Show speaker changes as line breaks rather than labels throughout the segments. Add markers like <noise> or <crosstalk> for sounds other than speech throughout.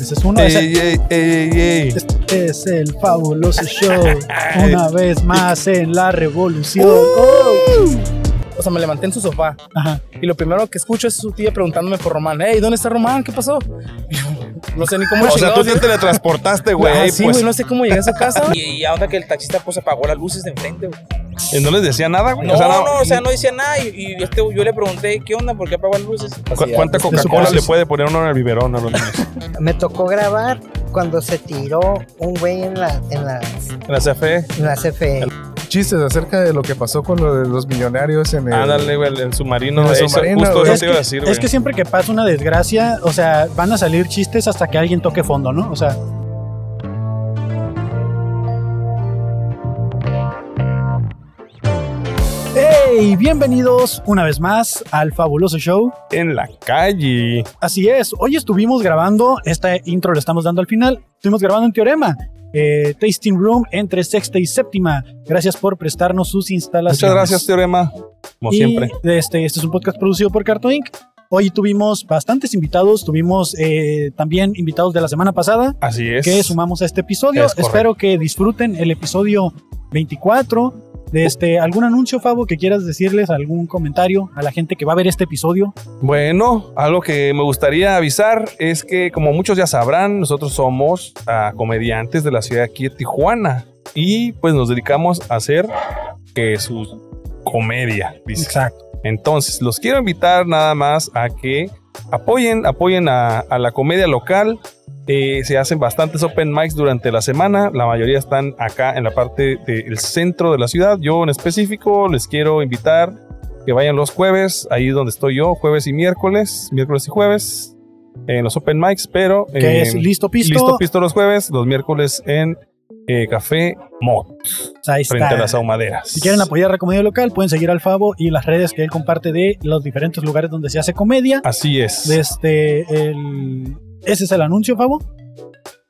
Ese es uno.
Ey,
ese-
ey, ey, ey, ey.
Este es el fabuloso show. Una vez más en la revolución.
O sea, me levanté en su sofá
Ajá.
y lo primero que escucho es su tía preguntándome por Román. Hey, ¿dónde está Román? ¿Qué pasó? <laughs> No sé ni cómo
O sea, tú
chingados-
te teletransportaste, güey.
Ah,
ahí,
sí,
pues.
güey, no sé cómo llegué a su
<laughs>
casa.
Y, y a onda que el taxista pues apagó las luces de enfrente, güey.
Y no les decía nada, güey.
No,
O sea,
no, o sea, no decía nada. Y, y este, yo le pregunté, ¿qué onda? ¿Por qué apagó las luces?
¿cu- ¿Cuánta
pues, te
Coca-Cola le
supones.
puede poner uno en el biberón a <laughs> los niños?
Me tocó grabar cuando se tiró un güey en la, en la,
Gracias, Fe.
en la E. CFE.
Chistes acerca de lo que pasó con lo de los millonarios en el.
Ándale, güey, el, el submarino.
El
eso,
submarino,
justo
güey.
eso
Es
te iba
que-
a decir, güey.
Es que siempre que pasa una desgracia, o sea, van a salir chistes hasta que alguien toque fondo, ¿no? O sea, ¡Hey! Bienvenidos una vez más al fabuloso show.
En la calle.
Así es, hoy estuvimos grabando, esta intro la estamos dando al final, estuvimos grabando en Teorema, eh, Tasting Room entre sexta y séptima. Gracias por prestarnos sus instalaciones.
Muchas gracias, Teorema. Como
Y,
siempre.
Este, este es un podcast producido por Cartoon Inc. Hoy tuvimos bastantes invitados, tuvimos eh, también invitados de la semana pasada
Así es.
que sumamos a este episodio.
Es correcto.
Espero que disfruten el episodio 24.
Oh.
De este, ¿Algún anuncio, Fabo, que quieras decirles? ¿Algún comentario a la gente que va a ver este episodio?
Bueno, algo que me gustaría avisar es que, como muchos ya sabrán, nosotros somos ah, comediantes de la ciudad aquí de Tijuana y pues nos dedicamos a hacer que su comedia. dice.
Exacto.
Entonces, los quiero invitar nada más a que apoyen, apoyen a, a la comedia local. Eh, se hacen bastantes open mics durante la semana. La mayoría están acá en la parte del centro de la ciudad. Yo en específico les quiero invitar que vayan los jueves, ahí donde estoy yo, jueves y miércoles, miércoles y jueves, en los open mics, pero...
Que
eh,
es listo pisto.
Listo Pisto los jueves, los miércoles en eh, Café Mod,
Ahí está.
frente a las ahumaderas.
Si quieren apoyar la comedia local, pueden seguir al Fabo y las redes que él comparte de los diferentes lugares donde se hace comedia.
Así es.
Desde el... Ese es el anuncio, Fabo.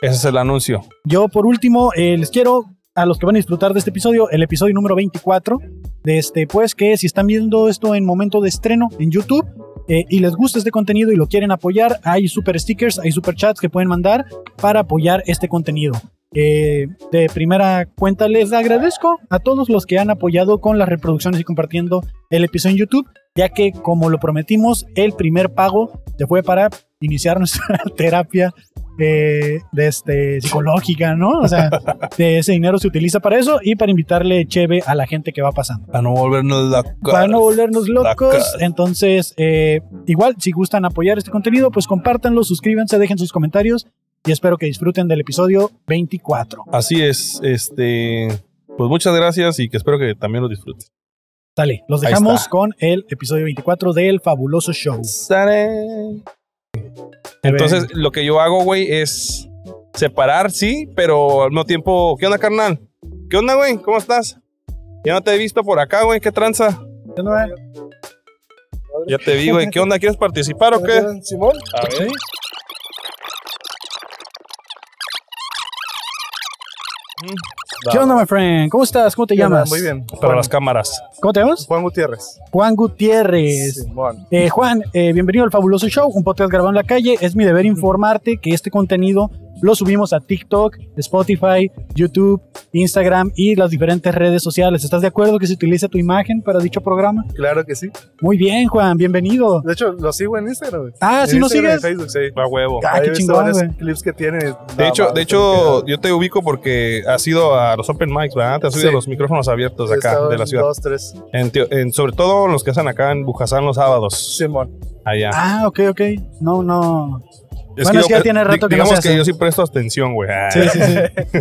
Ese es el anuncio.
Yo, por último, eh, les quiero a los que van a disfrutar de este episodio, el episodio número 24, de este, pues que si están viendo esto en momento de estreno en YouTube eh, y les gusta este contenido y lo quieren apoyar, hay super stickers, hay super chats que pueden mandar para apoyar este contenido. Eh, de primera cuenta les agradezco a todos los que han apoyado con las reproducciones y compartiendo el episodio en YouTube, ya que como lo prometimos, el primer pago se fue para iniciar <laughs> nuestra terapia eh, de este, psicológica, ¿no? O
<laughs>
sea, de ese dinero se utiliza para eso y para invitarle cheve a la gente que va pasando.
Para no volvernos locos.
Para no volvernos locos,
Locas.
entonces, eh, igual, si gustan apoyar este contenido, pues compártanlo, suscríbanse, dejen sus comentarios y espero que disfruten del episodio 24.
Así es, este. Pues muchas gracias y que espero que también lo disfrutes.
Dale, los
Ahí
dejamos
está.
con el episodio 24 del fabuloso show.
Sare. Entonces, lo que yo hago, güey, es separar, sí, pero al mismo tiempo, ¿qué onda, carnal? ¿Qué onda, güey? ¿Cómo estás? Ya no te he visto por acá, güey, ¿qué tranza? Ya te vi, güey, ¿qué onda? ¿Quieres participar o qué?
Simón.
A ver.
¿Qué onda, my friend? ¿Cómo estás? ¿Cómo te
¿Qué onda?
llamas?
Muy bien.
Para
Juan,
las cámaras.
¿Cómo te llamas?
Juan Gutiérrez.
Juan Gutiérrez.
Simón.
Eh, Juan, eh, bienvenido al Fabuloso Show, un podcast grabado en la calle. Es mi deber informarte que este contenido lo subimos a TikTok, Spotify, YouTube, Instagram y las diferentes redes sociales. ¿Estás de acuerdo que se utilice tu imagen para dicho programa?
Claro que sí.
Muy bien, Juan, bienvenido.
De hecho, lo sigo en Instagram. güey.
Ah,
En
si no
Instagram y
sigues.
Facebook, sí.
A huevo.
Ah,
Ahí
qué
he visto
chingón,
varios
güey.
clips que tiene.
De hecho, de hecho, yo te ubico porque has ido a los open mics, ¿verdad? Te has ido
Sí.
a los micrófonos abiertos de acá, de la ciudad.
Dos, tres.
En teo- en- sobre todo los que hacen acá en Bujasán los sábados.
Simón.
Allá.
Ah, ok, ok. No, no.
Es
bueno, es que ya tiene rato que
di-
no se
Digamos
hace.
que yo sí presto atención, güey. Ah.
Sí, sí, sí.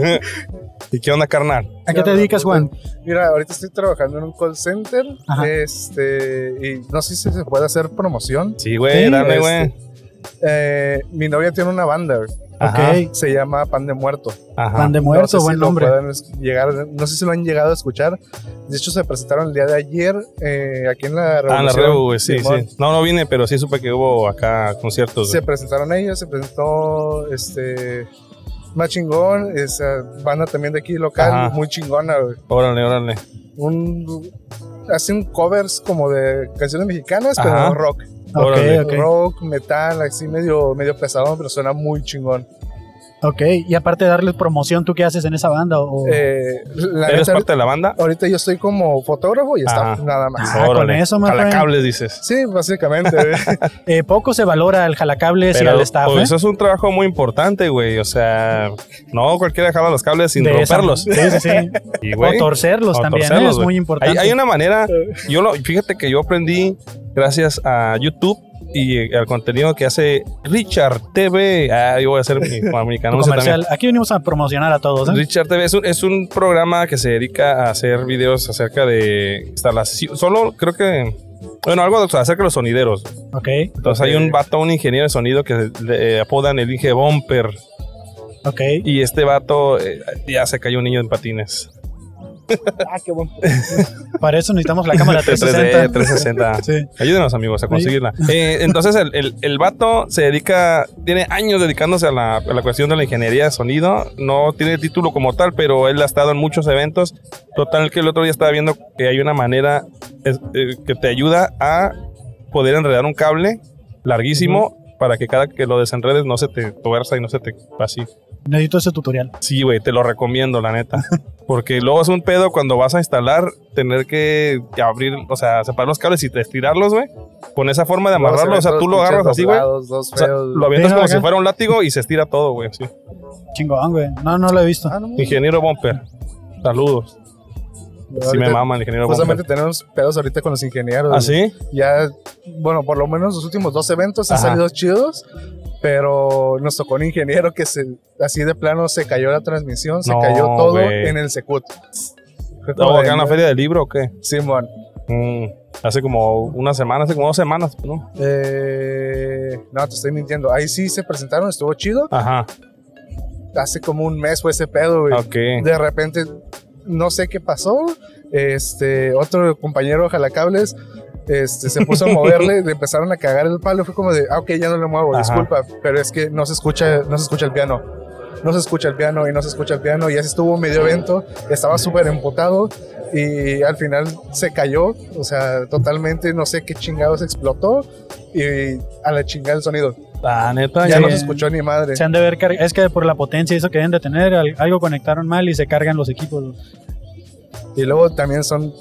<laughs> ¿Y qué onda, carnal?
¿A qué te dedicas, Juan?
Mira, ahorita estoy trabajando en un call center.
Ajá.
Este. Y no sé si se puede hacer promoción.
Sí, güey,
Sí,
dale,
este,
güey.
Eh, mi novia tiene una banda, güey.
Ajá,
Ok.
se llama Pan de Muerto.
ajá.
Pan de
no sé
muerto,
si
buen
lo
nombre.
puedan es- llegar, no sé si lo han llegado a escuchar. De hecho, se presentaron el día de ayer eh, aquí en la Revolución.
Ah, en la Rebu, güey, sí,
Simón.
sí. No, no vine, pero sí supe que hubo acá conciertos.
Se
güey.
presentaron ellos, se presentó este más chingón, esa banda también de aquí local,
Ajá.
muy chingona. güey.
Órale, órale.
Un, hacen covers como de canciones mexicanas,
Ajá.
pero rock.
Órale.
Ok,
Rock, metal, así medio, medio pesado, pero suena muy chingón.
ok. Y aparte de darles promoción, ¿tú qué haces en esa banda? O,
Eh, la
¿Eres
neta,
parte de la banda?
ahorita yo estoy como fotógrafo y está,
Ajá.
nada más.
Ah, con eso, my friend.
Jalacables, dices.
Sí,
<laughs>
básicamente.
Eh, poco se valora al jalacables y
Pero,
al staff.
pues,
¿eh?
eso es un trabajo muy importante, güey. O sea, no cualquiera jala los cables sin
eh? De esa-
romperlos.
Sí, sí,
<laughs>
sí.
Y, güey,
o torcerlos
o
también, ¿eh?
torcerlos,
es
güey.
muy
hay,
importante.
hay una manera. Yo lo, fíjate que yo aprendí gracias a YouTube y eh, al contenido que hace Richard TV. Ah, yo voy a hacer
<laughs>
mi, mi
Tu
canal también.
comercial. Aquí venimos a promocionar a todos. ¿eh?
Richard TV es un, es un programa que se dedica a hacer videos acerca de instalación. Solo creo que. Bueno, algo de- acerca de los sonideros.
Ok,
Entonces hay un vato, un ingeniero de sonido que le apodan el Inge Bumper.
ok.
Y este vato eh, ya se cayó un niño en patines.
Ah, qué buen.
Para eso necesitamos la
<laughs>
cámara
360.
360.
360.
Sí.
Ayúdenos, amigos, a conseguirla. Eh, entonces, el, el- el vato se dedica, tiene años dedicándose a la, a la cuestión de la ingeniería de sonido. No tiene título como tal, pero él ha estado en muchos eventos. Total, que el otro día estaba viendo que hay una manera es- eh, que te ayuda a poder enredar un cable larguísimo para que cada que lo desenredes no se te tuerza y no se te así.
Necesito ese tutorial.
Sí, güey, te lo recomiendo, la neta. <laughs> Porque luego es un pedo cuando vas a instalar, tener que abrir, o sea, separar los cables y estirarlos, güey. Con esa forma de amarrarlo, o sea, tú lo agarras así, güey.
Dos, dos
O sea,
feos.
lo avientas
Ven
como
acá.
si fuera un látigo y se estira todo, güey. sí.
Chingón, güey. No, no lo he visto.
Ah, no,
Ingeniero Bumper, saludos. Sí me
ahorita
maman, ingeniero
Justamente
Bumper.
tenemos pedos ahorita con los ingenieros.
¿Ah, sí?
Ya, bueno, por lo menos los últimos dos eventos han
Ajá.
salido chidos, pero nos tocó un ingeniero que se, así de plano se cayó la transmisión, se
No,
cayó todo
güey.
en el secut. Fue como
¿O
de,
acá en la feria del libro o qué?
Simón.
Mm, hace como una semana, hace como dos semanas, ¿no?
Eh, no, te estoy mintiendo. Ahí sí se presentaron, estuvo chido.
Ajá,
Hace como un mes fue ese pedo, güey.
ok.
De repente, no sé qué pasó. Este, otro compañero jalacables este, se puso a moverle,
<laughs>
le empezaron a cagar el palo. Fue como de, ah, ok, ya no lo muevo,
Ajá.
disculpa, pero es que no se escucha, no se escucha el piano. No se escucha el piano y no se escucha el piano. Y así estuvo medio evento, estaba súper emputado y al final se cayó, o sea, totalmente, no sé qué chingados explotó y a la chingada el sonido.
La neta,
Ya
ya
sí.
no se escuchó ni madre.
Se han de ver car- es que por la potencia y eso que deben de tener, al- algo conectaron mal y se cargan los equipos.
Y luego también son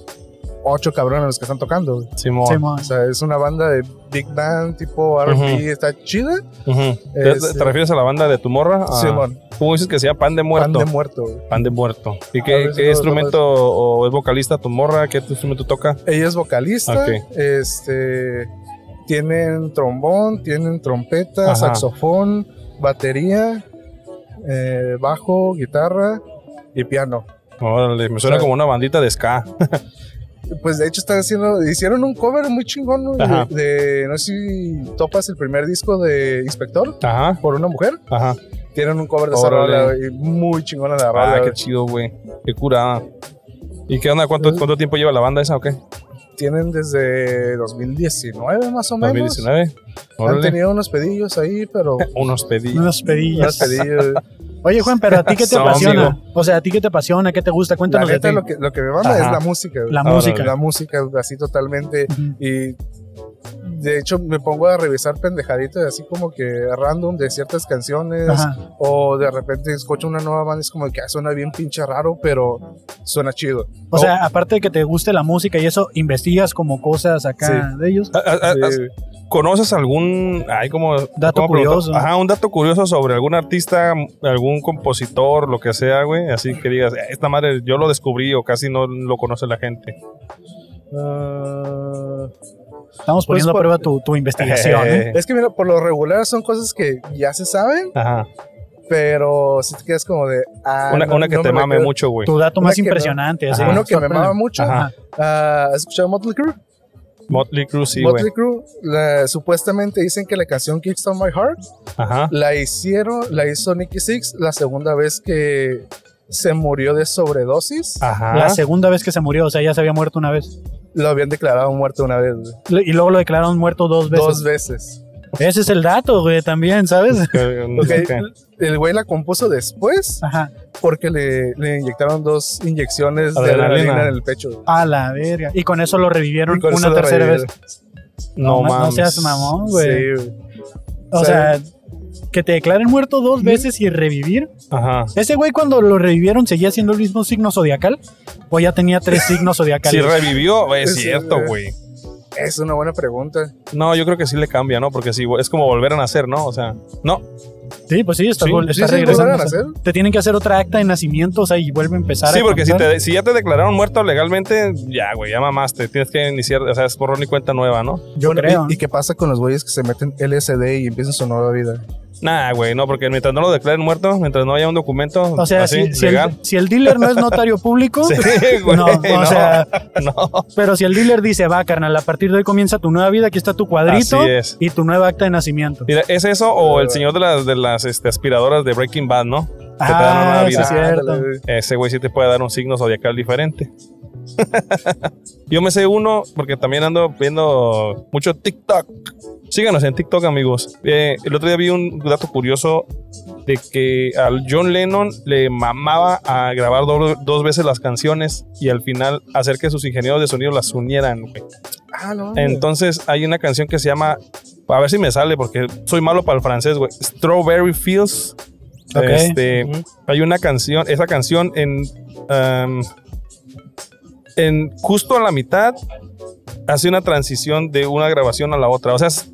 ocho cabrones los que están tocando. güey.
Simón.
Simón.
O sea, es una banda de big band tipo R&B,
Ujú.
está chida.
Ujú. ¿Te,
Este-
te refieres a la banda de tu morra? Ah,
Simón,
¿Cómo dices que sea pan de muerto?
pan de muerto. güey.
Pan de muerto. ¿Y
Ah, A
qué,
ver si
qué
lo- lo
instrumento o es vocalista tu morra? ¿Qué instrumento toca?
Ella es vocalista,
Ok.
este, tienen trombón, tienen trompeta,
Ajá.
saxofón, batería, eh, bajo, guitarra y piano.
Órale, me suena
O sea-
como una bandita de ska.
Pues de hecho están haciendo, hicieron un cover muy chingón güey,
Ajá.
de, no sé si topas el primer disco de Inspector
Ajá,
por una mujer.
ajá.
Tienen un cover de esa
Órale.
rola güey, y muy chingona la rola.
Ah, qué
güey.
chido, güey. Qué curada. ¿Y qué onda? ¿Cuánto, cuánto tiempo lleva la banda esa o qué?
tienen desde 2019 más o menos.
2019.
Han
Órale.
tenido unos pedillos ahí, pero
Unos pedidos.
Unos <laughs> pedillos.
unos pedillos.
Oye, Juan, pero a ti
<laughs>
qué te
No,
apasiona? O sea, a ti qué te apasiona, qué te gusta, <laughs>
la
cuéntanos de ti.
neta lo que, lo que me manda
Ajá.
es la música. güey.
La
Ahora,
música.
La música así totalmente
Ujú.
y de hecho me pongo a revisar pendejaditas así como que random de ciertas canciones
Ajá.
o de repente escucho una nueva banda y es como que ah, suena bien pinche raro, pero suena chido.
O sea, aparte de que te guste la música y eso, investigas como cosas acá de ellos.
Ah, ah, ah,
Sí.
¿Conoces algún ay, como,
Dato
cómo preguntar?
curioso.
Ajá, un dato curioso sobre algún artista, algún compositor, lo que sea, güey. Así que digas, "Eh, esta madre yo lo descubrí o casi no lo conoce la gente.
Ah,
Estamos
Pues,
poniendo a
por-
prueba tu, tu
<laughs>
investigación. ¿eh?
Eh,
es que mira, por lo regular son cosas que ya se saben,
<laughs> Ajá.
pero si te quedas como de ah,
Una,
no-
una que
no
te
me la
mame
creo.
mucho, güey.
Tu dato
Una
más
que no-
impresionante. así.
Ajá.
uno que me
Sorprende.
mama mucho
Ajá.
ah, ¿has escuchado Motley Crue?
Motley Crue, sí, güey.
Motley Crue la- supuestamente dicen que la canción Kickstart My Heart
Ajá.
la hicieron la hizo Nicky Six la segunda vez que se murió de sobredosis
Ah.
Ajá.
La segunda vez que se murió, o sea, ya se había muerto una vez.
lo habían declarado muerto una vez güey.
Lo- Y luego lo declararon muerto dos veces.
dos veces
Ese es el dato, güey, también, ¿sabes?
Que-
Ok,
ok.
el güey la compuso después
Ajá.
porque le, le inyectaron dos inyecciones
Adrenalina.
de adrenalina en el pecho
A la verga. Y con eso lo revivieron
Y con eso
una
lo
tercera vez.
revivieron.
No,
No,
ma- no
mames.
seas mamón, güey.
Sí, güey.
o sea, que te declaren muerto dos veces y revivir.
Ajá.
Ese güey cuando lo revivieron seguía siendo el mismo signo zodiacal o ya tenía tres
<laughs>
signos
Si
zodiacales.
revivió, güey, es
Sí,
cierto,
güey.
güey.
Es una buena pregunta.
No, yo creo que sí le cambia, ¿no? Porque sí, es como volver a nacer, ¿no? O sea, no.
sí, pues sí, está,
Sí,
vol-
sí,
está
sí,
regresando.
volver a
o sea,
nacer.
te tienen que hacer otra acta de nacimiento, o sea, y vuelve a empezar.
Sí,
a
porque si,
contar.
te, si ya te declararon muerto legalmente, ya, güey, ya mamaste. Tienes que iniciar, o sea, es borrón y cuenta nueva, ¿no?
Yo
Bueno,
creo.
¿Y, y qué pasa con los güeyes que se meten LSD y empiezan su nueva vida?
Nah, güey, no, porque mientras no lo declaren muerto, mientras no haya un documento
o sea,
así,
si, si
legal.
<laughs> el, si el dealer no es
<laughs>
notario público,
Sí, güey,
no, o sea,
<laughs> no.
pero si el dealer dice, va, carnal, a partir de hoy comienza tu nueva vida, aquí está tu cuadrito
Así es.
y tu nueva acta de nacimiento.
Mira, ¿es eso o el señor de las, de las este, aspiradoras de Breaking Bad, no? te dan una
Ah,
nueva
sí
vida.
es cierto.
Ándale, güey.
Ese güey sí te puede dar un signo zodiacal diferente. <laughs> Yo me sé uno porque también ando viendo mucho TikTok. Síganos en TikTok, amigos. Eh, el otro día vi un dato curioso de que al John Lennon le mamaba a grabar do- dos veces las canciones y al final hacer que sus ingenieros de sonido las unieran. güey.
Ah, no. güey.
Entonces hay una canción que se llama, a ver si me sale porque soy malo para el francés, güey. Strawberry Fields.
Ok.
Este,
Ujú.
hay una canción, esa canción en, am, en justo a la mitad hace una transición de una grabación a la otra. O sea, es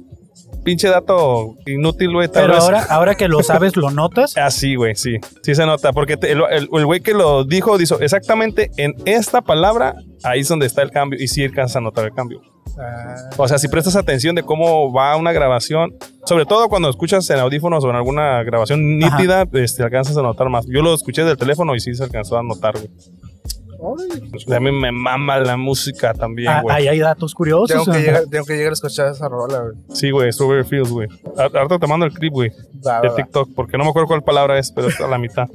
pinche dato inútil, güey. tal
Pero
vez.
ahora, ahora que lo sabes, lo
<laughs>
notas.
Así, güey, Ah, sí. Sí se nota. Porque te- el el- el güey que lo dijo, dijo exactamente en esta palabra, ahí es donde está el cambio. Y sí alcanzas a notar el cambio.
Ah,
O sea, si prestas atención de cómo va una grabación, sobre todo cuando escuchas en audífonos o en alguna grabación
Ajá.
nítida, este, alcanzas a notar más. Yo lo escuché del teléfono y sí se alcanzó a notar, güey. Pues,
ay.
A mí me mama la música también,
Ah,
güey.
ahí hay datos curiosos.
Tengo que,
ajá.
llegar, tengo que llegar a escuchar esa rola, güey.
Sí, güey, Strawberry Fields, güey. A- Ahorita te mando el clip, güey,
Ah, Va,
de
va, va.
TikTok, porque no me acuerdo cuál palabra es, pero está a la mitad.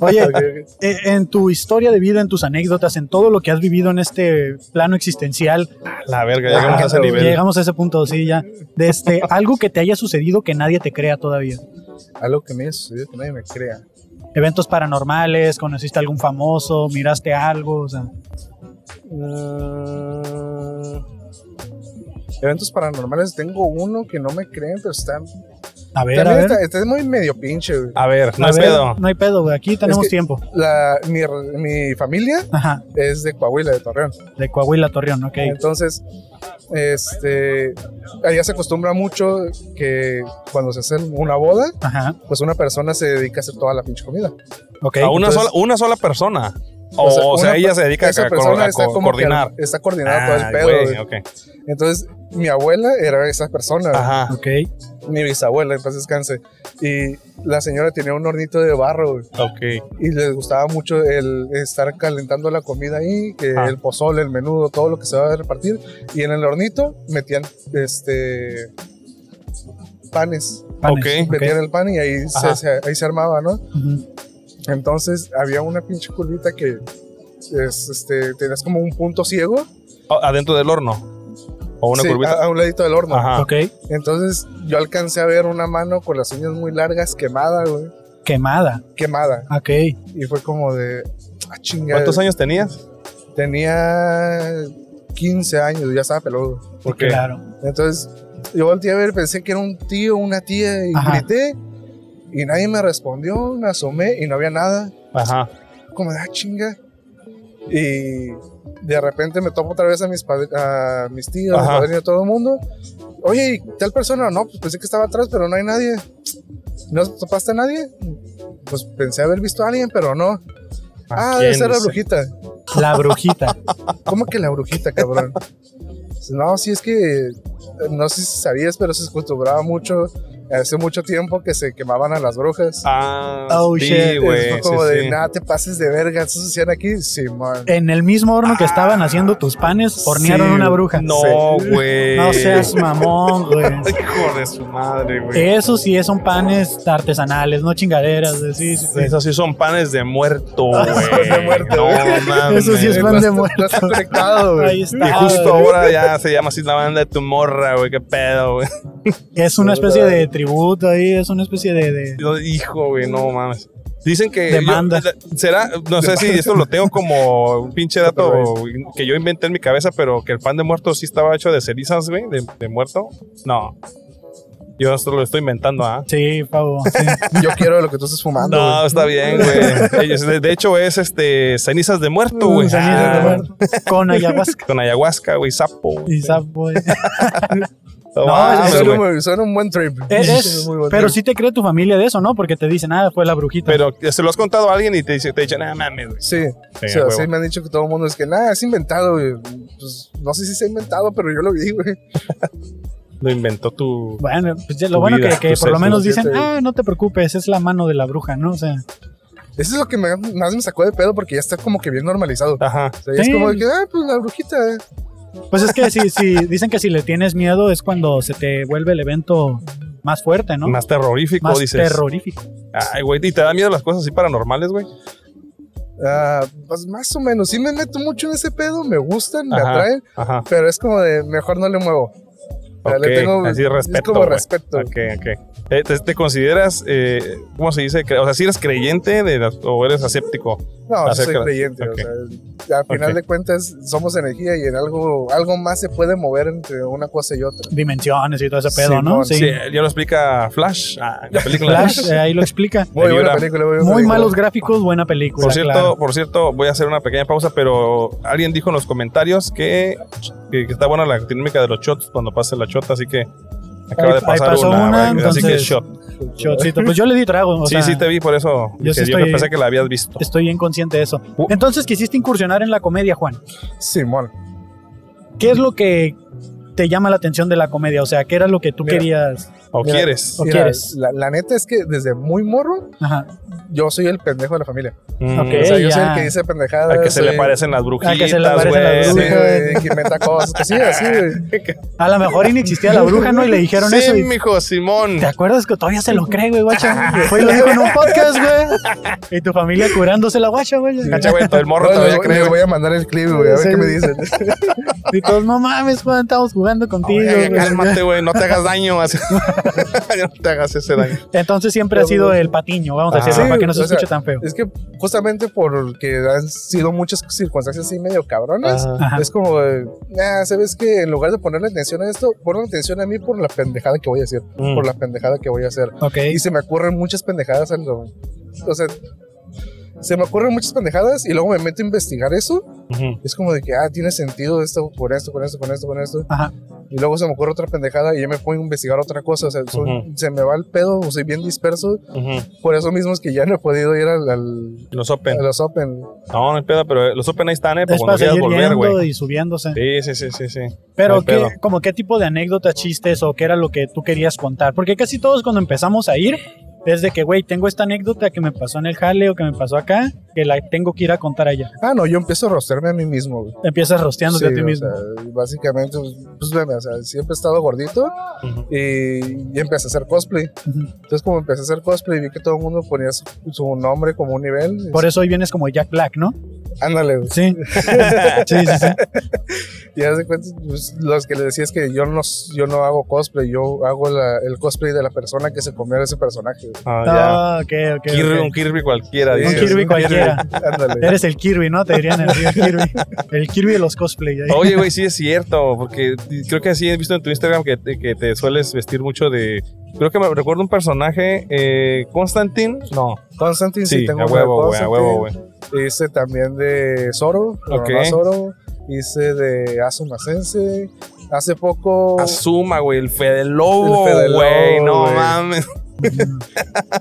Oye,
Ok, ok.
eh, en tu historia de vida, en tus anécdotas, en todo lo que has vivido en este plano existencial,
La verga, llegamos a ese
Ah,
nivel.
llegamos a ese punto, sí, ya. De este, <laughs> algo que te haya sucedido que nadie te crea todavía.
Algo que me haya sucedido que nadie me crea.
Eventos paranormales, conociste a algún famoso, miraste algo, o sea,
Mm, Eventos paranormales, tengo uno que no me creen, pero está.
a ver, a
También
ver.
está, está muy medio pinche, güey.
A ver, no
A
es
ver,
pedo.
No hay pedo, güey. Aquí tenemos
que-
tiempo.
La- mi, r- mi familia
Ajá.
es de Coahuila, de Torreón.
De Coahuila a Torreón, ok.
Entonces, este, allá se acostumbra mucho que cuando se hace una boda,
Ajá.
pues una persona se dedica a hacer toda la pinche comida.
Ok.
a una,
entonces-
sola, una sola persona. O, o sea,
una
ella
per-
se dedica a,
esa
co-
persona
a
está
co-
como que-
coordinar.
está coordinada todo
Ah,
el pedo.
güey,
güey.
ok.
Entonces, mi abuela era esa persona.
Ajá.
Ok.
mi bisabuela, en paz descanse. Y la señora tenía un hornito de barro güey,
Ok.
y les gustaba mucho el estar calentando la comida ahí, que
Ah.
el pozole, el menudo, todo lo que se va a repartir. Y en el hornito metían este panes,
Panes,
Ok.
metían el pan y ahí
Ajá.
se, se- ahí se armaba, ¿no?
Ujú.
Entonces había una pinche curvita que es, este, tenías como un punto ciego
O- adentro del horno. O una
sí, ah,
curvita.
a, a un ladito del horno.
Ajá.
Ok.
Entonces yo alcancé a ver una mano con las uñas muy largas quemada, güey.
Quemada.
Quemada.
Ok.
Y fue como de, ah, chinga.
¿Cuántos años tenías?
Tenía 15 años, ya estaba peludo.
Porque
Claro.
Entonces, yo volteé a ver, pensé que era un tío, una tía, y
Ajá.
grité. Y nadie me respondió, me asomé y no había nada.
Ajá.
Como de, ah, chinga. Y de repente me topo otra vez a mis, padr- a mis tíos, a mis
Ajá.
padrinos, a todo el mundo. Oye, ¿y tal persona? No, pues pensé que estaba atrás, pero no hay nadie. ¿No topaste a nadie? Pues pensé haber visto a alguien, pero no.
¿A
Ah, debe
quién?
ser la
No sé.
brujita.
La brujita.
¿Cómo que la brujita, cabrón? <laughs> No, sí es que no sé si sabías, pero se acostumbraba mucho hace mucho tiempo que se quemaban a las brujas.
Ah,
Oh,
sí,
shit.
güey.
Fue como
sí,
de
sí.
nada, te pases de verga. Eso se hacían aquí, Simón.
En el mismo horno que estaban haciendo tus panes, hornearon
Sí,
una bruja.
Ah, No, güey.
No seas mamón, güey.
<laughs> Hijo de su madre,
Eh,
güey.
Eso sí son panes artesanales, no chingaderas. pues, de- Sí, sí, güey.
Esos sí son panes de muerto,
<laughs> Pan
güey.
de muerto,
No
güey.
mames.
Eso sí es
Eh,
pan
no
de
está-
muerto.
No está conectado,
Ahí
güey.
está.
Y justo ahora ya se llama así la banda de tu morra, güey. <laughs> Qué pedo, güey.
Es una especie de tributo ahí, es una especie de. de-
Yo- Hijo, güey, no mames. Dicen que.
Demanda.
yo- eh, será, no sé si esto lo tengo como un pinche dato que yo inventé en mi cabeza, pero que el pan de muerto sí estaba hecho de cerizas, güey, de, de muerto. No. Yo esto lo estoy inventando, ¿ah?
Sí,
<laughs>
Pavo. sí.
Yo quiero lo que tú estás fumando.
No, está bien,
<laughs>
güey. Ellos- De de hecho, es este cenizas de muerto, güey.
Cenizas de
Ah,
muerto. Con ayahuasca
Con ayahuasca, güey, sapo. güey.
y
<laughs>
sapo. eh.
No,
No,
Ah,
mames,
eso
suena,
güey.
muy- suena un buen trip.
Eh, Es- es-
Muy buen
pero
trip.
sí te cree tu familia de eso, ¿no? Porque te dicen, ah, fue la brujita.
Pero se lo has contado a alguien y te dice, te dicen, ah, mames, güey.
Sí,
Sí,
o sea,
a huevo.
sí me han dicho que todo el mundo es que nada, es inventado. güey". Pues, no sé si se ha inventado, pero yo lo vi, güey.
Lo inventó tu.
Bueno, pues ya lo
Tu
bueno
vida,
que, que
tus
por lo
sesos,
menos
yo
dicen,
te-
ah, no te preocupes, es la mano de la bruja, ¿no? O sea,
Eso es lo que me- más me sacó de pedo porque ya está como que bien normalizado.
Ajá.
O sea, ya
Sí.
es como de que, ah, pues la brujita.
pues es que si, si dicen que si le tienes miedo es cuando se te vuelve el evento más fuerte, ¿no?
Más terrorífico,
Más
dices.
terrorífico.
Ay, güey, ¿y te da miedo las cosas así paranormales, güey?
Ah, pues más o menos, sí me meto mucho en ese pedo, me gustan, me
Ajá.
atraen,
Ajá.
pero es como de mejor no le muevo. O sea,
Ok,
le tengo-
así
es
respeto,
como
güey.
respeto.
Ok, ok. Eh, ¿Te, te consideras, eh, cómo se dice? Cre- O sea, si eres creyente de las- o eres aséptico.
No, sí soy
Acércate.
creyente.
Ok.
O sea, al final
Ok.
de cuentas, somos energía y en algo, algo más se puede mover entre una cosa y otra.
Dimensiones y todo ese pedo, ¿no?
Simón,
Sí.
Sí. eh, ya lo explica Flash, ah, la película.
Flash, eh, ahí lo
<laughs>
explica.
Muy buena
Ayuda.
película, muy, buena
Muy
película.
malos gráficos, buena película.
Por cierto,
claro.
por cierto, voy a hacer una pequeña pausa, pero alguien dijo en los comentarios que, que- que está buena la dinámica de los shots cuando pase la shot, así que
Ahí-
acaba de
ahí
pasar
pasó
una,
una,
güey, así que
entonces-
shot.
Shotcito, pues yo le di trago. o
sí,
sea,
sí te vi, por eso
yo sí
dije, yo
estoy-
pensé que la habías visto.
Estoy inconsciente de eso.
Uh.
Entonces quisiste incursionar en la comedia, Juan.
<laughs> Simón.
¿Qué es lo que te llama la atención de la comedia? O sea, ¿qué era lo que tú
Mira.
querías?
¿O
Mira,
quieres?
¿O
Mira,
quieres?
La, la neta es que desde muy morro,
Ajá.
yo soy el pendejo de la familia.
Mm,
ok.
O sea, yo
ya.
soy el que dice pendejadas.
A que se
soy
le
el-
parecen las
le
brujitas,
parecen las
güey.
Sí,
brujas.
güey, que inventa cosas.
<laughs>
Pues sí, así, güey.
A lo mejor inexistía la bruja, ¿no? Y le dijeron
Sí,
eso. y-
mijo, Simón.
¿Te acuerdas que todavía se lo cree, güey, guacha?
<laughs>
Fue y lo dijo en un podcast, güey. Y tu familia curándose la guacha, güey.
Cacha, güey, todo el morro
No,
todavía
les-
cree,
les
güey.
voy a mandar el clip, güey, a ver
Sí.
qué me dicen.
Y todos, no mames, Juan, estamos jugando contigo.
Oye,
güey".
cálmate, güey, no te
<laughs>
hagas daño. así. <laughs> no te hagas ese daño.
Entonces siempre ha sido el patiño, vamos a
Ah.
decirlo,
Sí,
para que no se
o sea,
escuche tan feo.
Es que justamente porque han sido muchas circunstancias así medio cabronas,
Ajá.
es como, de, nah, ¿sabes que En lugar de ponerle atención a esto, ponle atención a mí por la pendejada que voy a decir,
Mm.
por la pendejada que voy a hacer.
Ok.
Y se me ocurren muchas pendejadas. al- O sea, se me ocurren muchas pendejadas y luego me meto a investigar eso.
Ujú.
Es como de que, ah, tiene sentido esto, con esto, con esto, con esto, con esto.
Ajá.
Y luego se me ocurre otra pendejada y yo me pongo a investigar otra cosa. O sea, soy-
Ujú.
se me va el pedo, soy bien disperso.
Ujú.
Por eso mismo es que ya no he podido ir al, al-
Los Open.
a los Open.
No, no hay pedo, pero los Open ahí están, ¿eh? Para
Es
cuando
para
quieras
seguir
volver,
viendo
güey.
y subiéndose.
Sí, sí, sí, sí, sí.
Pero,
hay
¿qué,
pedo.
como qué tipo de anécdotas, chistes o qué era lo que tú querías contar? Porque casi todos cuando empezamos a ir es de que, güey, tengo esta anécdota que me pasó en el jale o que me pasó acá, que la tengo que ir a contar allá.
Ah, no, yo empiezo a rostearme a mí mismo. güey.
Empiezas rosteándote
Sí,
a ti
o
mismo.
sea, básicamente, pues, bueno, o sea, siempre he estado gordito
Ujú.
y, y empecé a hacer cosplay.
Ujú.
Entonces, como empecé a hacer cosplay, vi que todo el mundo ponía su, su nombre como un nivel.
Por eso hoy vienes como Jack Black, ¿no?
Ándale,
<laughs>
güey.
Sí. sí, sí, sí.
Y haz de cuenta, pues, los que le decía es que yo no, s- yo no hago cosplay, yo hago la- el cosplay de la persona que se comió a ese personaje. güey.
Ah,
Ah, ok, ok.
ya. Kirby,
ok.
Un Kirby cualquiera.
Sí,
Un
dices.
es
Kirby
un
cualquiera.
Ándale.
Eres el Kirby, ¿no? Te dirían el
<laughs>
Kirby. El Kirby de los cosplay. ahí.
Oye, güey, sí es cierto, porque creo que sí he visto en tu Instagram que, te- que te sueles vestir mucho de... Creo que me recuerdo un personaje, eh, Constantine. No,
Constantine, sí,
sí,
tengo
a
uno de
huevo, güey, a
Constantine.
huevo, güey.
Hice también de Zoro, pero
Ok.
no Zoro. Hice de Asuma Sensei. Hace poco.
Asuma, güey, el Fede Lobo,
El Fede
güey,
Lobo,
no
güey.
mames. <laughs>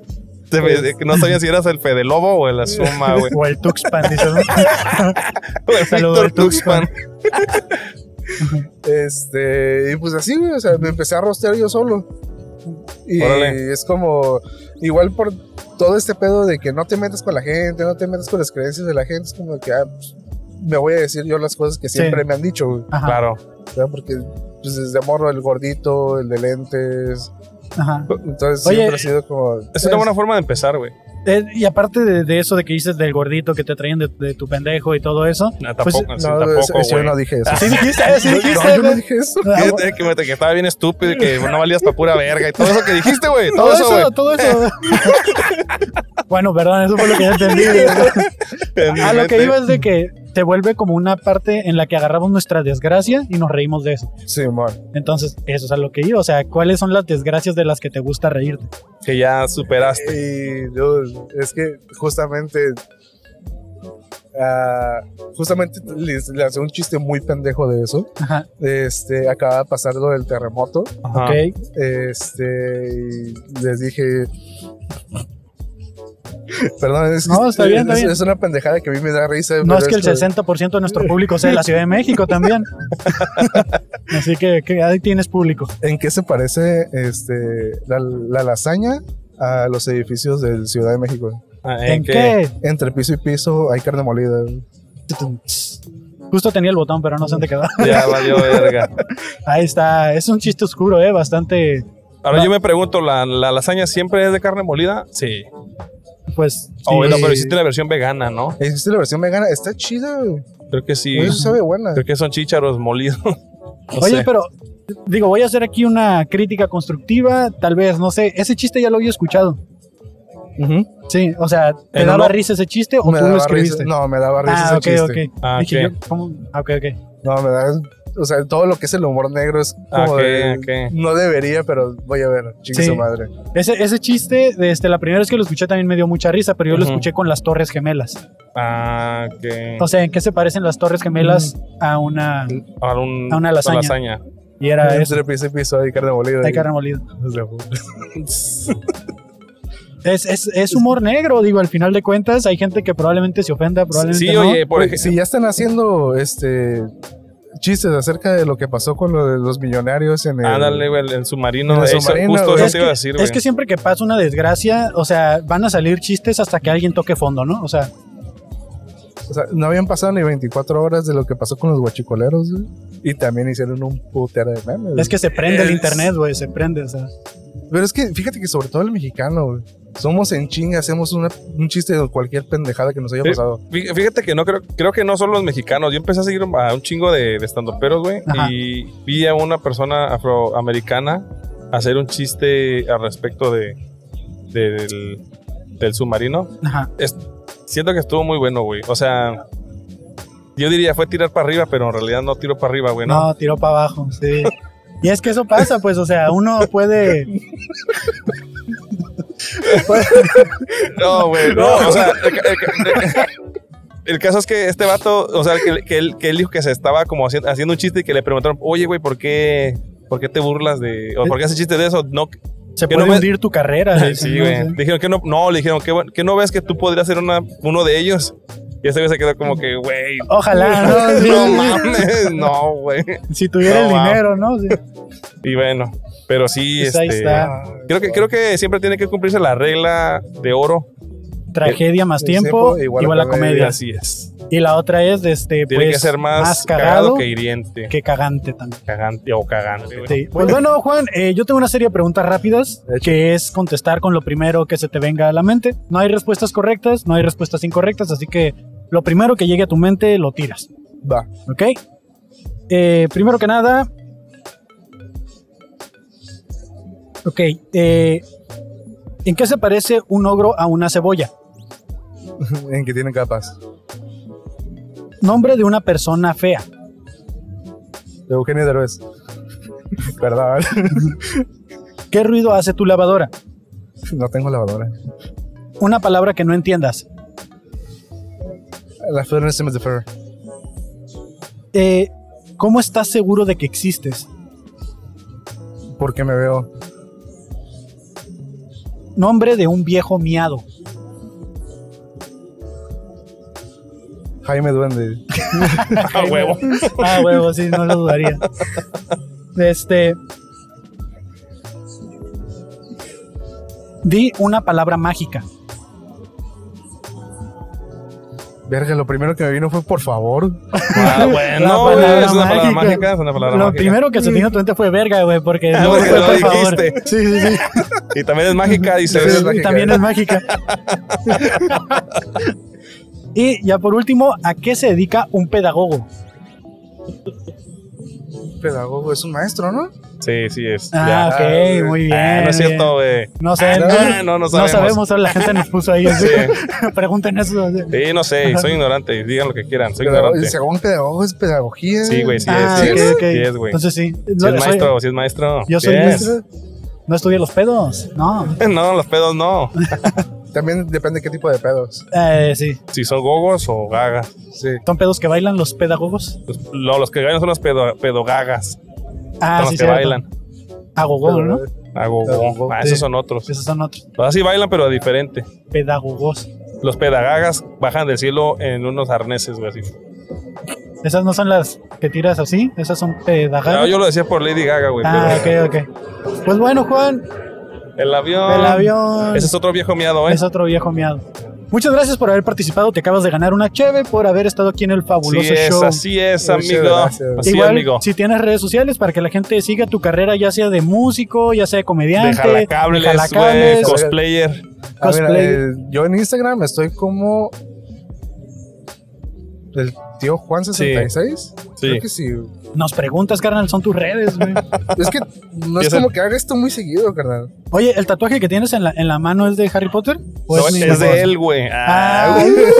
Mm.
Te- que No sabía si eras el Fede Lobo o el Asuma, Ah,
<laughs>
güey.
O el Tuxpan, dices. ¿no?
O el
Saludo
Víctor
al Tuxpan.
Tuxpan.
Este, y pues así, güey, o sea, me empecé a rostear yo solo. Y
Órale.
es como, igual por todo este pedo de que no te metas con la gente, no te metas con las creencias de la gente, es como que, ah, pues, me voy a decir yo las cosas que
Sí.
siempre me han dicho, güey,
Ajá,
Claro.
o sea, porque pues, desde morro el gordito, el de lentes,
ajá.
entonces
Oye,
siempre ha sido como...
Es una buena forma de empezar, güey.
eh, y aparte de, de eso de que dices del gordito que te traían de, de tu pendejo y todo eso.
No,
Pues,
tampoco, sí,
No,
tampoco,
es- yo
güey.
no dije eso.
Sí dijiste, eh, sí
<laughs> No,
dijiste,
no, yo no
güey.
dije eso.
Fíjate que, fíjate que estaba bien estúpido y que no valías para pura verga y todo eso que dijiste, güey. Todo,
Todo
eso, güey.
eso, todo eso. bueno, perdón, eso fue lo que yo entendí. A lo que iba es de que te vuelve como una parte en la que agarramos nuestra desgracia y nos reímos de eso.
Simón.
Entonces, eso es a lo que iba. O sea, ¿cuáles son las desgracias de las que te gusta reírte?
Que ya superaste.
Y yo, es que justamente. ah, justamente les, le hace un chiste muy pendejo de eso.
Ajá.
Este, acaba de pasar lo del terremoto.
Ajá.
Ok.
Este, y les dije. Perdón, es, que
No, está
es-
bien, está
es-
bien.
es una pendejada que a mí me da risa.
No
pero este
es que el
como-
60% de nuestro público sea de la Ciudad de México también. Así que, que ahí tienes público.
¿En qué se parece este, la, la lasaña a los edificios de Ciudad de México?
Ah,
¿En, qué?
Entre piso y piso hay carne molida. güey.
Justo tenía el botón, pero no sé dónde quedó.
<laughs> Ya valió verga.
<laughs> Ahí está. Es un chiste oscuro, ¿eh? Bastante.
Ahora
Va.
yo me pregunto, ¿la, la lasaña siempre es de carne molida? Sí.
Pues.
Ah, bueno, pero hiciste
la...
la versión vegana, ¿no?
Existe la versión vegana, está chida, güey.
Creo que sí.
Eso sabe buena.
Creo que son chícharos molidos. <laughs> No
Pues, Oye,
sé.
pero. Digo, voy a hacer aquí una crítica constructiva. Tal vez, no sé. Ese chiste ya lo había escuchado.
Ujú.
Sí, o sea, ¿te
¿En
daba
uno?
risa ese chiste o
Me
tú lo
daba
escribiste?
risa. No, me daba risa
Ah, ok,
ese chiste.
ok.
Ah,
Dije
ok.
yo, ¿cómo? Ah, ok, ok.
No, me da. O sea, todo lo que es el humor negro es como.
Ah, Ok,
de-
ok.
No debería, pero voy a ver. Chingue
Sí.
su madre.
Ese, ese chiste, este, la primera vez que lo escuché también me dio mucha risa, pero yo lo
Ujú.
escuché con las Torres Gemelas.
Ah, que.
O sea, ¿en qué se parecen las Torres Gemelas
Mm.
a una
Ahora Ah, un-
a una lasaña. y era eso?
Entre piso y piso hay carne molida.
Hay
Y-
carne molida.
O sea, pu-
<laughs> Es, es, es humor negro, digo, al final de cuentas hay gente que probablemente se ofenda, probablemente
Sí,
no. Pues,
oye, por
Oye,
ejemplo.
si ya están haciendo este chistes acerca de lo que pasó con lo de los millonarios en el.
Ándale, güey, el, el submarino.
El
eso,
submarino,
justo
güey.
eso
es,
te
que,
iba a decir, güey.
es que siempre que pasa una desgracia, o sea, van a salir chistes hasta que alguien toque fondo, ¿no? O sea,
O sea, no habían pasado ni 24 horas de lo que pasó con los guachicoleros, güey. Y también hicieron un putero de memes.
es que se prende el
Es-
internet, güey, se prende, o sea.
güey. Pero es que, fíjate que sobre todo el mexicano, güey, Somos en chinga, hacemos una- un chiste de cualquier pendejada que nos haya
Sí.
pasado.
Fí- Fíjate que no creo, creo que no son los mexicanos. Yo empecé a seguir a un chingo de, de estandoperos, güey.
Ajá.
Y vi a una persona afroamericana hacer un chiste al respecto de, del, del submarino.
Ajá.
Siento que estuvo muy bueno, güey. O sea, yo diría fue tirar para arriba, pero en realidad no tiro para arriba, güey. ¿no?
No, tiró para abajo,
<laughs>
sí. Y es que eso pasa, pues, o sea, uno puede...
No, güey, no. O sea, el, ca- el ca- el caso es que este vato, o sea, que, que él, que él dijo que se estaba como haci- haciendo, un chiste y que le preguntaron, oye, güey, ¿por qué, ¿por qué te burlas de.? ¿O por qué haces chistes de eso? No,
Se
Que
puede
no me-
hundir tu carrera.
Ay,
dicen,
<laughs> sí,
¿no?
güey.
Sí.
Dijeron que no, no, le dijeron que, bueno, que no ves que tú podrías ser una, uno de ellos. Y ese güey se quedó como que, güey.
Ojalá, ¿no?
<laughs>
Sí,
No
sí, sí.
mames, no, güey.
Si tuviera
No,
el
wow.
dinero, ¿no? Sí.
Y bueno, pero sí,
Pues ahí
este,
está.
Creo que, creo que siempre tiene que cumplirse la regla de oro.
Tragedia
Eh,
más
El
tiempo,
pues,
tiempo
igual,
igual a
a comedia.
así es.
Y la otra es, este,
Tiene
pues,
que ser más, cagado, que hiriente.
que cagante también.
Cagante o cagante. güey.
Sí. Pues bueno, Juan, eh, yo tengo una serie de preguntas rápidas que es contestar con lo primero que se te venga a la mente. No hay respuestas correctas, no hay respuestas incorrectas, así que lo primero que llegue a tu mente lo tiras,
Va. <laughs>
¿ok? Eh, primero que nada... Ok, eh, ¿en qué se parece un ogro a una cebolla?
en que tienen capas.
Nombre de una persona fea.
Eugenio Derbez. <laughs> Perdón, <laughs>
¿Qué ruido hace tu lavadora?
no tengo lavadora.
Una palabra que no entiendas.
La flor se me defer.
Eh, ¿Cómo estás seguro de que existes?
Porque me veo
Nombre de un viejo miado.
Jaime Duende.
<laughs> Ah, huevo.
Ah, huevo, sí, no lo dudaría. Este. Di una palabra mágica.
Verga, lo primero que me vino fue por favor. <laughs>
Ah, bueno,
La palabra
es una palabra
mágica.
mágica, es una palabra
Lo
mágica. <laughs>
primero que se te vino a tu mente fue verga, güey, porque
Ah,
no
porque
fue,
lo
por favor.
dijiste.
Sí, sí, sí.
Y también es mágica,
Sí,
dices.
es mágica.
También es mágica. y ya por último, ¿a qué se dedica un pedagogo?
Pedagogo es un maestro, ¿no?
Sí, sí es.
Ah,
Ya.
ok, muy bien.
Ah, no es
bien.
cierto, güey.
No sé,
Ah,
no,
no, no, no
no
sabemos.
sabemos, solo la gente nos puso ahí. así.
Sí.
<laughs> Pregunten eso. así.
Sí, no sé, soy ignorante, digan lo que quieran, soy
Pero
ignorante.
según pedagogo es pedagogía.
Sí, güey, sí
Ah,
es, sí
ok,
es,
ok.
sí es, güey.
Entonces sí.
Si
No,
es
soy-
maestro, si es maestro.
Yo soy
Yes.
maestro. No estudié los pedos. No.
<laughs> No, los pedos no.
También depende qué tipo de pedos.
Eh, sí.
Si son gogos o gagas. Sí.
¿Son pedos que bailan los pedagogos?
Los, lo- los que ganan son los pedo, pedogagas.
Ah,
son los
sí,
que
cierto.
bailan.
A gogón, ¿no?
A gogo.
Pedogogo,
Ah,
sí.
esos son otros.
Esos son otros.
Así bailan, pero diferente.
Pedagogos.
Los pedagagas bajan del cielo en unos arneses, güey. así.
Esas no son las que tiras así. Esas son
Ah,
pedagogos.
yo lo decía por Lady Gaga, güey.
Ah,
pero-
ok, ok. Pues bueno, Juan,
El avión.
el avión
Ese es otro viejo miado, ¿eh?
es otro viejo miado. Muchas gracias por haber participado. Te acabas de ganar una cheve por haber estado aquí en el
Sí
fabuloso
es,
show.
así es,
Muchas
amigo.
gracias.
Así es,
Igual,
amigo.
si tienes redes sociales para que la gente siga tu carrera, ya sea de músico, ya sea de
De
comediante, de
jalacables, güey.
jalacables.
Cosplayer.
A ver,
Cosplay.
eh, yo en Instagram estoy como. El tío Juan 66.
Sí.
Creo que sí.
Nos preguntas, carnal, son tus redes,
<laughs>
güey.
Es que
<laughs>
no es
Empieza-
como que haga esto muy seguido, carnal.
Oye, ¿el tatuaje que tienes en la, en la mano es de Harry Potter? ¿O
No, es
<laughs>
de él, güey. Ah,
Pues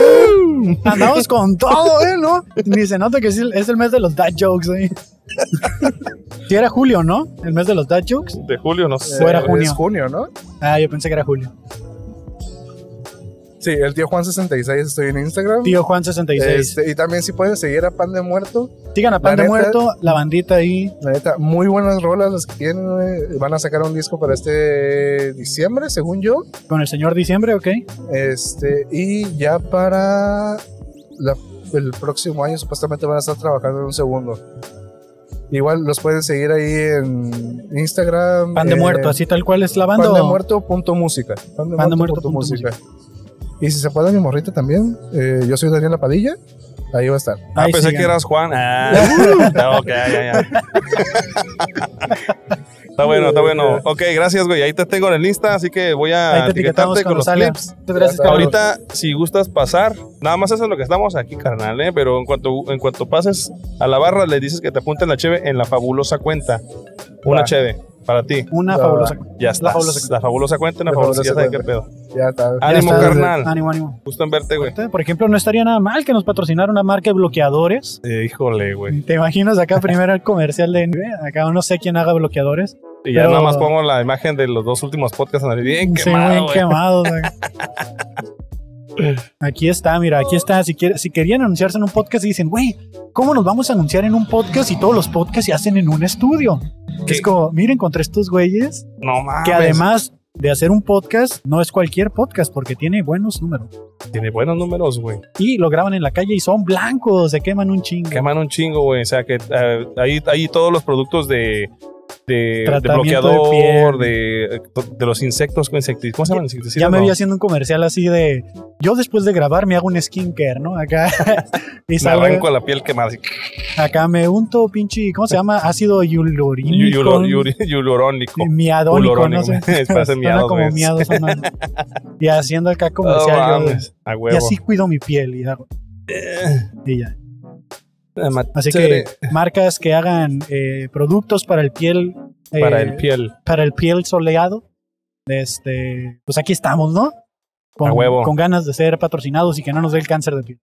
Ah, andamos con
Oh,
todo, ¿eh? ¿No? Ni se nota que es el, es el mes de los dad jokes, ¿eh? <laughs> Sí era julio, ¿no? El mes de los dad jokes.
de julio, no sé.
Fuera
Eh,
junio.
Es junio, ¿no?
Ah, yo pensé que era julio.
Sí, el tío Juan 66 estoy en Instagram.
Tío Juan 66.
Este, y también si pueden seguir a Pan de Muerto.
Sigan a Pan
la
de
neta-
Muerto, la bandita ahí.
La neta, muy buenas rolas las que tienen. güey. Van a sacar un disco para este diciembre, según yo.
Con el señor diciembre, ¿ok?
Este, y ya para la- el próximo año supuestamente van a estar trabajando en un segundo. Igual los pueden seguir ahí en Instagram.
Pan de
eh,
Muerto, así tal cual es la banda.
Pan de
o-
muerto punto música. Pan de
Pan de
muerto
muerto
punto
punto
música. Y si se puede mi morrita también, eh, yo soy Daniela Padilla, ahí va a estar.
Ah,
Ahí
pensé
sigan.
que eras Juan.
<laughs>
Ah, no, ok, ya, ya. Está bueno, está bueno. Ok, gracias, güey. Ahí te tengo en el lista, así que voy
Ahí
a
te etiquetamos
etiquetarte con
cuando
los
salga.
clips.
Muchas gracias, Carlos.
Ahorita, si gustas pasar, nada más eso es lo que estamos aquí, carnal, ¿eh? Pero en cuanto, en cuanto pases a la barra, le dices que te apunten la cheve en la fabulosa cuenta. Una
Va.
cheve para ti.
Una
Va,
fabulosa.
Ya está. La
fabulosa
fabulosa,
cuenta.
cuenta, en la
La
fabulosa, ya
fabulosa
sabes qué pedo.
Ya está.
Ya
Ánimo,
está.
carnal.
Ánimo, ánimo.
Gusto en verte, güey.
Por ejemplo, no estaría nada mal que nos patrocinara una marca de bloqueadores.
Eh, híjole, güey.
Te imaginas acá primero el comercial de NBA? Acá no sé quién haga bloqueadores.
Y ya
Pero-
nada más pongo la imagen de los dos últimos podcasts. ¿no? Bien
Se
quemado,
ven
güey.
quemados.
<laughs>
güey. Aquí está, mira, aquí está. Si, quiere- si querían anunciarse en un podcast y dicen, güey, ¿cómo nos vamos a anunciar en un podcast si todos los podcasts se hacen en un estudio?
¿Qué? Ah,
Es como, miren, encontré estos güeyes
No mames.
que además de hacer un podcast, no es cualquier podcast porque tiene buenos números.
Tiene buenos números, güey.
Y lo graban en la calle y son blancos, se queman un chingo.
Queman un chingo, güey. O sea, que eh, ahí, ahí todos los productos de, de, de
Tratamiento de
bloqueador, de, de los insectos, con insecticidas. ¿Cómo se llaman? Insecticidas.
ya me
no.
vi haciendo un comercial así de yo después de grabar me hago un skincare, ¿no?
<laughs>
Acá y
Me
salgo-
arranco la piel quemada. así.
acá me unto pinche, ¿cómo se llama? Ácido
Yu- <laughs>
hialurónico.
yuro- yuri- Yururónico.
Miadónico, no
Hialurónico. <laughs>
sé.
Parece
Suena
miados,
como
güey. <laughs>
miados, suena. Y haciendo acá
No
comercial. yo,
mames, A
y
huevo.
así cuido mi piel y hago. Y ya.
Eh, ma-
Así que marcas que hagan eh, productos para el piel. eh,
Para el piel.
para el piel soleado. Este, pues aquí estamos, ¿no? Con,
A huevo.
con ganas de ser patrocinados y que no nos dé el cáncer de piel.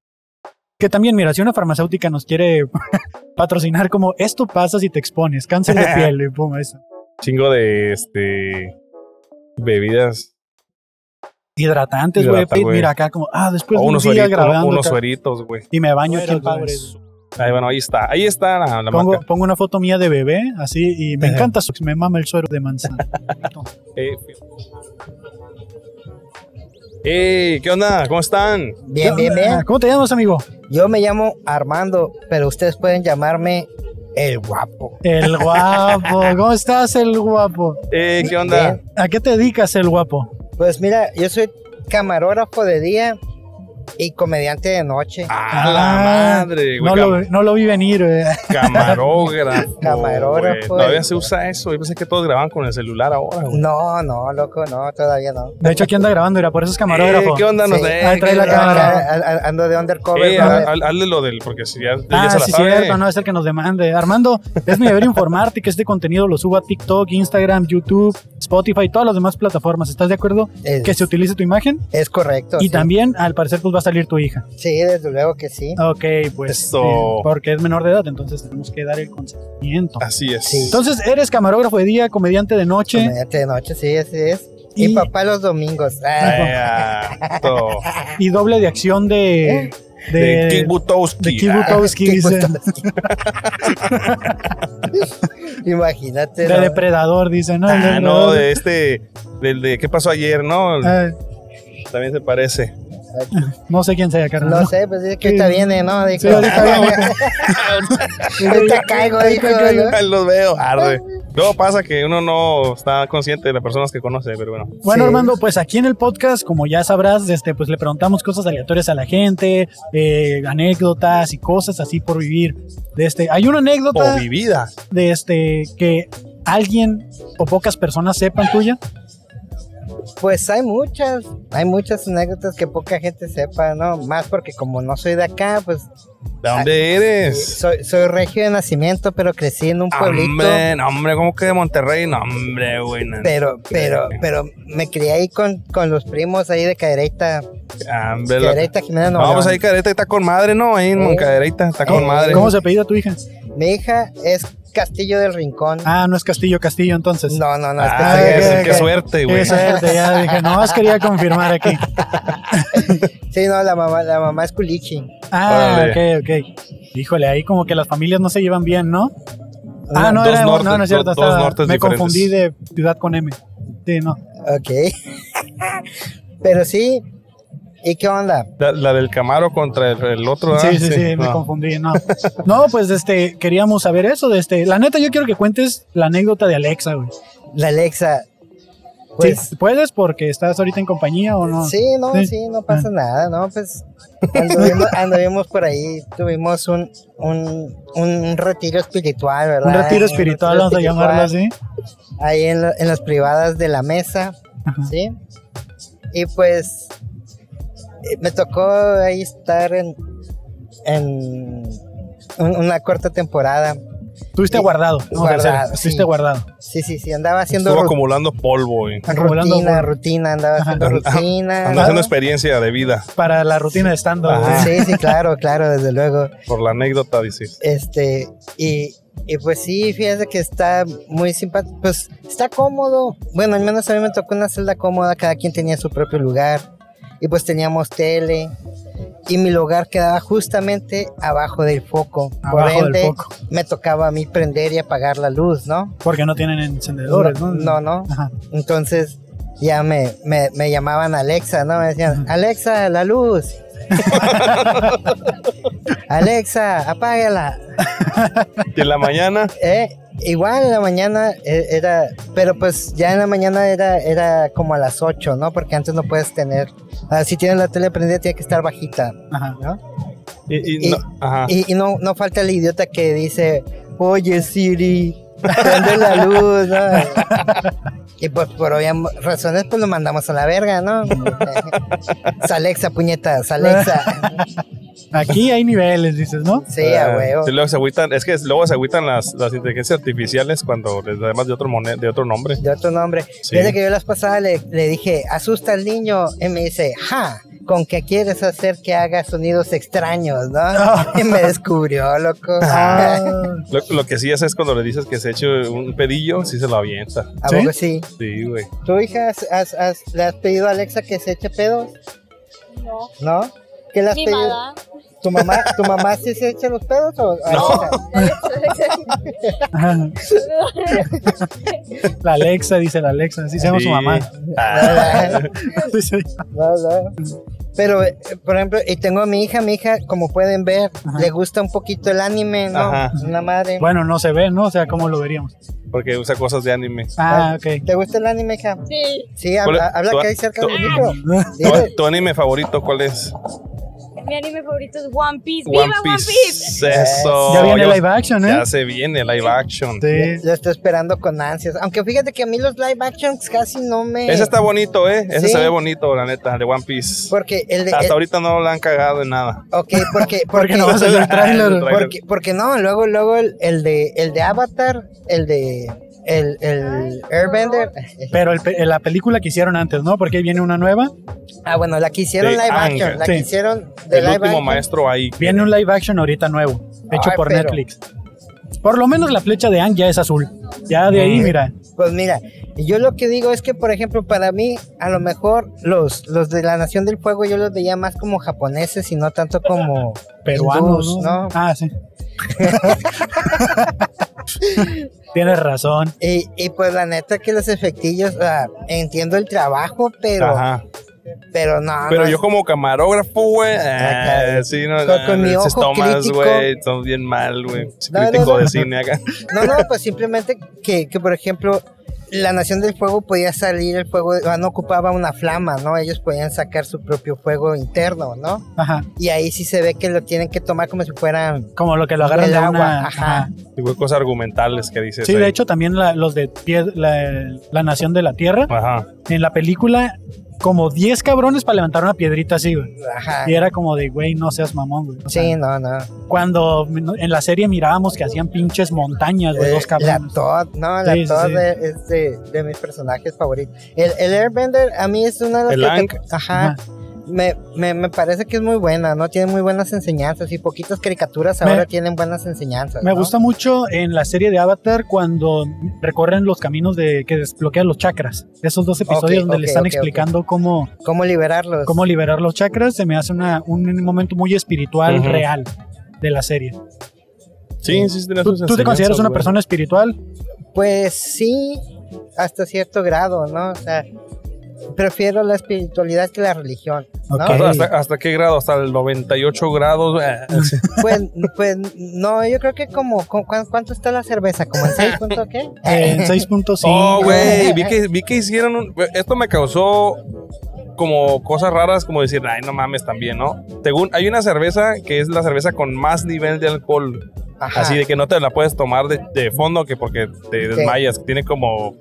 Que también, mira, si una farmacéutica nos quiere <laughs> patrocinar como esto pasa si te expones, cáncer de
<laughs>
piel, y pum, eso.
Chingo de este. Bebidas.
Hidratantes, güey.
Hidrata, güey.
Mira acá como, ah, después
O
de un
unos
día
sueritos.
grabando
Unos
acá,
sueritos, güey.
y me baño aquí en Power.
Ahí, bueno, ahí está. Ahí está la, la
Pongo,
marca.
pongo una foto mía de bebé, así, y me encanta, su- me mama el suero de manzana.
Eh, Ey, ¿qué onda? ¿Cómo están?
<laughs> Bien, bien, bien.
¿Cómo te llamas, amigo?
Yo me llamo Armando, pero ustedes pueden llamarme el guapo.
El guapo. ¿Cómo estás, el guapo?
Eh, ¿Qué onda?
Bien.
¿A qué te dedicas, el guapo?
Pues mira, yo soy camarógrafo de día y comediante de noche.
¡A la
Ah,
madre! güey!
No <laughs> lo, no lo vi venir, eh. güey.
Cam- Camarógrafo.
Camarógrafo,
güey. Todavía
eh.
güey.
se usa eso. Yo pensé que todos grababan con el celular ahora, güey.
No, no, loco, no, todavía no.
De hecho, aquí anda grabando, era por eso es camarógrafo.
Eh, ¿Qué onda? No
Sí.
sé.
Ah, trae la
¿qué-
cámara.
Acá, a- a- Ando de undercover.
Eh,
¿no?
ha- ha- hazle lo del, porque si ya, ya
Ah,
se la
sí,
sabe.
cierto, no es el que nos demande. Armando, es mi deber informarte que este contenido lo subo a TikTok, Instagram, YouTube, Spotify, todas las demás plataformas. ¿Estás de acuerdo?
Es,
Que se utilice tu imagen.
es correcto.
Y
sí.
también, al parecer, pues va a salir tu hija.
Sí, desde luego que sí.
Ok, pues.
Eso.
sí, porque es menor de edad, entonces tenemos que dar el consentimiento.
Así es.
Sí.
Entonces, eres camarógrafo de día, comediante de noche.
Comediante de noche, sí, así es.
Y-
Y, papá los domingos. Ah,
Eh, esto.
<laughs> y doble de acción de de,
De Kik
de
Butowski. Ah,
Kik Butowski,
qué
dice,
Imagínate.
de
<laughs> ¿no?
depredador dice no, El
Ah, no,
depredador.
de este, del de qué pasó ayer, ¿no?
Ah,
También se parece.
no sé quién sea carnal
No sé, pues es que ahorita
Sí.
viene, ¿no? Dijo,
Sí, ahorita viene. <laughs>
Ahorita caigo, dijo. ¿no?
<laughs> Ahí los veo, arde. Luego pasa que uno no está consciente de las personas que conoce, pero bueno.
Bueno,
Sí.
Armando, pues aquí en el podcast, como ya sabrás, este, pues le preguntamos cosas aleatorias a la gente, eh, anécdotas y cosas así por vivir. De este, hay una anécdota
O vivida.
de este que alguien o pocas personas sepan tuya.
Pues hay muchas, hay muchas anécdotas que poca gente sepa, ¿no? Más porque como no soy de acá, pues
¿De dónde eres?
soy, soy regio de nacimiento, pero crecí en un
Ah,
pueblito.
Hombre, no, hombre, ¿cómo que de Monterrey? No, hombre, güey. no.
Pero, pero, pero me crié ahí con, con los primos ahí de Cadereyta,
Ah, hombre, lo-
Cadereyta Jiménez
No,
Nuevo
pues
León.
ahí Cadereyta está con madre, ¿no? Ahí en
Eh.
Moncadereyta está con
Eh,
madre.
¿Cómo se apellida tu hija?
Mi hija es Castillo del Rincón.
Ah, no es Castillo, Castillo, entonces.
No, no, no, es
Ah,
Castillo
qué-
del
ok,
qué
ok.
Rincón.
suerte, güey.
Qué suerte, ya dije, nomás quería confirmar aquí.
<laughs>
Sí, no, la mamá, la mamá es Culichi.
Ah,
Órale.
ok, ok. Híjole, ahí como que las familias no se llevan bien, ¿no? Ah, no,
dos
era,
nortes,
no, no es cierto.
dos- dos
estaba-
nortes
me
diferentes.
confundí de ciudad con M. Sí, no.
Ok. <laughs> pero sí, ¿y qué onda?
La, la del Camaro contra el, el otro. ¿ah?
sí, sí, sí, me
no.
confundí, no. No, pues este, queríamos saber eso de este. La neta, yo quiero que cuentes la anécdota de Alexa, güey.
La Alexa. Pues
Pues, ¿Puedes porque estás ahorita en compañía o no?
Sí, no,
Sí. Ah.
sí, no pasa nada, ¿no? Pues
<laughs>
anduvimos, anduvimos por ahí, tuvimos un, un, un retiro espiritual, ¿verdad?
Un retiro espiritual,
retiro
vamos a llamarlo
espiritual,
así.
Ahí en, la- en las privadas de la mesa,
Ajá.
¿sí? Y pues eh, me tocó ahí estar en, en un- una corta temporada.
Estuviste
Sí.
guardado. vamos a decir,
Guardado,
Estuviste
sí.
guardado.
Sí, sí, sí, andaba haciendo
Estuvo
ru-
acumulando polvo, güey.
acumulando
rutina,
polvo.
rutina, andaba
Ajá.
haciendo
Anda-
rutina.
Anda
¿no?
haciendo experiencia de vida
Para la rutina de estando.
Ajá.
güey.
Sí, sí, claro, claro, desde luego.
por la anécdota, dices.
Este, y, y pues sí, fíjate que está muy simpático, pues está cómodo. Bueno, al menos a mí me tocó una celda cómoda, cada quien tenía su propio lugar. Y pues teníamos tele. Y mi lugar quedaba justamente abajo del foco. Por
Abajo
ende,
del foco.
me tocaba a mí prender y apagar la luz, ¿no?
Porque no tienen encendedores, ¿no?
No, no.
Ajá.
Entonces ya me, me, me llamaban Alexa, ¿no? Me decían, Alexa, la
<laughs>
luz. <laughs> Alexa, apágala.
Y en la mañana,
Eh, igual en la mañana eh, era, pero pues ya en la mañana era, era como a las 8, ¿no? Porque antes no puedes tener, ah, si tienes la tele prendida tiene que estar bajita,
Ajá.
¿no?
y, y no- ajá.
Y, y no, no falta el idiota que dice, oye Siri, prende la luz, ¿no? Y pues por obvias razones pues lo mandamos a la verga, ¿no? Salexa, puñetas, Alexa.
Aquí hay niveles, dices, ¿no?
Sí, a
Ah,
Eh,
huevo.
y luego se agüitan, es que luego se agüitan las, las inteligencias artificiales cuando les además de otro moned- de otro nombre.
de otro nombre.
Sí.
Desde que yo las pasadas le, le dije, asusta al niño, y me dice, ja, con que quieres hacer que haga sonidos extraños, ¿no? y me descubrió, loco. Ah.
Ah,
Lo, lo que sí hace es cuando le dices que se eche un pedillo, sí se lo avienta.
¿A
¿Sí?
poco sí?
Sí, güey.
¿Tu hija has- has- has- le has pedido a Alexa que se eche pedos?
No.
¿No? ¿Qué le has
Mi
pedido?
mamá.
¿Tu mamá, ¿Tu mamá sí se echa los pedos
<laughs>
o o Alexa?
<laughs> Ajá. La Alexa, dice la Alexa, así se llama
Sí.
su mamá. <laughs>
Ah,
Dice,
No, no. Pero, eh, por ejemplo, y tengo a mi hija, mi hija, como pueden ver,
Ajá.
le gusta un poquito el anime, ¿no?
Ajá.
Una madre.
bueno, no se ve, ¿no? O sea, ¿cómo lo veríamos?
porque usa cosas de anime.
Ah, ok.
¿Te gusta el anime, hija?
<laughs> Sí.
Sí,
¿Cuál es-
habla, habla
tu-
que hay cerca
tu-
del micro.
¿Tu, tu anime favorito cuál es?
mi anime favorito es One Piece.
One
¡Viva One
Piece.
Piece!
Eso.
ya viene
Yo-
live action, ¿eh?
Ya se viene live action.
Sí.
Lo estoy esperando con ansias. Aunque fíjate que a mí los live actions casi no me.
Ese está bonito, ¿eh? Ese
Sí.
se ve bonito, la neta, el de One Piece.
Porque eh, el de.
Hasta
el-
ahorita no lo han cagado en nada.
Ok, porque.
Porque no va a salir el
El
trailer.
tráiler.
Porque, porque no, luego, luego el, el de el de Avatar, el de el, el Airbender.
Pero el pe- eh, la película que hicieron antes, ¿no? Porque ahí viene una nueva.
Ah, bueno, la que hicieron
De
live
Ángel.
action, la
Sí.
que hicieron de
El
live
último
action.
maestro ahí.
Viene un live action ahorita nuevo, hecho
Ay,
por
Ah, pero-
Netflix. Por lo menos la flecha de Ang ya es azul. Ya de ahí,
Mm.
mira.
Pues mira, yo lo que digo es que, por ejemplo, para mí, a lo mejor los, los de la Nación del Fuego yo los veía más como japoneses y no tanto como
Peruanos.
hindús, ¿no?
Ah, sí. <laughs> Tienes razón.
Y, y pues la neta que los efectillos, o sea, entiendo el trabajo, pero,
Ajá.
pero no.
Pero
no
yo como camarógrafo, güey.
Acá,
eh, sí, no,
con- con mi
esos
ojo
tomas,
crítico.
güey. Están bien mal, güey. Sí,
No, no,
Crítico
no.
de cine acá.
No, no, pues simplemente que, que, por ejemplo, la Nación del Fuego podía salir el fuego, ah, no ocupaba una flama, ¿no? Ellos podían sacar su propio fuego interno, ¿no?
Ajá.
Y ahí sí se ve que lo tienen que tomar como si fueran...
Como lo que lo agarran
El
de
agua,
una-
ajá.
ajá.
Y güey, cosas argumentales que dices.
Sí, de
ahí.
hecho también la- los de pie- la, la Nación de la Tierra,
Ajá.
en la película, como 10 cabrones para levantar una piedrita así, güey.
Ajá.
Y era como de, güey, no seas mamón, güey. O sea,
Sí, no, no.
Cuando en la serie mirábamos que hacían pinches montañas, güey,
Eh,
dos
la
cabrones.
Todd, no, la
Sí, sí,
Todd
sí.
es- es de, este, de mis personajes favoritos. El, el Airbender a mí es una de
El
las
Ang.
que... Ajá. Me, me, me parece que es muy buena, ¿no? Tiene muy buenas enseñanzas y poquitas caricaturas
Me-
ahora tienen buenas enseñanzas.
Me
¿no?
gusta mucho en la serie de Avatar cuando recorren los caminos de que desbloquean los chakras. Esos dos episodios
Ok,
donde
ok,
le están
ok,
explicando cómo,
¿Cómo liberarlos?
cómo liberar los chakras, se me hace una- un momento muy espiritual
Ujú.
real de la serie.
Sí, sí, sí. tiene
¿Tú,
sus
tú te consideras
enseñanzas,
una
güey.
persona espiritual?
Pues sí, hasta cierto grado, ¿no? O sea, prefiero la espiritualidad que
<laughs>
la religión, ¿no?
Ok.
¿Hasta, hasta- hasta qué grado? Hasta el 98 grados. eh, güey. Sí.
Pues, pues no, yo creo que como, ¿cu- cuán- ¿cuánto está la cerveza? ¿Como en 6 punto
<laughs>
qué?
En
<laughs>
6.5.
Oh, güey, vi que, vi que hicieron un- Esto me causó como cosas raras, como decir, ay, no mames, también, ¿no? Según, hay una cerveza que es la cerveza con más nivel de alcohol,
Ajá.
así de que no te la puedes tomar de, de fondo, que porque te desmayas, que tiene como,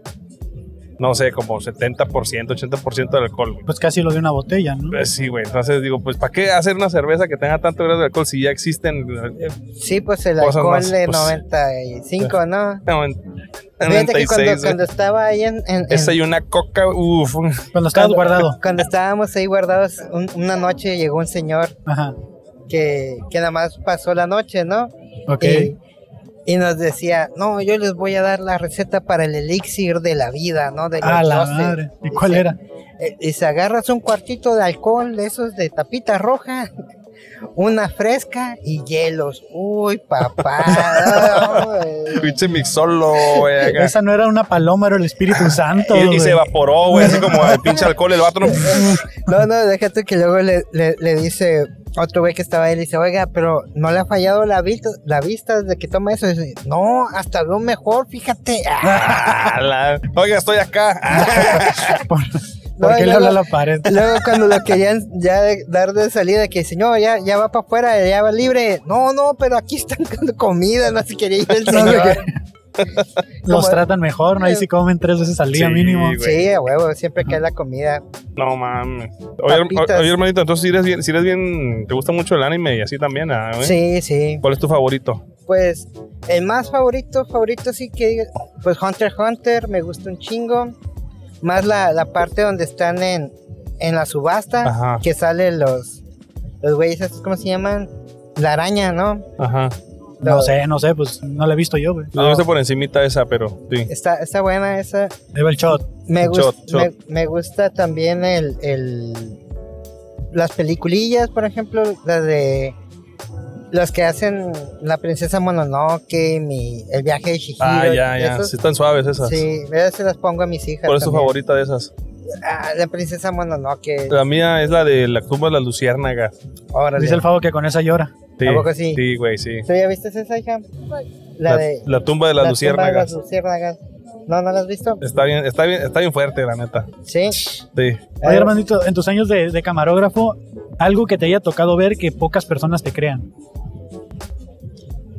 no sé, como 70%, 80% de alcohol, güey.
Pues casi lo de una botella, ¿no?
Pues sí, güey. Entonces digo, pues, ¿para qué hacer una cerveza que tenga tanto grado de alcohol si ya existen? eh,
Sí, pues el
Cosas
alcohol
más,
de
pues,
95, ¿no?
noven-
Fíjate que
96,
cuando,
güey.
cuando estaba ahí en... en- en-
Esa y una coca, uff.
<laughs>
Cuando estabas
cuando-
Pues
<laughs>
guardado.
Cuando estábamos ahí guardados, un- una noche llegó un señor
Ajá.
que, que nada más pasó la noche, ¿no?
Ok.
Eh,
Y, y nos decía, no, yo les voy a dar la receta para el elixir de la vida, ¿no? De los
ah, la
dioses".
madre. ¿Y cuál
Sí.
era?
Eh, Y se agarras un cuartito de alcohol de esos de tapita roja, <laughs> una fresca y hielos. Uy, papá. <laughs> no, güey.
Pinche mixolo, güey. acá.
Esa no era una paloma, era el
<laughs>
Espíritu Santo.
Y, y
güey.
se evaporó, güey, así como
<laughs>
el pinche alcohol, el vato. No, <laughs>
no, no, déjate que luego le, le- le dice otro güey que estaba ahí, le dice, oiga, pero no le ha fallado la, vista la vista desde que toma eso. Y dice, no, hasta veo mejor, fíjate. Ah,
Ah, la- Oiga, estoy acá. Ah,
<laughs> ¿Por,
No,
por qué
y
le
luego-
habla a la
<laughs>
pared?
Luego cuando lo querían ya de- dar de salida, que señor, ya, ya va para afuera, ya va libre. No, no, pero aquí están con comida, no se quería ir el
No, de
señor.
Los
Como-
tratan mejor, ¿no? Ahí sí comen tres veces al día
Sí,
mínimo.
güey.
Sí, a huevo, siempre cae la comida.
No mames. Oye,
Papitas.
her- oye, hermanito, entonces si eres bien, si eres bien, te gusta mucho el anime y así también, ah, güey?
Sí, sí.
¿Cuál es tu favorito?
Pues el más favorito, favorito sí que diga, pues Hunter x Hunter, me gusta un chingo. Más la, la parte donde están en, en la subasta,
Ajá.
que salen los, los güeyes, estos, ¿cómo se llaman? La araña, ¿no?
Ajá.
No
Lo-
sé, no sé, pues no la he visto yo, güey.
Lo
Oh.
viste por encimita esa, pero sí.
Está, está buena esa.
Debe el shot.
Me, gus-
Shot, shot.
me- me gusta también el, el- las peliculillas, por ejemplo, las de las que hacen La princesa Mononoke, mi, El viaje de Shihiro.
Ah, ya, ya.
esos-
Sí, están suaves esas.
sí, esas se las pongo a mis hijas.
¿Cuál es tu
también.
favorita de esas?
Ah, la princesa Mononoke.
La mía es la de la tumba de las luciérnagas.
Órale.
Dice el Favo que con esa llora.
Sí,
¿A poco sí?
Sí, güey, sí.
¿Tú ya viste esa hija? La,
La,
de
la tumba de las
la tumba de
luciérnagas.
las luciérnagas. ¿No, no la has visto?
Está bien, Eh. está bien, está bien fuerte, la neta.
Sí.
Sí.
Oye,
Eh,
hermanito, en tus años de, de camarógrafo, Algo que te haya tocado ver que pocas personas te crean.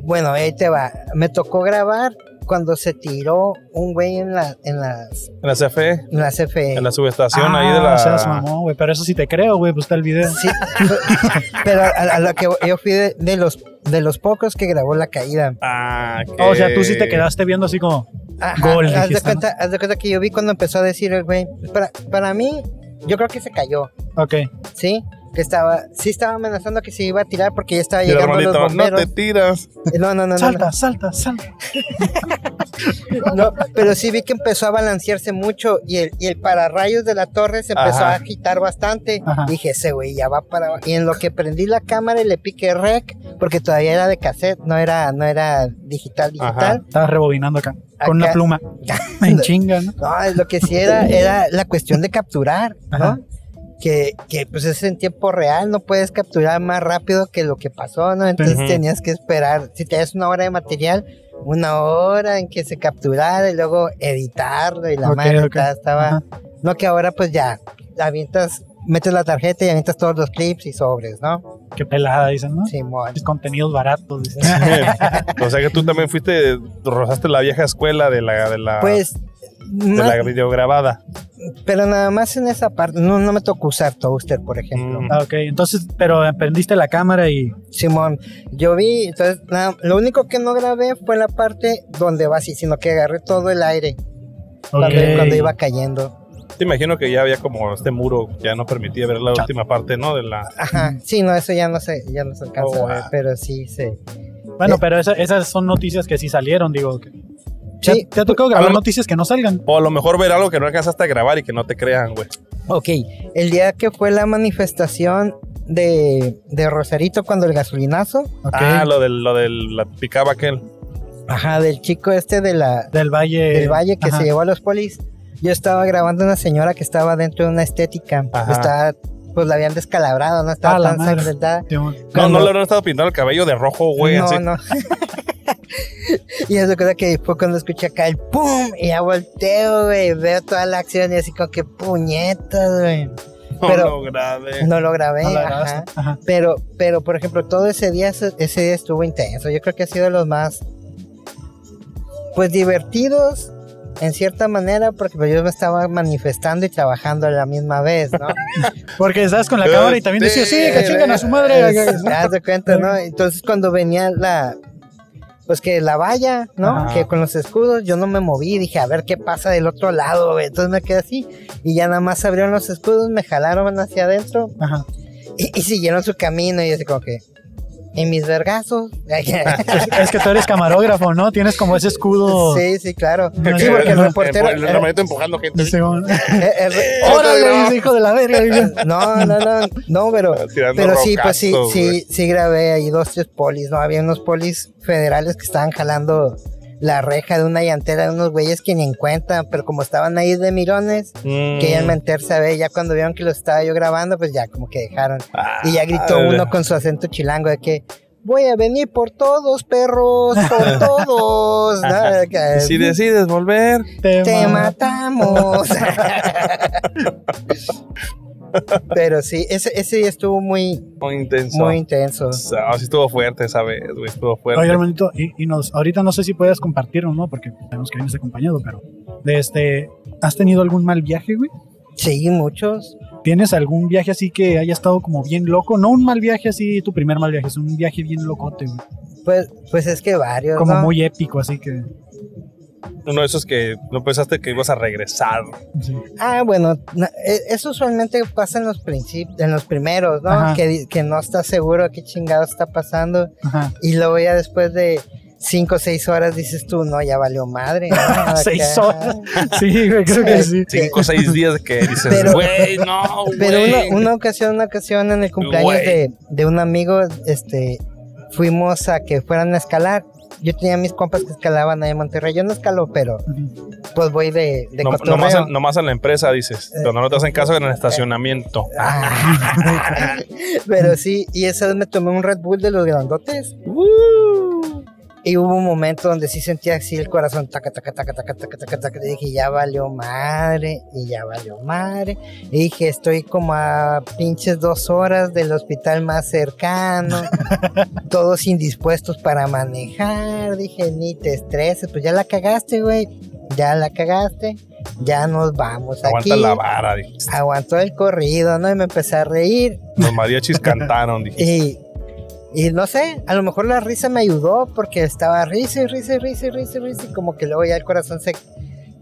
Bueno, ahí te va. Me tocó grabar cuando se tiró un güey en la, en las,
En la CFE,
en E. la CFE.
en la subestación ahí
Ah,
de la.
seas mamón, güey, pero eso sí te creo, güey, pues está el video.
Sí, <laughs> pero a, a lo que yo fui de, de los de los pocos que grabó la caída.
Ah, que-
O sea, tú sí te quedaste viendo así como,
Ajá,
Gol,
haz, de
dijiste,
cuenta, haz de cuenta que yo vi cuando empezó a decir el güey. Para, para mí, yo creo que se cayó,
ok,
¿sí? Que estaba, sí estaba amenazando que se iba a tirar porque ya estaba
Y el
llegando los
hermanito, no
bomberos.
te tiras.
No, no, no, no,
salta, salta, salta.
no, no, Pero sí vi que empezó a balancearse mucho y el, y el pararrayos de la torre se empezó
Ajá.
a agitar bastante.
Ajá.
Dije, ese güey ya va para abajo. Y en lo que prendí la cámara y le piqué rec, porque todavía era de cassette, no era, no era digital,
Ajá.
digital.
Estabas rebobinando acá,
Acá.
con una pluma. <laughs> En chinga, ¿no?
No, es lo que
<laughs>
sí era, era la cuestión de capturar, ¿no?
Ajá.
Que, que pues es en tiempo real, no puedes capturar más rápido que lo que pasó, ¿no? Entonces
Ujú.
tenías que esperar, si tenías una hora de material, una hora en que se capturara y luego editarlo y la
Ok,
madre
ok.
estaba- estaba...
Ajá.
No que ahora pues ya, avientas, metes la tarjeta y avientas todos los clips y sobres, ¿no?
Qué pelada, dicen, ¿no?
Simón.
Contenidos baratos. dicen.
o sea que tú también fuiste, rozaste la vieja escuela de la, de
Ah.
la,
Pues...
de
más-
la videograbada.
pero nada más en esa parte, no, no me tocó usar toaster, por ejemplo.
Mm.
Ah, ok, entonces, pero aprendiste la cámara y...
Simón, yo vi, entonces, nada, lo único que no grabé fue la parte donde va así, sino que agarré todo el aire cuando,
Ok.
cuando iba cayendo.
Te imagino que ya había como este muro, ya no permitía ver la
Cha-
última parte, ¿no? De la.
Ajá, sí, no, eso ya no se, ya no se alcanza
Oh,
a ver,
ah.
pero sí, se
Bueno,
Eh.
pero esa- esas son noticias que sí salieron, digo. que- ¿Te,
Sí.
ha, te ha tocado grabar
A lo-
noticias que no salgan?
O a lo mejor ver algo que no alcanzaste a grabar y que no te crean, güey.
Ok, el día que fue la manifestación de, de Rosarito cuando el gasolinazo,
Ok.
Ah, lo del, lo del, la picaba aquel.
ajá, del chico este de la,
del Valle.
del valle que
ajá.
se llevó a los polis, yo estaba grabando a una señora que estaba dentro de una estética,
Ajá.
estaba, pues la habían descalabrado, no estaba
Ah, la
tan
madre.
sangrentada.
Simón.
No,
Cuando-
no le habrán estado pintando el cabello de rojo, güey.
no,
así.
no. <laughs> y es lo cosa que después cuando escuché acá el pum, y ya volteo, güey, veo toda la acción y así como que puñetas, güey.
No
pero-
lo grabé.
No lo grabé,
No la
ajá.
grabaste. Ajá.
Pero, pero por ejemplo, todo ese día, ese ese día estuvo intenso. Yo creo que ha sido de los más, pues divertidos. En cierta manera, porque pues, yo me estaba manifestando y trabajando a la misma vez, ¿no?
Porque estabas con la cámara y también decías, sí,
este,
que chingan a su madre.
Es- haz de cuenta, ¿no? Entonces cuando venía la pues que la valla, ¿no?
Ajá.
Que con los escudos yo no me moví, dije, a ver qué pasa del otro lado, güey. Entonces me quedé así y ya nada más abrieron los escudos, me jalaron hacia adentro
Ajá.
y, y siguieron su camino y yo así como que en mis vergazos. <laughs>
Es que tú eres camarógrafo, ¿no? Tienes como ese escudo.
sí, sí, claro.
Oh. No,
Sí,
no,
porque el
no.
reportero
El, el hermanito empujando gente.
Simón.
eh, el re-
Órale, dice, hijo de la verga. dice.
No, no, no, no, pero
Tirando
Pero sí, pues sí,
rocazos, güey.
sí, sí grabé ahí dos, tres polis, ¿no? Había unos polis federales que estaban jalando la reja de una llantera de unos güeyes que ni en cuenta, pero como estaban ahí de mirones,
Mm.
querían meterse a ver, ya cuando vieron que lo estaba yo grabando, pues ya como que dejaron.
Ah,
Y ya gritó
dale.
uno con su acento chilango de que voy a venir por todos, perros,
<laughs>
por todos. ¿no? De que,
Si decides volver.
Te
te
ma-
<laughs>
matamos. Pero sí, ese, ese día estuvo muy,
Muy intenso.
muy intenso.
Ah, sí estuvo fuerte esa vez, güey. Estuvo fuerte.
Oye, hermanito, y, y nos, ahorita no sé si puedes compartirnos, ¿no? Porque sabemos que vienes acompañado, pero. De este, ¿Has tenido algún mal viaje, güey?
Sí, muchos.
¿Tienes algún viaje así que haya estado como bien loco? No un mal viaje así, tu primer mal viaje, es un viaje bien locote, güey.
Pues, pues es que varios.
Como
¿no?
muy épico, así que.
Uno de esos que no pensaste que ibas a regresar.
sí.
Ah, bueno, na- e- eso usualmente pasa en los princip- en los primeros, ¿no?
Ajá.
Que, di- que no estás seguro qué chingado está pasando.
Ajá.
Y luego ya después de cinco o seis horas dices tú, no, ya valió madre.
<laughs>
¿no?
Seis
Acá.
horas. Sí, güey, creo que sí.
Cinco o seis días que
<laughs>
dices,
Pero-
güey,
<laughs>
no, güey.
Pero una, una ocasión, una ocasión en el cumpleaños
Güey.
de, de un amigo, este, fuimos a que fueran a escalar. Yo tenía mis compas que escalaban ahí en Monterrey. Yo no escalo, pero
Ujú.
pues voy de, de
No,
cotorreo. Eh.
nomás, en, nomás en la empresa, dices. Cuando no te hacen caso en el estacionamiento.
<laughs> Ah. Pero sí, y esa vez me tomé un Red Bull de los grandotes. Y hubo un momento donde sí sentía así el corazón, taca, taca, taca, taca, taca, taca, taca. Y dije, ya valió madre, y ya valió madre. Y dije, estoy como a pinches dos horas del hospital más
<laughs>
cercano, todos indispuestos para manejar. Dije, ni te estreses, pues ya la cagaste, güey. Ya la cagaste, ya nos vamos.
Aguanta
Aquí
la vara,
<laughs>
dijiste.
aguantó el corrido, ¿no? Y me empecé a reír.
Los mariachis cantaron, dijiste.
Y, y no sé, a lo mejor la risa me ayudó porque estaba risa y risa y risa y risa y risa y como que luego ya el corazón se,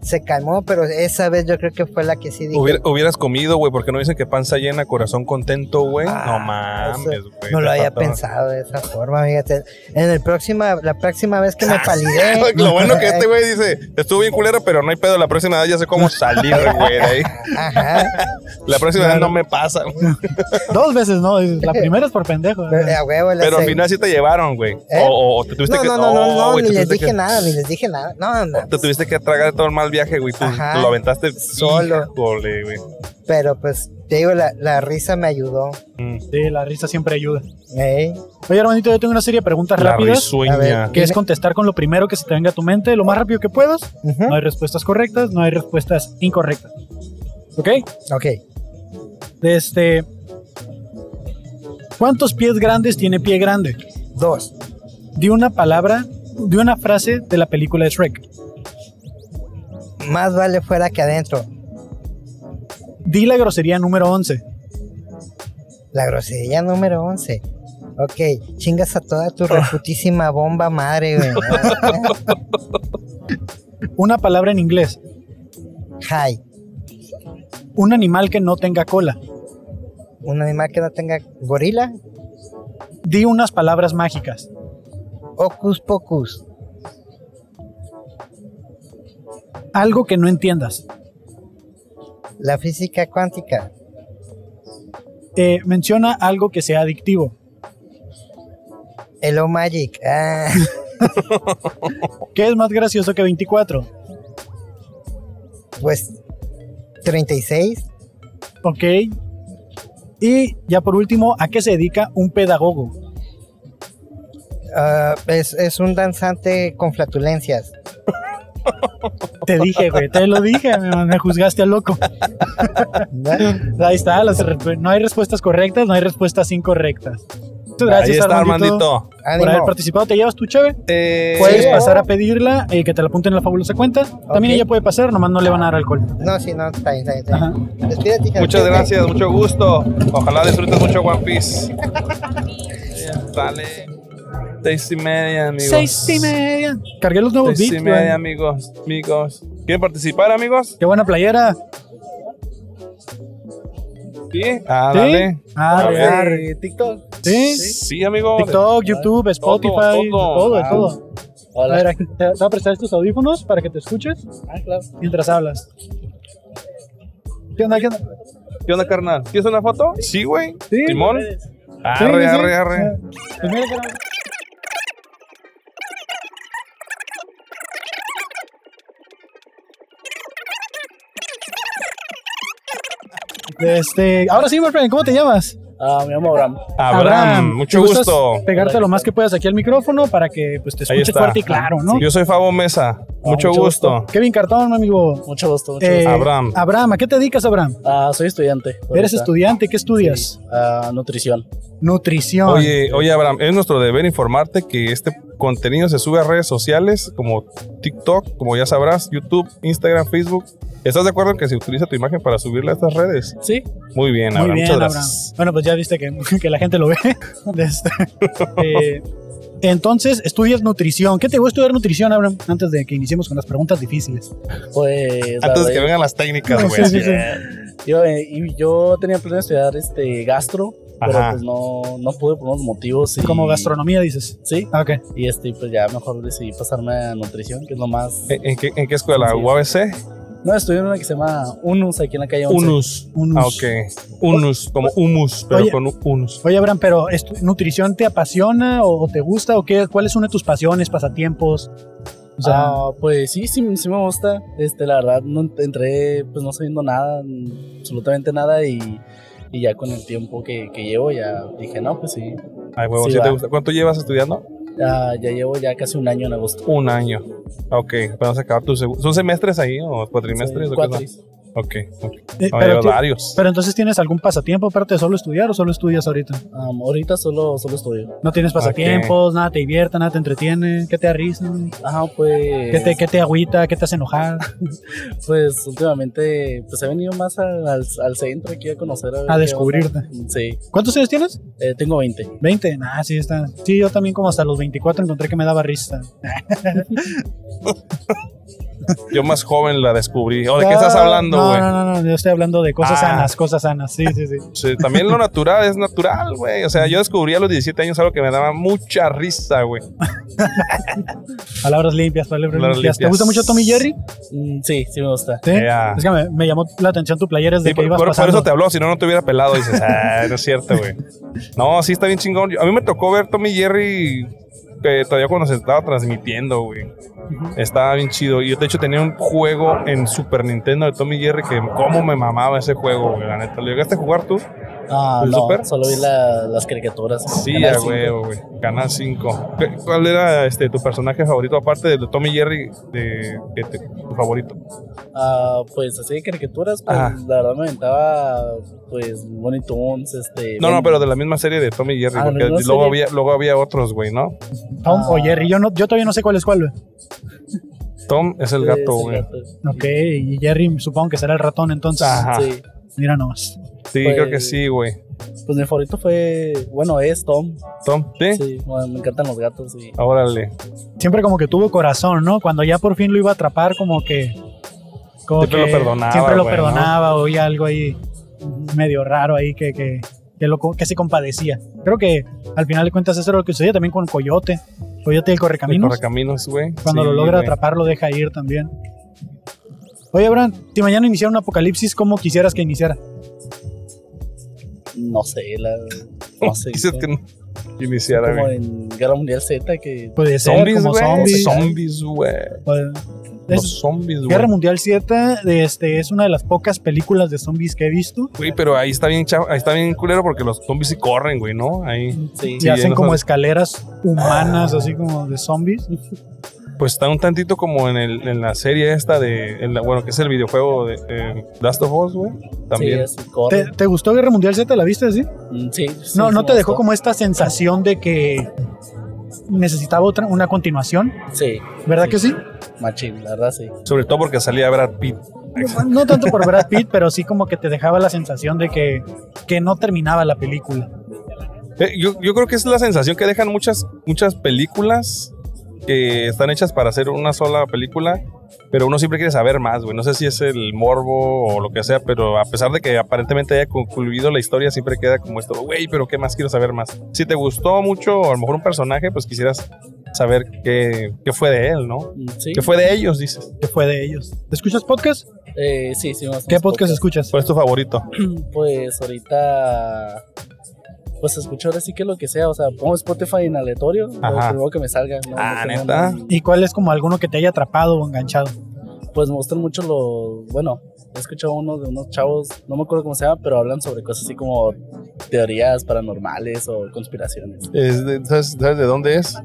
se calmó, pero esa vez yo creo que fue la que sí dije,
Hubiera- hubieras comido, güey, porque no dicen que panza llena, corazón contento, güey.
Ah,
no mames,
eso
güey.
no lo
te
había
faltaba.
pensado de esa forma, fíjate. En el próxima, la próxima
<laughs>
vez que me palidé,
<laughs> Ah, Lo bueno
<laughs>
que
Eh.
este güey dice, estuvo bien culero, pero no hay pedo, la próxima vez ya sé cómo salir,
<laughs>
güey, de ahí.
ajá,
La próxima vez no me pasa.
Dos veces, ¿no? La primera es por pendejo.
a huevo, la
Pero al
seg-
final sí te llevaron, güey.
¿Eh?
O, o- o te tuviste
no,
que... Oh,
no, no, no, no,
güey,
ni
te
les
tuviste
dije
que-
nada, ni les dije nada, no, no,
Te tuviste que tragar todo el mal viaje, güey. Tú,
Ajá.
tú lo aventaste
Solo.
Híjole, güey.
pero pues te digo, la, la risa me ayudó,
Mm.
Sí, la risa siempre ayuda.
¿eh?
Oye, hermanito, yo tengo una serie de preguntas
La
rápidas.
A ver.
risueña.
Que es
Dime.
contestar con lo primero que se te venga a tu mente, lo más rápido que puedas.
Ujú,
No hay respuestas correctas, no hay respuestas incorrectas. ¿Ok?
Ok,
Este. ¿Cuántos pies grandes tiene pie grande?
dos,
De una palabra, de una frase de la película de Shrek.
más vale fuera que adentro,
Di la grosería número 11.
La grosería número 11. Ok, chingas a toda tu reputísima bomba madre, güey.
Una palabra en inglés.
Hi.
Un animal que no tenga cola.
Un animal que no tenga gorila.
Di unas palabras mágicas.
Ocus pocus.
Algo que no entiendas.
La física cuántica.
Eh, menciona algo que sea adictivo.
El O Magic. Ah, <laughs>
¿Qué es más gracioso que 24?
pues 36.
Ok. Y ya por último, ¿a qué se dedica un pedagogo?
Ah, es, es un danzante con flatulencias.
Te dije, güey, te lo dije, me, me juzgaste a
<laughs>
loco.
¿verdad?
Ahí está, las re- no hay respuestas correctas, no hay respuestas incorrectas. Muchas gracias,
Ahí está, Armandito.
Por haber
Ánimo.
participado, te llevas tu cheve.
Eh,
Puedes
Sí.
pasar a pedirla eh, que te la apunten en la fabulosa cuenta. También
Ok.
ella puede pasar, nomás no le van a dar alcohol.
No, sí, no, está bien, está bien, está
Ajá.
bien. Despídete, hija,
Muchas
despídete.
gracias, mucho gusto. Ojalá disfrutes mucho One Piece. Dale. Seis y media, amigos.
Seis y media. Cargué los nuevos
Seis
beats,
y media,
güey.
amigos. Amigos. ¿Quieren participar, amigos?
Qué buena playera.
Sí. Ah,
¿Sí?
dale. A
Arre,
ver.
arre.
TikTok.
¿Sí?
Sí, amigos.
TikTok, YouTube, Spotify, todo,
todo.
de todo. A ver, aquí te te voy a prestar estos audífonos para que te escuches
Ah, claro.
mientras hablas. ¿Qué onda? ¿Qué onda? Pues
¿Qué onda, carnal? ¿Quieres una foto? Sí, güey.
Sí.
Simón.
Sí,
Arre,
sí, sí.
arre, arre.
Pues mira que no- Este, ahora sí, Wolfgang, ¿cómo te llamas?
Ah, me llamo Abraham.
Abraham,
¿te
mucho
gustas
gusto.
Pegarte lo más que puedas aquí al micrófono para que pues, te
Ahí
escuches
está.
fuerte y claro, ¿no? Ah,
Yo soy Fabo Mesa. mucho,
mucho
gusto.
Kevin Cartón, amigo.
Mucho gusto, mucho
Eh,
gusto.
Abraham.
Abraham, ¿a qué te dedicas, Abraham?
Ah, soy estudiante.
Eres
ahorita.
estudiante, ¿qué estudias?
Ah, nutrición.
Nutrición.
Oye, oye, Abraham, es nuestro deber informarte que este contenido se sube a redes sociales como TikTok, como ya sabrás, YouTube, Instagram, Facebook. ¿Estás de acuerdo en que se utiliza tu imagen para subirla a estas redes?
Sí.
Muy bien,
Muy
Abraham.
bien,
muchas
Abraham.
gracias.
Bueno, pues ya viste que, <laughs> que la gente lo ve. Este, eh, entonces, estudias nutrición. ¿Qué te voy a estudiar nutrición, Abraham? Antes de que iniciemos con las preguntas difíciles.
Pues. la
Antes de que
verdad,
vengan las técnicas, güey.
<laughs> Sí, sí, sí.
Yo, eh, y yo tenía planeado estudiar este gastro,
Ajá.
pero pues no, no pude por unos motivos. y-
Como gastronomía, dices.
Sí,
Ah, Ok.
y este, pues ya mejor decidí pasarme a nutrición, que es lo más.
¿En, en qué, en qué escuela?
Sí.
¿UABC?
No, estudié en una que se llama UNUS aquí en la calle 11.
Unus.
Unus.
Ah, ok. Unus, como humus, pero
Oye.
con u- unus.
Oye, Abraham, pero ¿estu- ¿nutrición te apasiona o, o te gusta? ¿O qué? ¿Cuál es una de tus pasiones, pasatiempos? O sea,
Ah, pues sí, sí, sí me gusta. Este, la verdad, no ent- entré pues no sabiendo nada, mm, absolutamente nada y, y ya con el tiempo que, que llevo ya dije, no, pues sí.
Ay, huevo,
Sí,
sí te
va.
gusta. ¿Cuánto llevas estudiando?
Ah, ya llevo ya casi un año en agosto.
Un año. Ok, vamos a acabar tu segu- ¿Son semestres ahí o cuatrimestres?
Sí,
o qué
cuatro.
son? Ok, ok.
Eh, pero,
No, llevas
ti-
varios.
pero entonces tienes algún pasatiempo aparte de solo estudiar o solo estudias ahorita?
Ah, ahorita solo, solo estudio.
No tienes pasatiempos, nada te divierte, nada te entretiene, ¿qué te arriesga?
Ajá, pues.
¿Qué te, qué te agüita? ¿Qué te hace enojar?
Pues últimamente pues he venido más al, al- al centro aquí a conocer. ver
A
qué
descubrirte.
onda. Sí,
¿Cuántos años tienes?
eh, tengo 20.
20. Ah, sí, está. Sí, yo también como hasta los 24 encontré que me daba risa.
Yo más joven la descubrí. ¿O de qué estás hablando,
No,
güey?
no, no, no, yo estoy hablando de cosas
Ah.
sanas, cosas sanas. Sí, sí, sí.
Sí, también lo natural es natural, güey. O sea, yo descubrí a los 17 años algo que me daba mucha risa, güey.
Palabras limpias, palabras
Palabras
limpias. ¿Te
limpias.
gusta mucho Tommy Jerry?
Mm, sí, sí me gusta.
Sí.
Ea.
Es que me, me llamó la atención tu playera desde
Sí,
que
por,
ibas
por- por
pasando.
eso te habló, si no, no te hubiera pelado. Dices, ah, no es cierto, güey. No, sí está bien chingón. Yo- A mí me tocó ver Tommy Jerry eh, todavía cuando se estaba transmitiendo, güey. Estaba bien chido. Y yo, de hecho, tenía un juego en Super Nintendo de Tommy Jerry que cómo me mamaba ese juego, güey, la neta. ¿Lo llegaste a jugar tú?
Ah,
¿El
no,
súper?
solo vi la- las caricaturas.
Sí,
Canal
a
cinco.
huevo, güey. Canal 5. ¿Cuál era este, tu personaje favorito, aparte del de Tommy Jerry, de, de- de- tu favorito?
Ah, pues así de caricaturas, pues
Ajá.
la verdad me aventaba pues Bonnie Tunes, este.
No, no,
Ben-
pero de la misma serie de Tommy Jerry,
Ah,
porque
¿la misma
luego
serie?
había, luego había otros, güey, ¿no?
Tom o
Ah.
Jerry, yo, no, yo todavía no sé cuál es cuál. güey.
Tom es el
Sí,
gato,
sí,
güey.
gato.
Ok, y Jerry supongo que será el ratón entonces.
Ajá.
Sí,
Mira nomás.
Sí,
Pues-
creo que sí, güey.
pues mi favorito fue, bueno, es Tom.
Tom, ¿sí?
Sí, bueno, me encantan los gatos y
Órale.
Siempre como que tuvo corazón, ¿no? Cuando ya por fin lo iba a atrapar, como que. como
Siempre
que
lo perdonaba,
Siempre lo
güey, ¿no?
perdonaba, oía algo ahí medio raro ahí que, que, que, lo co- que se compadecía. Creo que al final de cuentas eso era lo que sucedía también con Coyote. Coyote el
El
Correcaminos.
correcaminos, güey.
Cuando
Sí,
lo logra
<laughs> güey.
atrapar, lo deja ir también. Oye, Abraham, si mañana iniciara un apocalipsis, ¿cómo quisieras que iniciara?
no sé, la, no sé.
<laughs> Dices
como-
que no. Iniciara,
como
güey.
en Guerra Mundial Z que
Puede ser
Zombies,
como
güey.
zombies.
Zombies, güey.
Puede-
Los
Es-
zombies, güey.
Guerra Mundial 7 este, es una de las pocas películas de zombies que he visto.
Güey, pero ahí está bien chavo, ahí está bien culero porque los zombies sí corren, güey, ¿no? Ahí
sí,
Y
Sí,
hacen
no
como
sabes.
escaleras humanas, así como de zombies.
pues está un tantito como en, el, en la serie esta de en la- bueno, que es el videojuego de eh, Last of Us, güey. También.
sí, así
¿Te,
corre.
te gustó Guerra Mundial Z? ¿La viste así?
Mm, sí, sí,
no,
sí
¿no
me
te dejó
gustó.
como esta sensación de que necesitaba otra, una continuación?
sí,
¿Verdad
Sí.
que sí?
machín, la verdad sí.
Sobre todo porque salía a ver a Pete.
No, no tanto por Brad Pitt, pero sí como que te dejaba la sensación de que, que no terminaba la película.
Eh, yo, yo creo que es la sensación que dejan muchas, muchas películas que están hechas para hacer una sola película, pero uno siempre quiere saber más, güey. No sé si es el morbo o lo que sea, pero a pesar de que aparentemente haya concluido la historia, siempre queda como esto, güey, pero ¿qué más quiero saber más? Si te gustó mucho, o a lo mejor un personaje, pues quisieras saber qué, qué fue de él, ¿no?
Mm, Sí,
¿Qué fue de ellos, dices?
que fue de ellos. ¿Escuchas podcast?
eh, sí, sí, más
¿Qué podcast escuchas?
¿Cuál es tu favorito?
Pues ahorita pues escucho ahora sí que lo que sea, o sea, pongo Spotify en aleatorio, lo
Ajá.
primero que me salga. ¿no?
Ah,
No tengo
¿neta?
nada.
¿Y cuál es como alguno que te haya atrapado o enganchado?
Pues me gustan mucho los, bueno, he escuchado uno de unos chavos, no me acuerdo cómo se llama, pero hablan sobre cosas así como teorías paranormales o conspiraciones. <laughs>
Es de- ¿sabes, sabes de dónde es?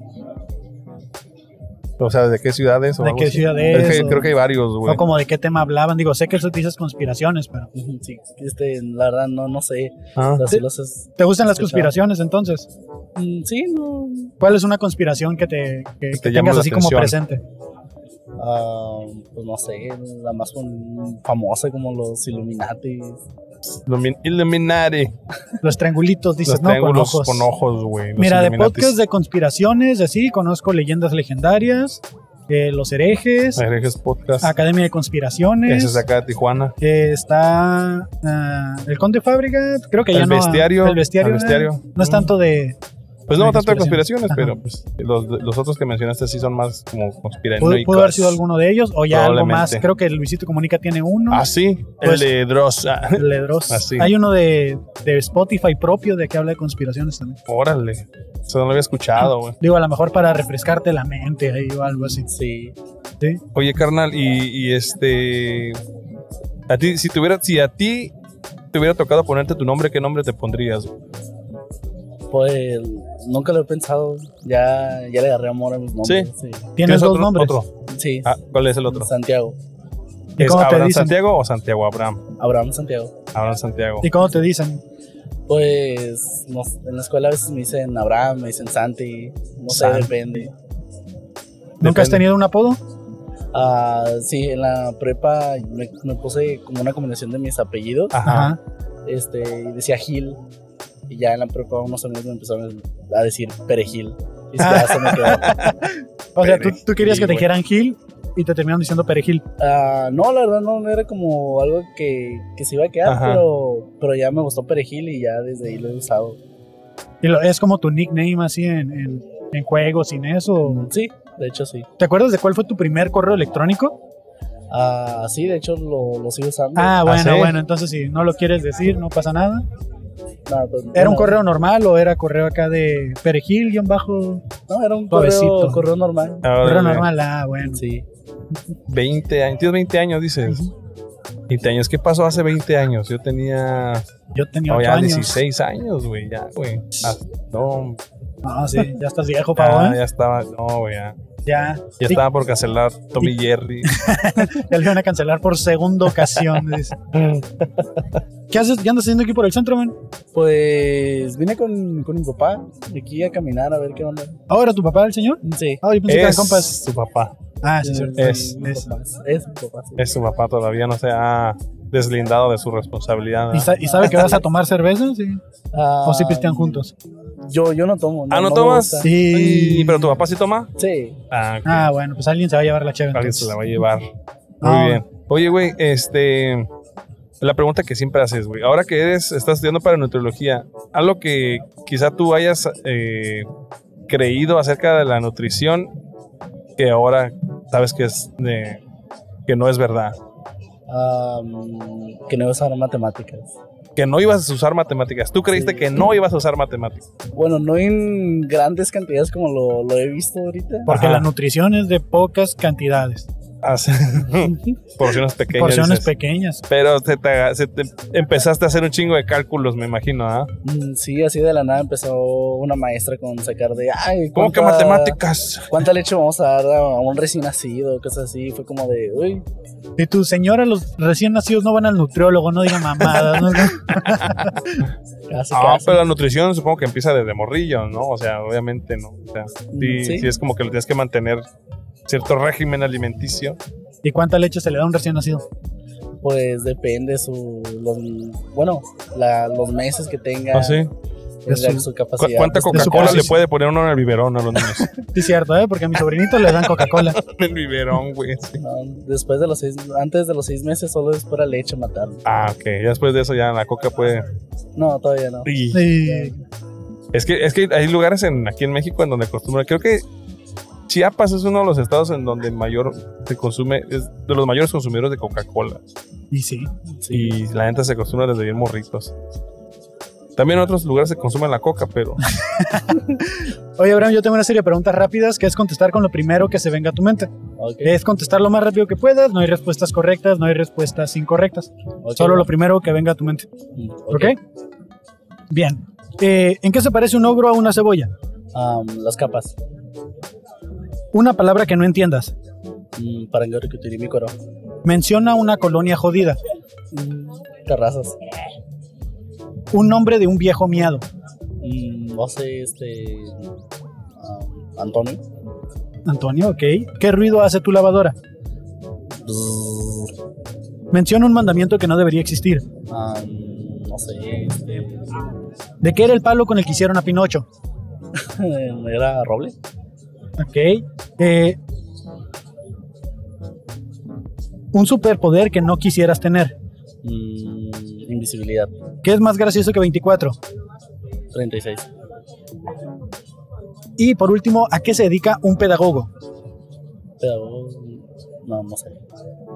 O sea, ¿de qué ciudad es? o
¿De
algo
qué
así?
ciudad
Es
es?
que
o-
creo que hay varios, güey.
Ah,
o como de qué tema hablaban. Digo, sé que eso dices conspiraciones, pero.
Ujú, Sí, este, la verdad no, no sé.
Ah.
O sea, sí
Sí.
los es-
¿Te gustan las
Escuchaba.
conspiraciones entonces?
mm, sí, no.
¿Cuál es una conspiración que te, que-
Que te
que
llama
tengas
la
así como
atención.
presente?
ah, pues no sé, la más fam- famosa como los Illuminati.
Illumin- Illuminati.
Los triangulitos, dices,
Los
¿no? Con
triángulos
ojos.
con ojos, güey. los
Mira, de
Illuminatis.
podcast de conspiraciones, así, conozco leyendas legendarias, eh, Los Herejes,
Herejes Podcast.
Academia de Conspiraciones.
Ese es acá de Tijuana.
Eh, está ah, el Conde Fábrica, creo que ya
El
no.
bestiario,
El bestiario.
el bestiario.
eh, No es tanto de.
Pues no,
de
tanto de
conspiraciones.
conspiraciones,
Ajá.
pero pues, los, los otros que mencionaste sí son más como
Pudo,
conspiranoicos.
pudo haber sido alguno de ellos o ya algo más.
Mm, Probablemente.
Creo que Luisito Comunica tiene uno.
Ah, sí.
Pues-
el de Dross. Ah, <laughs>
el de Dross.
Así.
Hay uno de, de Spotify propio de que habla de conspiraciones también.
órale. Eso no lo había escuchado, güey.
Digo, a lo mejor para refrescarte la mente ahí o algo así.
Sí.
¿sí?
Oye, carnal, y, y este. A ti, si tuviera, si a ti te hubiera tocado ponerte tu nombre, ¿qué nombre te pondrías?
Pues Nunca lo he pensado. Ya, ya le agarré amor a mis nombres. Sí.
Tienes dos
otro-
nombres.
Otro.
Sí.
Ah, ¿Cuál es el otro?
Santiago.
¿Y
¿Es
cómo te
Abraham
dicen?
Santiago o Santiago Abraham?
Abraham Santiago.
Abraham Santiago.
¿Y cómo te dicen?
Pues no sé, en la escuela a veces me dicen Abraham, me dicen Santi. No sé,
Santi.
depende.
¿Nunca has
Depende.
tenido un apodo?
Ah, sí, en la prepa me, me puse como una combinación de mis apellidos.
Ajá.
Este, y decía Gil. Y ya en la prepa unos amigos me empezaron a decir Perejil. Y ya
<laughs>
se me quedó.
O sea, tú, tú querías que
Perejil,
te
güey.
dijeran Gil y te terminaron diciendo Perejil.
Ah, no, la verdad no, no era como algo que, que se iba a quedar,
Ajá.
pero, pero ya me gustó Perejil y ya desde ahí lo he usado.
Y lo- es como tu nickname así en, en- en juegos y en eso.
Sí, de hecho sí.
¿Te acuerdas de cuál fue tu primer correo electrónico?
Ah, sí, de hecho lo, lo sigo usando.
Ah, bueno,
sí?
bueno, entonces si no lo quieres decir, no pasa nada.
No, pues,
¿Era un
bueno,
correo normal o era correo acá de Perejil guión bajo?
No, era un
Suavecito.
correo, correo normal.
Ahora,
Correo
mira,
normal, ah, bueno.
Sí.
20 años, tienes 20 años, dices. 20 años, ¿qué pasó hace 20 años? Yo tenía,
Yo tenía
no,
8
ya
años.
16 años, güey, ya, güey. Ah, No,
No, sí, ya estás viejo,
ya,
Pavón.
Ah, ya estaba, no, güey, ya,
Ya,
ya
Sí.
estaba por cancelar
<laughs>
Tommy Jerry.
ya le iban a cancelar por segunda ocasión.
<laughs>
dice. ¿Qué haces? ¿Qué andas haciendo aquí por el centro, man?
Pues vine con, con mi papá aquí a caminar a ver qué onda.
¿Ahora tu papá, el señor?
Sí.
Ah, yo pensé que eran
Es
compas.
su papá,
Ah, sí, cierto.
es-
mi
es.
papá, es mi papá, sí.
es su papá, todavía no se ha deslindado de su
¿Y,
responsabilidad. ¿verdad?
sa- y sabe que
<laughs>
vas a tomar cerveza? Sí.
Ah,
¿O sí pistean juntos?
Yo, yo no tomo.
Ah, ¿no
me
tomas?
gusta.
Sí.
Ay, ¿Pero tu papá sí toma?
Sí.
Ah, ok.
Ah, bueno, pues alguien se va a llevar la chévere.
Alguien se la va a llevar. Muy
Ah.
bien. Oye, güey, este. La pregunta que siempre haces, güey. Ahora que eres, estás estudiando para nutriología, algo que quizá tú hayas eh, creído acerca de la nutrición que ahora sabes que es de- que no es verdad.
Ah, mm, que no iba a usar matemáticas.
Que no ibas a usar matemáticas. Tú creíste
Sí.
que no ibas a usar matemáticas.
Bueno, no en grandes cantidades como lo, lo he visto ahorita.
Porque
Ajá.
la nutrición es de pocas cantidades. <laughs>
Hace- porciones pequeñas.
porciones
dices.
pequeñas.
Pero se te- se te- empezaste a hacer un chingo de cálculos, me imagino, ¿ah?
Mm, Sí, así de la nada empezó una maestra con sacar de. Ay,
¿Cómo que
¿cuánta-
matemáticas?
¿Cuánta leche vamos a dar a un recién nacido? Cosas así. Fue como de. Uy,
Si tu señora, los recién nacidos no van al nutriólogo, no digan mamadas.
<laughs>
¿no?
casi,
Ah,
casi.
pero la nutrición supongo que empieza desde morrillo, ¿no? O sea, obviamente, ¿no? O sea, Mm, sí,
Sí.
sí es como que lo tienes que mantener cierto régimen alimenticio.
¿Y cuánta leche se le da a un recién nacido?
Pues depende su. Los, bueno, la- los meses que tenga.
¿Ah, sí?
el-
De su-
su
¿Cu-
capacidad.
¿Cuánta
de su-
Coca-Cola le
dosis.
puede poner uno en el biberón a los niños?
Sí, cierto, ¿eh? Porque a mis sobrinitos le dan Coca-Cola.
<laughs> en el biberón, güey. sí.
No, después de los seis. Antes de los seis meses solo es pura leche matar.
Ah, ok. Ya después de eso ya la coca puede...
No, todavía no.
Y-
Sí.
Es que, es que hay lugares en, aquí en México en donde acostumbran. Creo que Chiapas es uno de los estados en donde mayor se consume, es de los mayores consumidores de Coca-Cola.
Y sí.
Y la gente se acostumbra desde bien morritos. También en otros lugares se consume la coca,
<laughs>
pero
Oye, Abraham, yo tengo una serie de preguntas rápidas que es contestar con lo primero que se venga a tu mente.
Ok,
Eh,
Es contestar lo más rápido que puedas. No hay respuestas correctas, no hay respuestas incorrectas.
ok,
Solo lo
va.
primero que venga a tu mente.
Mm,
¿Ok? Bien. Eh, ¿En qué se parece un ogro a una cebolla?
Am, las capas.
Una palabra que no entiendas.
Mm, para el que tiene mi coro.
Menciona una colonia jodida.
Mm, terrazas.
Un nombre de un viejo miado.
Mm, no sé, este. am, Antonio.
Antonio, ok. ¿Qué ruido hace tu lavadora?
Brrr.
Menciona un mandamiento que no debería existir.
Am, ah, no sé, este. <laughs>
¿De qué era el palo con el que hicieron a Pinocho?
Era Roble.
Ok. Eh, un superpoder que no quisieras tener.
Mm, invisibilidad.
¿Qué es más gracioso que 24?
36.
Y por último, ¿a qué se dedica un pedagogo?
Pero. No, no sé.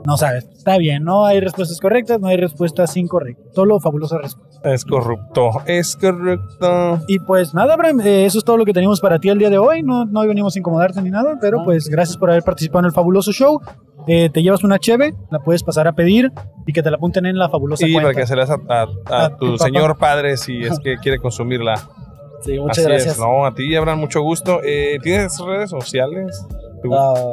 No sabes. Está bien, no hay respuestas correctas, no hay respuestas incorrectas. Solo fabulosas respuestas.
es corrupto. Es corrupto.
Y pues nada, Abraham, eh, eso es todo lo que tenemos para ti el día de hoy. No, no venimos a incomodarte ni nada, pero
Ah.
pues gracias por haber participado en el fabuloso show. Eh, te llevas una cheve, la puedes pasar a pedir y que te la apunten en la fabulosa
Y para
cuenta.
que se las a, a- a
A tu
tu
papá. <laughs>
señor padre si es que quiere consumirla.
Sí, muchas
Así
gracias.
es, no, a ti, habrán mucho gusto. Eh, ¿Tienes redes sociales? ¿Te gusta?
Ah,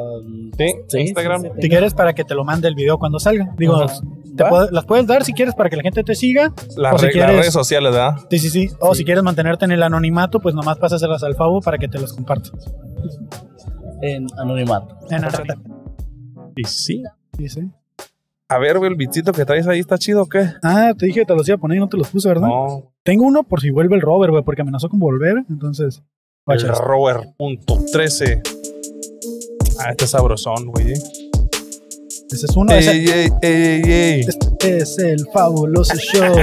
Sí,
sí,
Instagram.
sí, sí,
Si quieres, para que te lo mande el video cuando salga. Digo,
Ajá.
te
¿Va?
puedo- las puedes dar si quieres para que la gente te siga.
Las
o si
re- las
quieres-
redes sociales, ¿verdad?
Sí, sí, sí. O
Sí.
si quieres mantenerte en el anonimato, pues nomás pásaselas al Favo para que te los comparta.
En anonimato.
En anonimato.
Y sí.
Sí, sí.
A ver, güey, el bitcito que traes ahí está chido, o ¿qué?
Ah, te dije que te los iba a poner y no te los puse, ¿verdad?
No.
Tengo uno por si vuelve el Robert, güey, porque amenazó con volver. Entonces,
El
guacha.
Robert.13. Ah, este es sabrosón, güey.
Ese es uno. ese-
Ey, ey, ey, ey, ey.
Este es el fabuloso
<laughs>
show.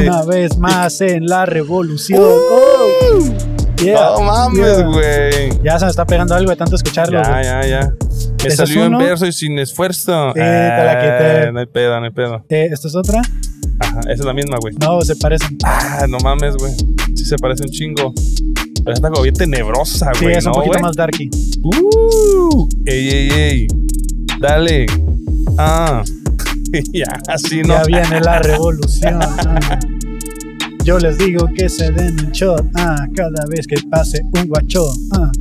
Una vez más en la revolución.
Uh.
Oh, yeah,
No mames,
yeah.
güey.
Ya se me está pegando algo de tanto escucharlo.
Ya,
güey.
ya, ya. Me
¿Ese es
salió en
uno?
verso y sin esfuerzo.
Sí, te la quité.
Ah, No hay pedo, no hay pedo.
Eh, ¿Esta es otra?
Ajá, esa es la misma, güey.
No, se parecen.
Ah, no mames, güey. Sí se parece un chingo. Pero está como bien tenebrosa,
Sí,
güey.
es un
¿no,
poquito
güey?
más darky.
Uh, ey, ey, ey. Dale. Ah. <laughs> ya, así no.
Ya viene la
<laughs>
revolución. ah. Yo les digo que se den un shot ah, cada vez que pase un guacho. ah.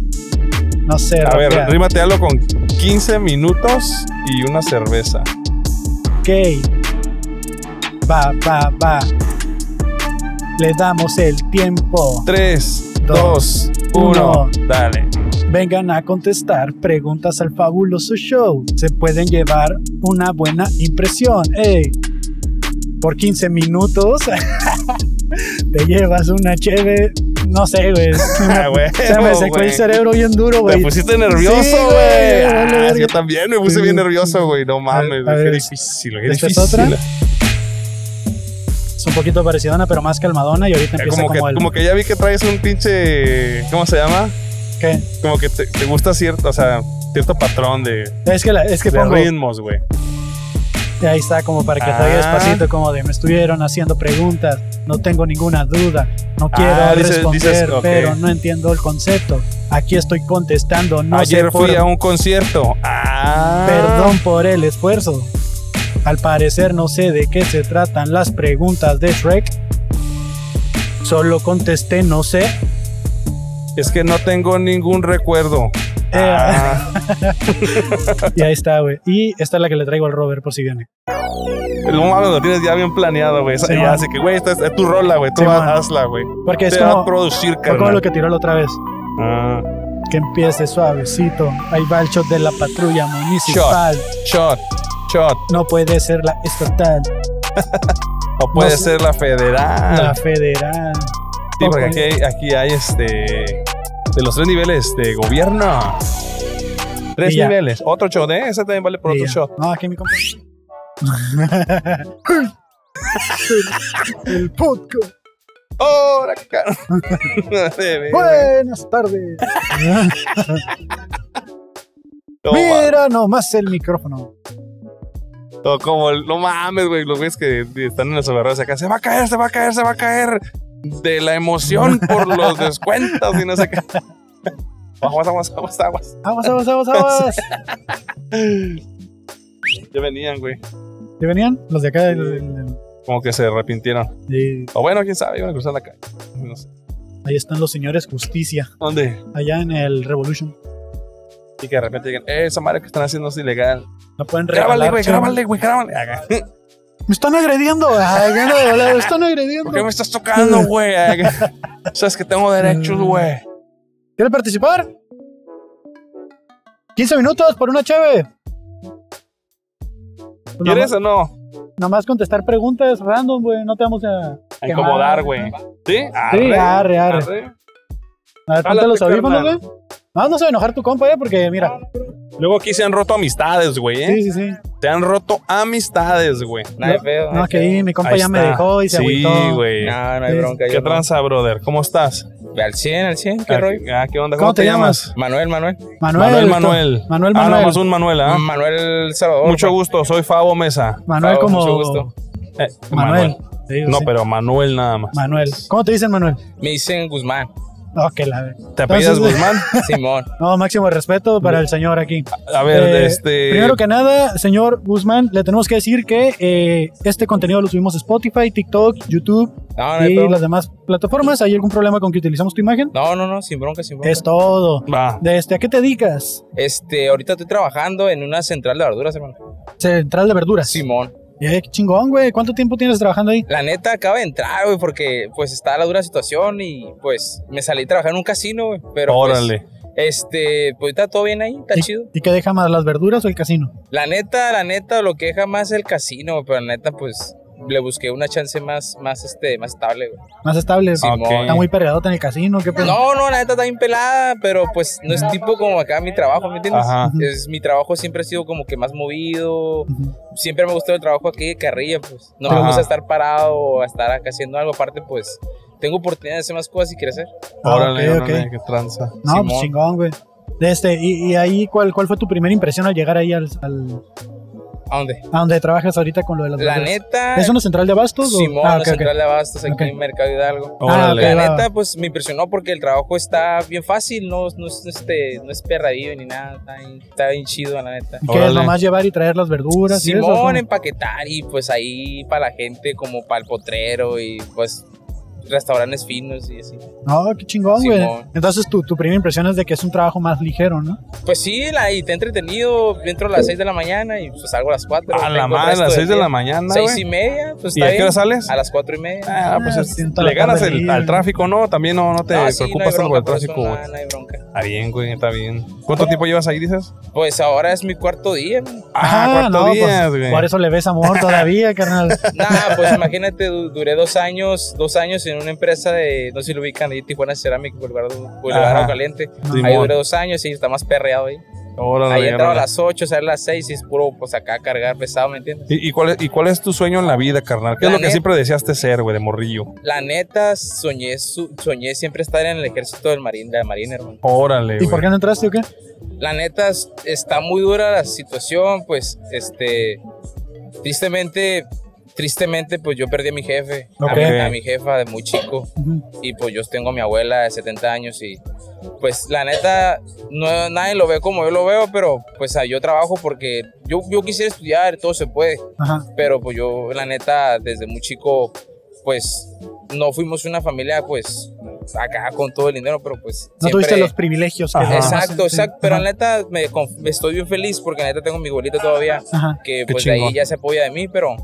No sé,
A ver,
rapear.
rímate algo con 15 minutos y una cerveza.
Ok. Va, va, va. Le damos el tiempo.
3,
Dos,
2, 1.
uno. <laughs>
Dale.
Vengan a contestar preguntas al fabuloso show. Se pueden llevar una buena impresión. ¡Ey! Por 15 minutos <laughs> te llevas una cheve. No sé,
<laughs>
güey.
Ah, güey,
Se me secó
<laughs> güey.
el cerebro bien duro,
Te
güey.
pusiste
pues, Sí,
nervioso,
güey,
güey.
vale,
Ah,
verga.
yo también me puse
Sí.
bien nervioso, güey. No mames,
a
güey. Qué
ver,
difícil, qué
¿esta
difícil.
es otra? Es un poquito parecidona, pero más calmadona. Y ahorita
Eh,
empieza
Como,
como,
que,
el.
como que ya vi que traes un pinche. ¿Cómo se llama?
¿Qué?
Como que te, te gusta cierto, o sea, cierto patrón de,
Es que, la- es que
de
pongo.
ritmos, güey.
Y Ahí está, como para que te vaya
Ah.
despacito, como de me estuvieron haciendo preguntas, no tengo ninguna duda, no quiero
Ah, dices-
responder,
dices, ok.
pero no entiendo el concepto. Aquí estoy contestando, no sé
Ayer
por-
fui a un concierto. Ah.
Perdón por el esfuerzo. Al parecer no sé de qué se tratan las preguntas de Shrek. Solo contesté, no sé.
Es que no tengo ningún recuerdo.
Eh,
Ah,
Y ahí está, güey. Y esta es la que le traigo al Robert por si viene.
lo malo lo tienes ya bien planeado, güey. Esa-
Sí,
ya,
man.
así que, güey, esta es, es tu rola, güey. Tú
Sí,
haz-
man.
hazla, güey.
Porque es
Te va a
como,
producir,
fue como
carnal.
lo que tiró la otra vez.
Ah.
Que empiece suavecito. Ahí va el shot de la patrulla municipal.
Shot, shot.
No puede ser la estatal,
O puede
No sé.
ser la federal.
la federal.
Ah. Sí,
o
porque aquí
puede-
hay, aquí hay este. De los tres niveles de gobierno. Tres
Y ya.
niveles. Otro shot, ¿eh? Ese también vale por
Y
otro
ya.
shot.
No, aquí mi compa. <laughs> el, el podcast.
¡Hola, cara! <laughs> De ver,
Buenas tardes.
no ma-
Mira nomás el micrófono.
no, como el- no mames, güey. Los güeyes que están en las agarradas acá. Se va a caer, se va a caer, se va a caer. De la emoción por los descuentos y
<laughs>
no sé qué. Aguas, aguas, aguas, aguas.
Aguas, aguas,
<laughs>
aguas, aguas.
Ya venían, güey.
¿Te venían? Los de acá. el- el-
Como que se arrepintieron.
el-
O bueno, quién sabe, iban a cruzar la calle. No sé.
ahí están los señores justicia.
¿Dónde?
Allá en el Revolution.
Y que de repente digan, eh, esa madre que están haciendo es ilegal.
No pueden regalar.
Grábale, güey,
chavo.
grábale, güey, grábale. Haga.
<laughs> Me están agrediendo. Ay, ya no, la- me están agrediendo.
¿Por qué me estás tocando,
<laughs>
güey? Haga. <laughs> Sabes que tengo derechos, güey.
¿Quieres participar? 15 minutos por una chave.
¿Quieres o no?
Nomás contestar preguntas random, güey. No te vamos a.
A
Qué
incomodar,
madre.
güey. ¿Sí?
Sí, arre, arre. A ver, ponte
Jálate,
los audífonos,
carnal.
güey. No, no se va a enojar tu compa, eh, porque mira.
Luego aquí se han roto amistades, güey, ¿eh?
Sí, sí, sí.
Se han roto amistades, güey.
No hay pedo.
No,
hay
que
pedo.
ahí mi compa
Ahí
ya me
está.
dejó y se
Sí,
agüitó.
güey.
No, no hay bronca.
¿Qué
yo no.
tranza, brother? ¿ómo estás?
Al 100, al 100, qué
Ah,
rollo.
ah, ¿Qué onda?
¿Cómo te
Manuel, Manuel.
Manuel.
Manuel,
tú-
Manuel.
Manuel,
Ah,
Manuel.
no, más un Manuel, ¿ah?
Manuel Salvador.
Mucho
pa.
gusto, soy Fabo Mesa.
Manuel
Pavo,
como.
mucho gusto.
Eh,
Manuel. Sí,
No,
sí.
pero Manuel nada más.
Manuel. ¿Cómo te dicen, Manuel?
Me dicen Guzmán.
No, que la-
¿Te apellidas
Entonces-
Guzmán?
<laughs> Simón.
no, máximo respeto para el señor aquí.
A ver,
Eh,
este.
Primero que nada, señor Guzmán, le tenemos que decir que eh, este contenido lo subimos a Spotify, TikTok, YouTube
No, no, hay
y
problema.
las demás plataformas. ¿Hay algún problema con que utilizamos tu imagen?
no, no, no, sin bronca, sin bronca.
Es todo.
Va.
De este, ¿A qué te dedicas?
Este, ahorita estoy trabajando en una central de verduras, hermano.
Central de verduras.
Simón.
Eh, qué chingón, güey. ¿Cuánto tiempo tienes trabajando ahí?
La neta, acabo de entrar, güey, porque pues está la dura situación y pues me salí a trabajar en un casino, güey. Pero pues,
Órale.
este, pues está todo bien ahí, está
¿Y,
chido.
¿Y qué deja más, las verduras o el casino?
La neta, la neta, lo que deja más el casino, güey, pero la neta, pues le busqué una chance más, más, este, más estable, güey.
Más estable.
Simón.
Está muy pegado en el casino. ¿qué pedo?
No, no, la neta está bien pelada, pero pues no es tipo como acá mi trabajo, ¿me entiendes?
Ajá.
Es, mi trabajo siempre ha sido como que más movido,
Ujú.
siempre me ha gustado el trabajo aquí de carrilla, pues no
Ajá.
me gusta estar parado o estar acá haciendo algo, aparte pues tengo oportunidad de hacer más cosas y crecer.
Ah,
Órale,
ok,
órale,
ok.
qué tranza.
No, pues
Simón.
chingón, güey. De este, y, y ahí, ¿cuál, ¿cuál fue tu primera impresión al llegar ahí al, al-
¿A dónde?
a donde trabajas ahorita con lo de las
La
verduras?
neta,
¿Es una central de abastos? o-
Simón,
Ah,
la
ok, ok.
central de abastos aquí
Ok.
en Mercado Hidalgo.
Órale.
ok,
La
va, va.
neta, pues me impresionó porque el trabajo está bien fácil, no, no, es, este, no es perradillo ni nada, está bien, está bien chido, la neta.
¿Y ¿Qué es
Órale.
nomás llevar y traer las verduras? y eso,
Simón, em-
¿cómo?
empaquetar y pues ahí para la gente, como para el potrero y pues restaurantes finos y así.
No, Ah, qué chingón, güey.
Simón.
Entonces, tu, tu primera impresión es de que es un trabajo más ligero, ¿no?
Pues sí, la, y te entretenido, entro a las 6 de la mañana y pues salgo a las 4.
A la madre, a las 6 de la mañana.
6 y
güey.
media, pues
¿Y
está
a qué
bien.
hora sales?
A las 4 y media.
Ah, pues
Ah,
es-
siento la
le ganas
tarde
el-
libre.
al tráfico, ¿no? También no, no te
Ah, sí,
preocupas
no hay
tanto por el
bronca, por eso
tráfico, güey.
no, no hay bronca.
Está bien, güey, está bien. ¿Cuánto tiempo llevas ahí, dices?
Pues ahora es mi cuarto día. man.
Ah, cuatro
pues,
días, güey.
Por eso le ves
<laughs>
amor todavía, carnal.
Nah, pues imagínate, du- duré dos años, dos años en una empresa de, no sé si lo ubican, ahí Tijuana Ceramic, Boulevard, Boulevard
Ajá.
Agua Caliente.
Simón.
Ahí duré dos años y está más perreado ahí.
Órale,
Ahí entraba a
órale.
las 8, sale a las 6 y es puro, pues acá cargar pesado, ¿me entiendes?
¿Y, y cuál es, ¿Y cuál es tu sueño en la vida, carnal? ¿Qué es
La
lo que
neta.
siempre deseaste ser, güey, de morrillo?
La neta, soñé, su- soñé siempre estar en el ejército del marín, de la marina, hermano.
Órale,
¿Y por
güey.
qué no entraste o qué?
La neta, es- está muy dura la situación, pues, este, tristemente, tristemente, pues yo perdí a mi jefe, a
Ok.
mi- a, mi jefa de muy chico,
Ujú.
y pues yo tengo a mi abuela de 70 años y... Pues la neta, no, nadie lo ve como yo lo veo, pero pues ah, yo trabajo porque yo, yo quisiera estudiar, todo se puede.
Ajá.
pero pues yo la neta desde muy chico pues no fuimos una familia pues acá con todo el dinero pero pues
No
siempre-
tuviste los privilegios que
Ajá.
demás,
exacto
sí.
exacto pero
Ajá.
la neta me, conf- me estoy bien feliz porque la neta tengo mi abuelita todavía
Ajá.
que
Qué
pues de ahí
chingón.
ya se apoya de mí pero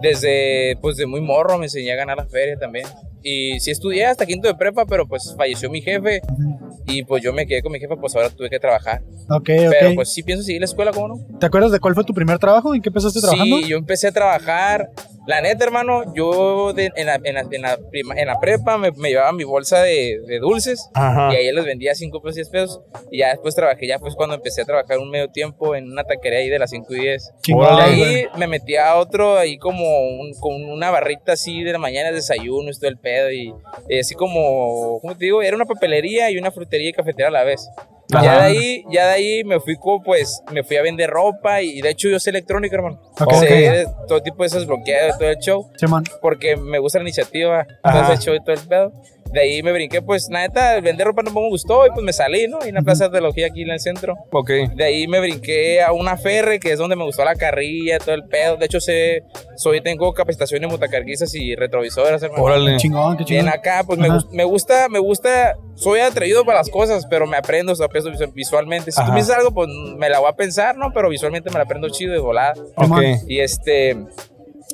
desde pues de muy morro me enseñé a ganar las ferias también y sí estudié hasta quinto de prepa pero pues falleció mi jefe
Ujú.
y pues yo me quedé con mi jefe pues ahora tuve que trabajar
Ok,
pero
ok.
pues sí pienso seguir la escuela cómo no
¿Te acuerdas de cuál fue tu primer trabajo? ¿En qué empezaste trabajando?
Sí, yo empecé a trabajar. La neta, hermano, yo de- en, la, en, la, en, la prima- en la prepa me, me llevaba mi bolsa de, de dulces
Ajá.
Ah.
y ahí les vendía 5 pesos, 10 pesos. Y ya después trabajé, ya pues cuando empecé a trabajar un medio tiempo en una taquería ahí de las 5 y 10.
Chingón,
De
Órale.
güey.
ahí me metí a otro ahí como un- con una barrita así de la mañana, desayuno, y todo el pedo y, y así como, ¿cómo te digo? Era una papelería y una frutería y cafetera a la vez.
Ajá.
Ya de ahí, ya de ahí me fui como, pues, me fui a vender ropa y de hecho yo soy electrónico, hermano.
Ok,
O sea,
ok.
de todo tipo de esos bloqueados, todo el show,
Simón.
porque me gusta la iniciativa,
Ajá.
todo ese show y todo el pedo. De ahí me brinqué, pues, la neta, vender ropa no me gustó y pues me salí, ¿no? Y en la plaza de tecnología aquí en el centro.
Ok.
De ahí me brinqué a una ferre, que es donde me gustó la carrilla, todo el pedo. De hecho, sé, soy, tengo capacitaciones mutacarguizas y retrovisoras, hermano.
Órale.
Chingón, qué
Bien
chingón.
acá, pues me,
Ajá.
gus- me gusta, me gusta, soy atraído para las cosas, pero me aprendo, o sea, pienso visu- visualmente. Si
Ajá.
tú me dices algo, pues me la voy a pensar, ¿no? Pero visualmente me la aprendo chido y volada.
Ok.
Y este,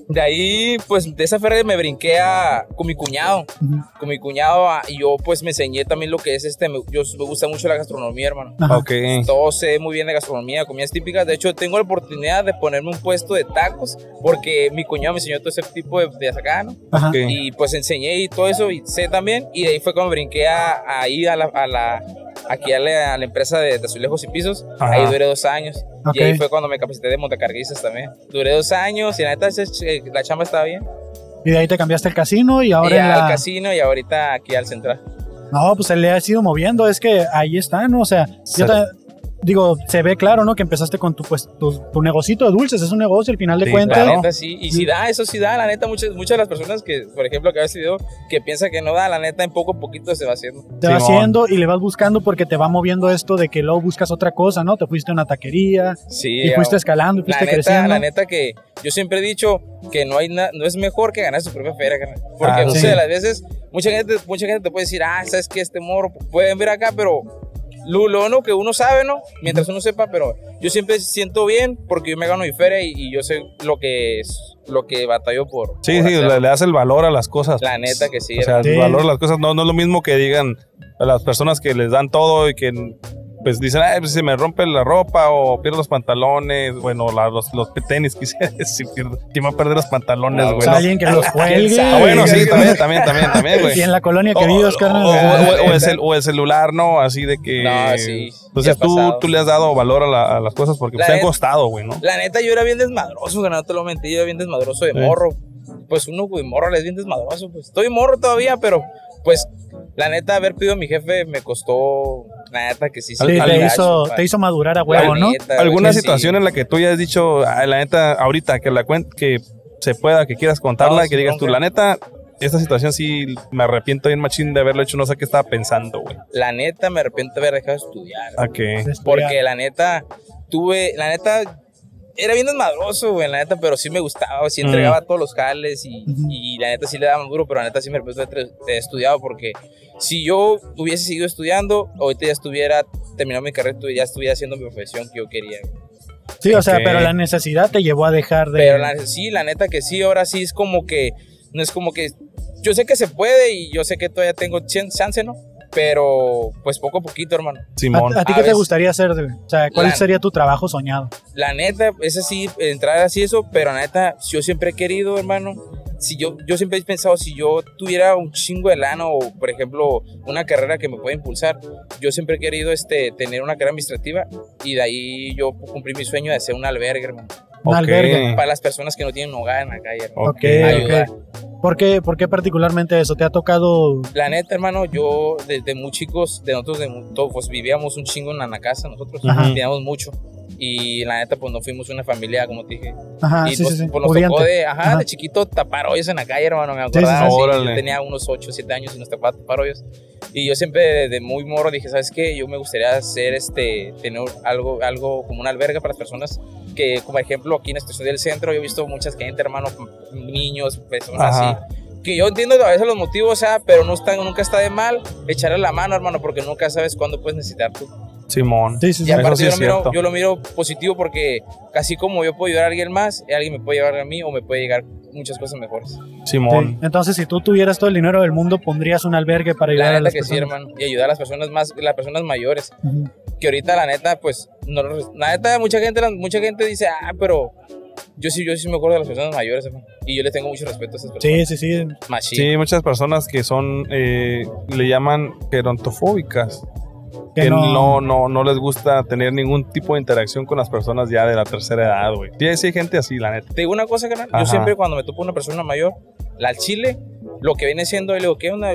de ahí, pues de esa feria me brinqué a, con mi cuñado,
Ujú.
con mi cuñado, a- y yo pues me enseñé también lo que es este, me, yo, me gusta mucho la gastronomía, hermano.
Ajá.
Ok.
Todo sé muy bien de gastronomía, comidas típicas. De hecho, tengo la oportunidad de ponerme un puesto de tacos porque mi cuñado me enseñó todo ese tipo de, de acá, ¿no?
Ajá.
Ok.
Y pues enseñé y todo eso, y sé también. Y de ahí fue cuando brinqué a, a ir a la, a la- aquí a la, a la empresa de, de azulejos y pisos.
Ajá.
Ahí duré dos años. Y
Ok.
ahí fue cuando me capacité de montacarguistas también. Duré dos años y la neta ese ch- eh, la chamba estaba bien.
Y de ahí te cambiaste al casino y ahora
y
en la...
al casino y ahorita aquí al central.
No, pues se le ha sido moviendo, es que ahí está, ¿no? O sea, yo
Se-
ta- digo, se ve claro, ¿no? Que empezaste con tu, pues, tu, tu negocito de dulces, es un negocio al final de
Sí,
cuentas.
claro.
La neta sí, y si da, eso sí da, la neta, muchas, muchas de las personas que, por ejemplo, que a veces video, que piensa que no da, la neta, en poco a poquito se va haciendo.
Te vas
Simón.
haciendo y le vas buscando porque te va moviendo esto de que luego buscas otra cosa, ¿no? Te fuiste a una taquería
Sí,
y
ya-
oh,
fuiste escalando y
la
fuiste
neta,
creciendo.
la neta que yo siempre he dicho que no hay na- no es mejor que ganar su propia feria, carnal. porque
Ah,
muchas
sí.
de las veces mucha gente, mucha gente te puede decir, ah, sabes que este morro pueden ver acá, pero lo, lo no que uno sabe, ¿no? Mientras uno sepa, pero yo siempre siento bien porque yo me gano mi feria y, y yo sé lo que es, lo que batalló por.
Sí,
por
sí,
hacer.
le, le das el valor a las cosas.
La neta que sí,
O sea,
Sí.
el valor a las cosas no, no es lo mismo que digan a las personas que les dan todo y que pues dicen, "Ay, pues, se me rompe la ropa o pierdo los pantalones, bueno, la- los, los tenis, <laughs> quisiera decir, pierdo. ¿Quién va a perder los pantalones,
Ah,
güey?
O sea, Pues,
No.
alguien que
<laughs>
los cuelgue.
Ah, bueno, sí,
y-
también, también, también, también, güey.
<laughs>
Oh,
Y en la colonia
Oh,
O,
queridos, carnal. pues,
o- o-
<laughs>
o- o el, cel- o el celular, ¿no? Así de que...
No, sí, ya
Entonces tú,
pasado.
tú le has dado valor a, la- a las cosas porque pues,
La
te han
neta-
costado, güey, ¿no?
La neta, yo era bien desmadroso, güey, no te lo mentí, yo era bien desmadroso de
Sí.
morro. Pues uno, güey, morro, es bien desmadroso, pues. Estoy morro todavía, pero, pues, la neta, haber pedido a mi jefe me costó, la neta, que sí.
Sí,
al-
te,
al-
hizo, te hizo madurar a huevo, ¿no?
¿Alguna situación en la que tú ya has dicho, "Ay, la neta, ahorita que la cuen- que se pueda, que quieras contarla,
No,
que digas tú, la
nunca.
neta, esta situación sí me arrepiento bien machín de haberlo hecho, no sé qué estaba pensando, güey.
La neta, me arrepiento de haber dejado de estudiar.
¿A qué?
Este,
Porque la neta, tuve, la neta, era bien desmadroso, güey, la neta, pero sí me gustaba, sí entregaba todos los jales y,
Mm. Ujú.
y la neta sí le daban duro, pero la neta sí me arrepiento de haber tre- de estudiado porque si yo hubiese seguido estudiando, ahorita ya estuviera terminando mi carrera, estu- ya estuviera haciendo mi profesión que yo quería. güey.
Sí, o sea,
Ok.
pero la necesidad te llevó a dejar de.
Pero la- sí, la neta que sí, ahora sí es como que, no es como que, yo sé que se puede y yo sé que todavía tengo chen- chance, ¿no? Pero pues poco a poquito, hermano.
Simón.
¿A, a ti
a
qué te
veces-
gustaría hacer? güey? O sea, ¿cuál
La-
sería tu trabajo soñado?
La neta, es así, entrar así eso, pero la neta, yo siempre he querido, hermano. Si yo, yo siempre he pensado, si yo tuviera un chingo de lana o, por ejemplo, una carrera que me pueda impulsar, yo siempre he querido este, tener una carrera administrativa y de ahí yo cumplí mi sueño de hacer un albergue, hermano.
Una
Ok.
albergue.
Para las personas que no tienen hogar en la calle, hermano.
Ok,
Ok,
Ayudar.
ok. ¿Por qué, ¿Por qué particularmente eso? ¿Te ha tocado
La neta, hermano, yo desde muy chicos, de nosotros de mu- todos, pues vivíamos un chingo en la casa, nosotros
Ajá.
vivíamos mucho. Y la neta, pues no fuimos una familia, como te dije,
Ajá,
y
sí,
pues,
sí, sí.
pues, nos
pudiente.
tocó de, ajá,
Ajá.
de chiquito tapar hoyos en la calle, hermano, me
sí, sí.
acordaba. así,
Órale.
Yo tenía unos 8, 7 años y nos tapaba tapar hoyos. Y yo siempre desde muy moro dije, ¿sabes qué? Yo me gustaría hacer este, tener algo, algo como una alberga para las personas que, como ejemplo, aquí en la estación del centro, yo he visto mucha gente, hermano, niños, personas
Ajá.
así. Que yo entiendo a veces los motivos, o sea, pero no está, nunca está de mal echarle la mano, hermano, porque nunca sabes cuándo puedes necesitar tu
Simón.
Sí, sí,
y
sí.
Eso
aparte
sí
yo,
es
lo miro,
cierto.
yo lo miro positivo porque casi como yo puedo ayudar a alguien más, eh, alguien me puede llevar a mí o me puede llegar muchas cosas mejores.
Sí.
Simón.
Entonces, si tú tuvieras todo el dinero del mundo, pondrías un albergue para ayudar
La
a
neta
las
que sí,
personas.
hermano. Y ayudar a las personas más, las personas mayores.
Ujú.
Que ahorita la neta, pues, no lo res- la neta, mucha gente, la- mucha gente dice, ah, pero yo sí, yo sí me acuerdo de las personas mayores, hermano. Y yo le tengo mucho respeto a esas personas.
Sí, sí, sí.
Machín.
Sí, muchas personas que son, eh, le llaman gerontofóbicas,
Que
que
no-
no, no, no les gusta tener ningún tipo de interacción con las personas ya de la tercera edad, güey. Sí, sí hay gente así, la neta.
Te digo una cosa, carnal.
Ajá.
Yo siempre cuando me topo una persona mayor, la al chile, lo que viene siendo, le digo, ¿qué onda?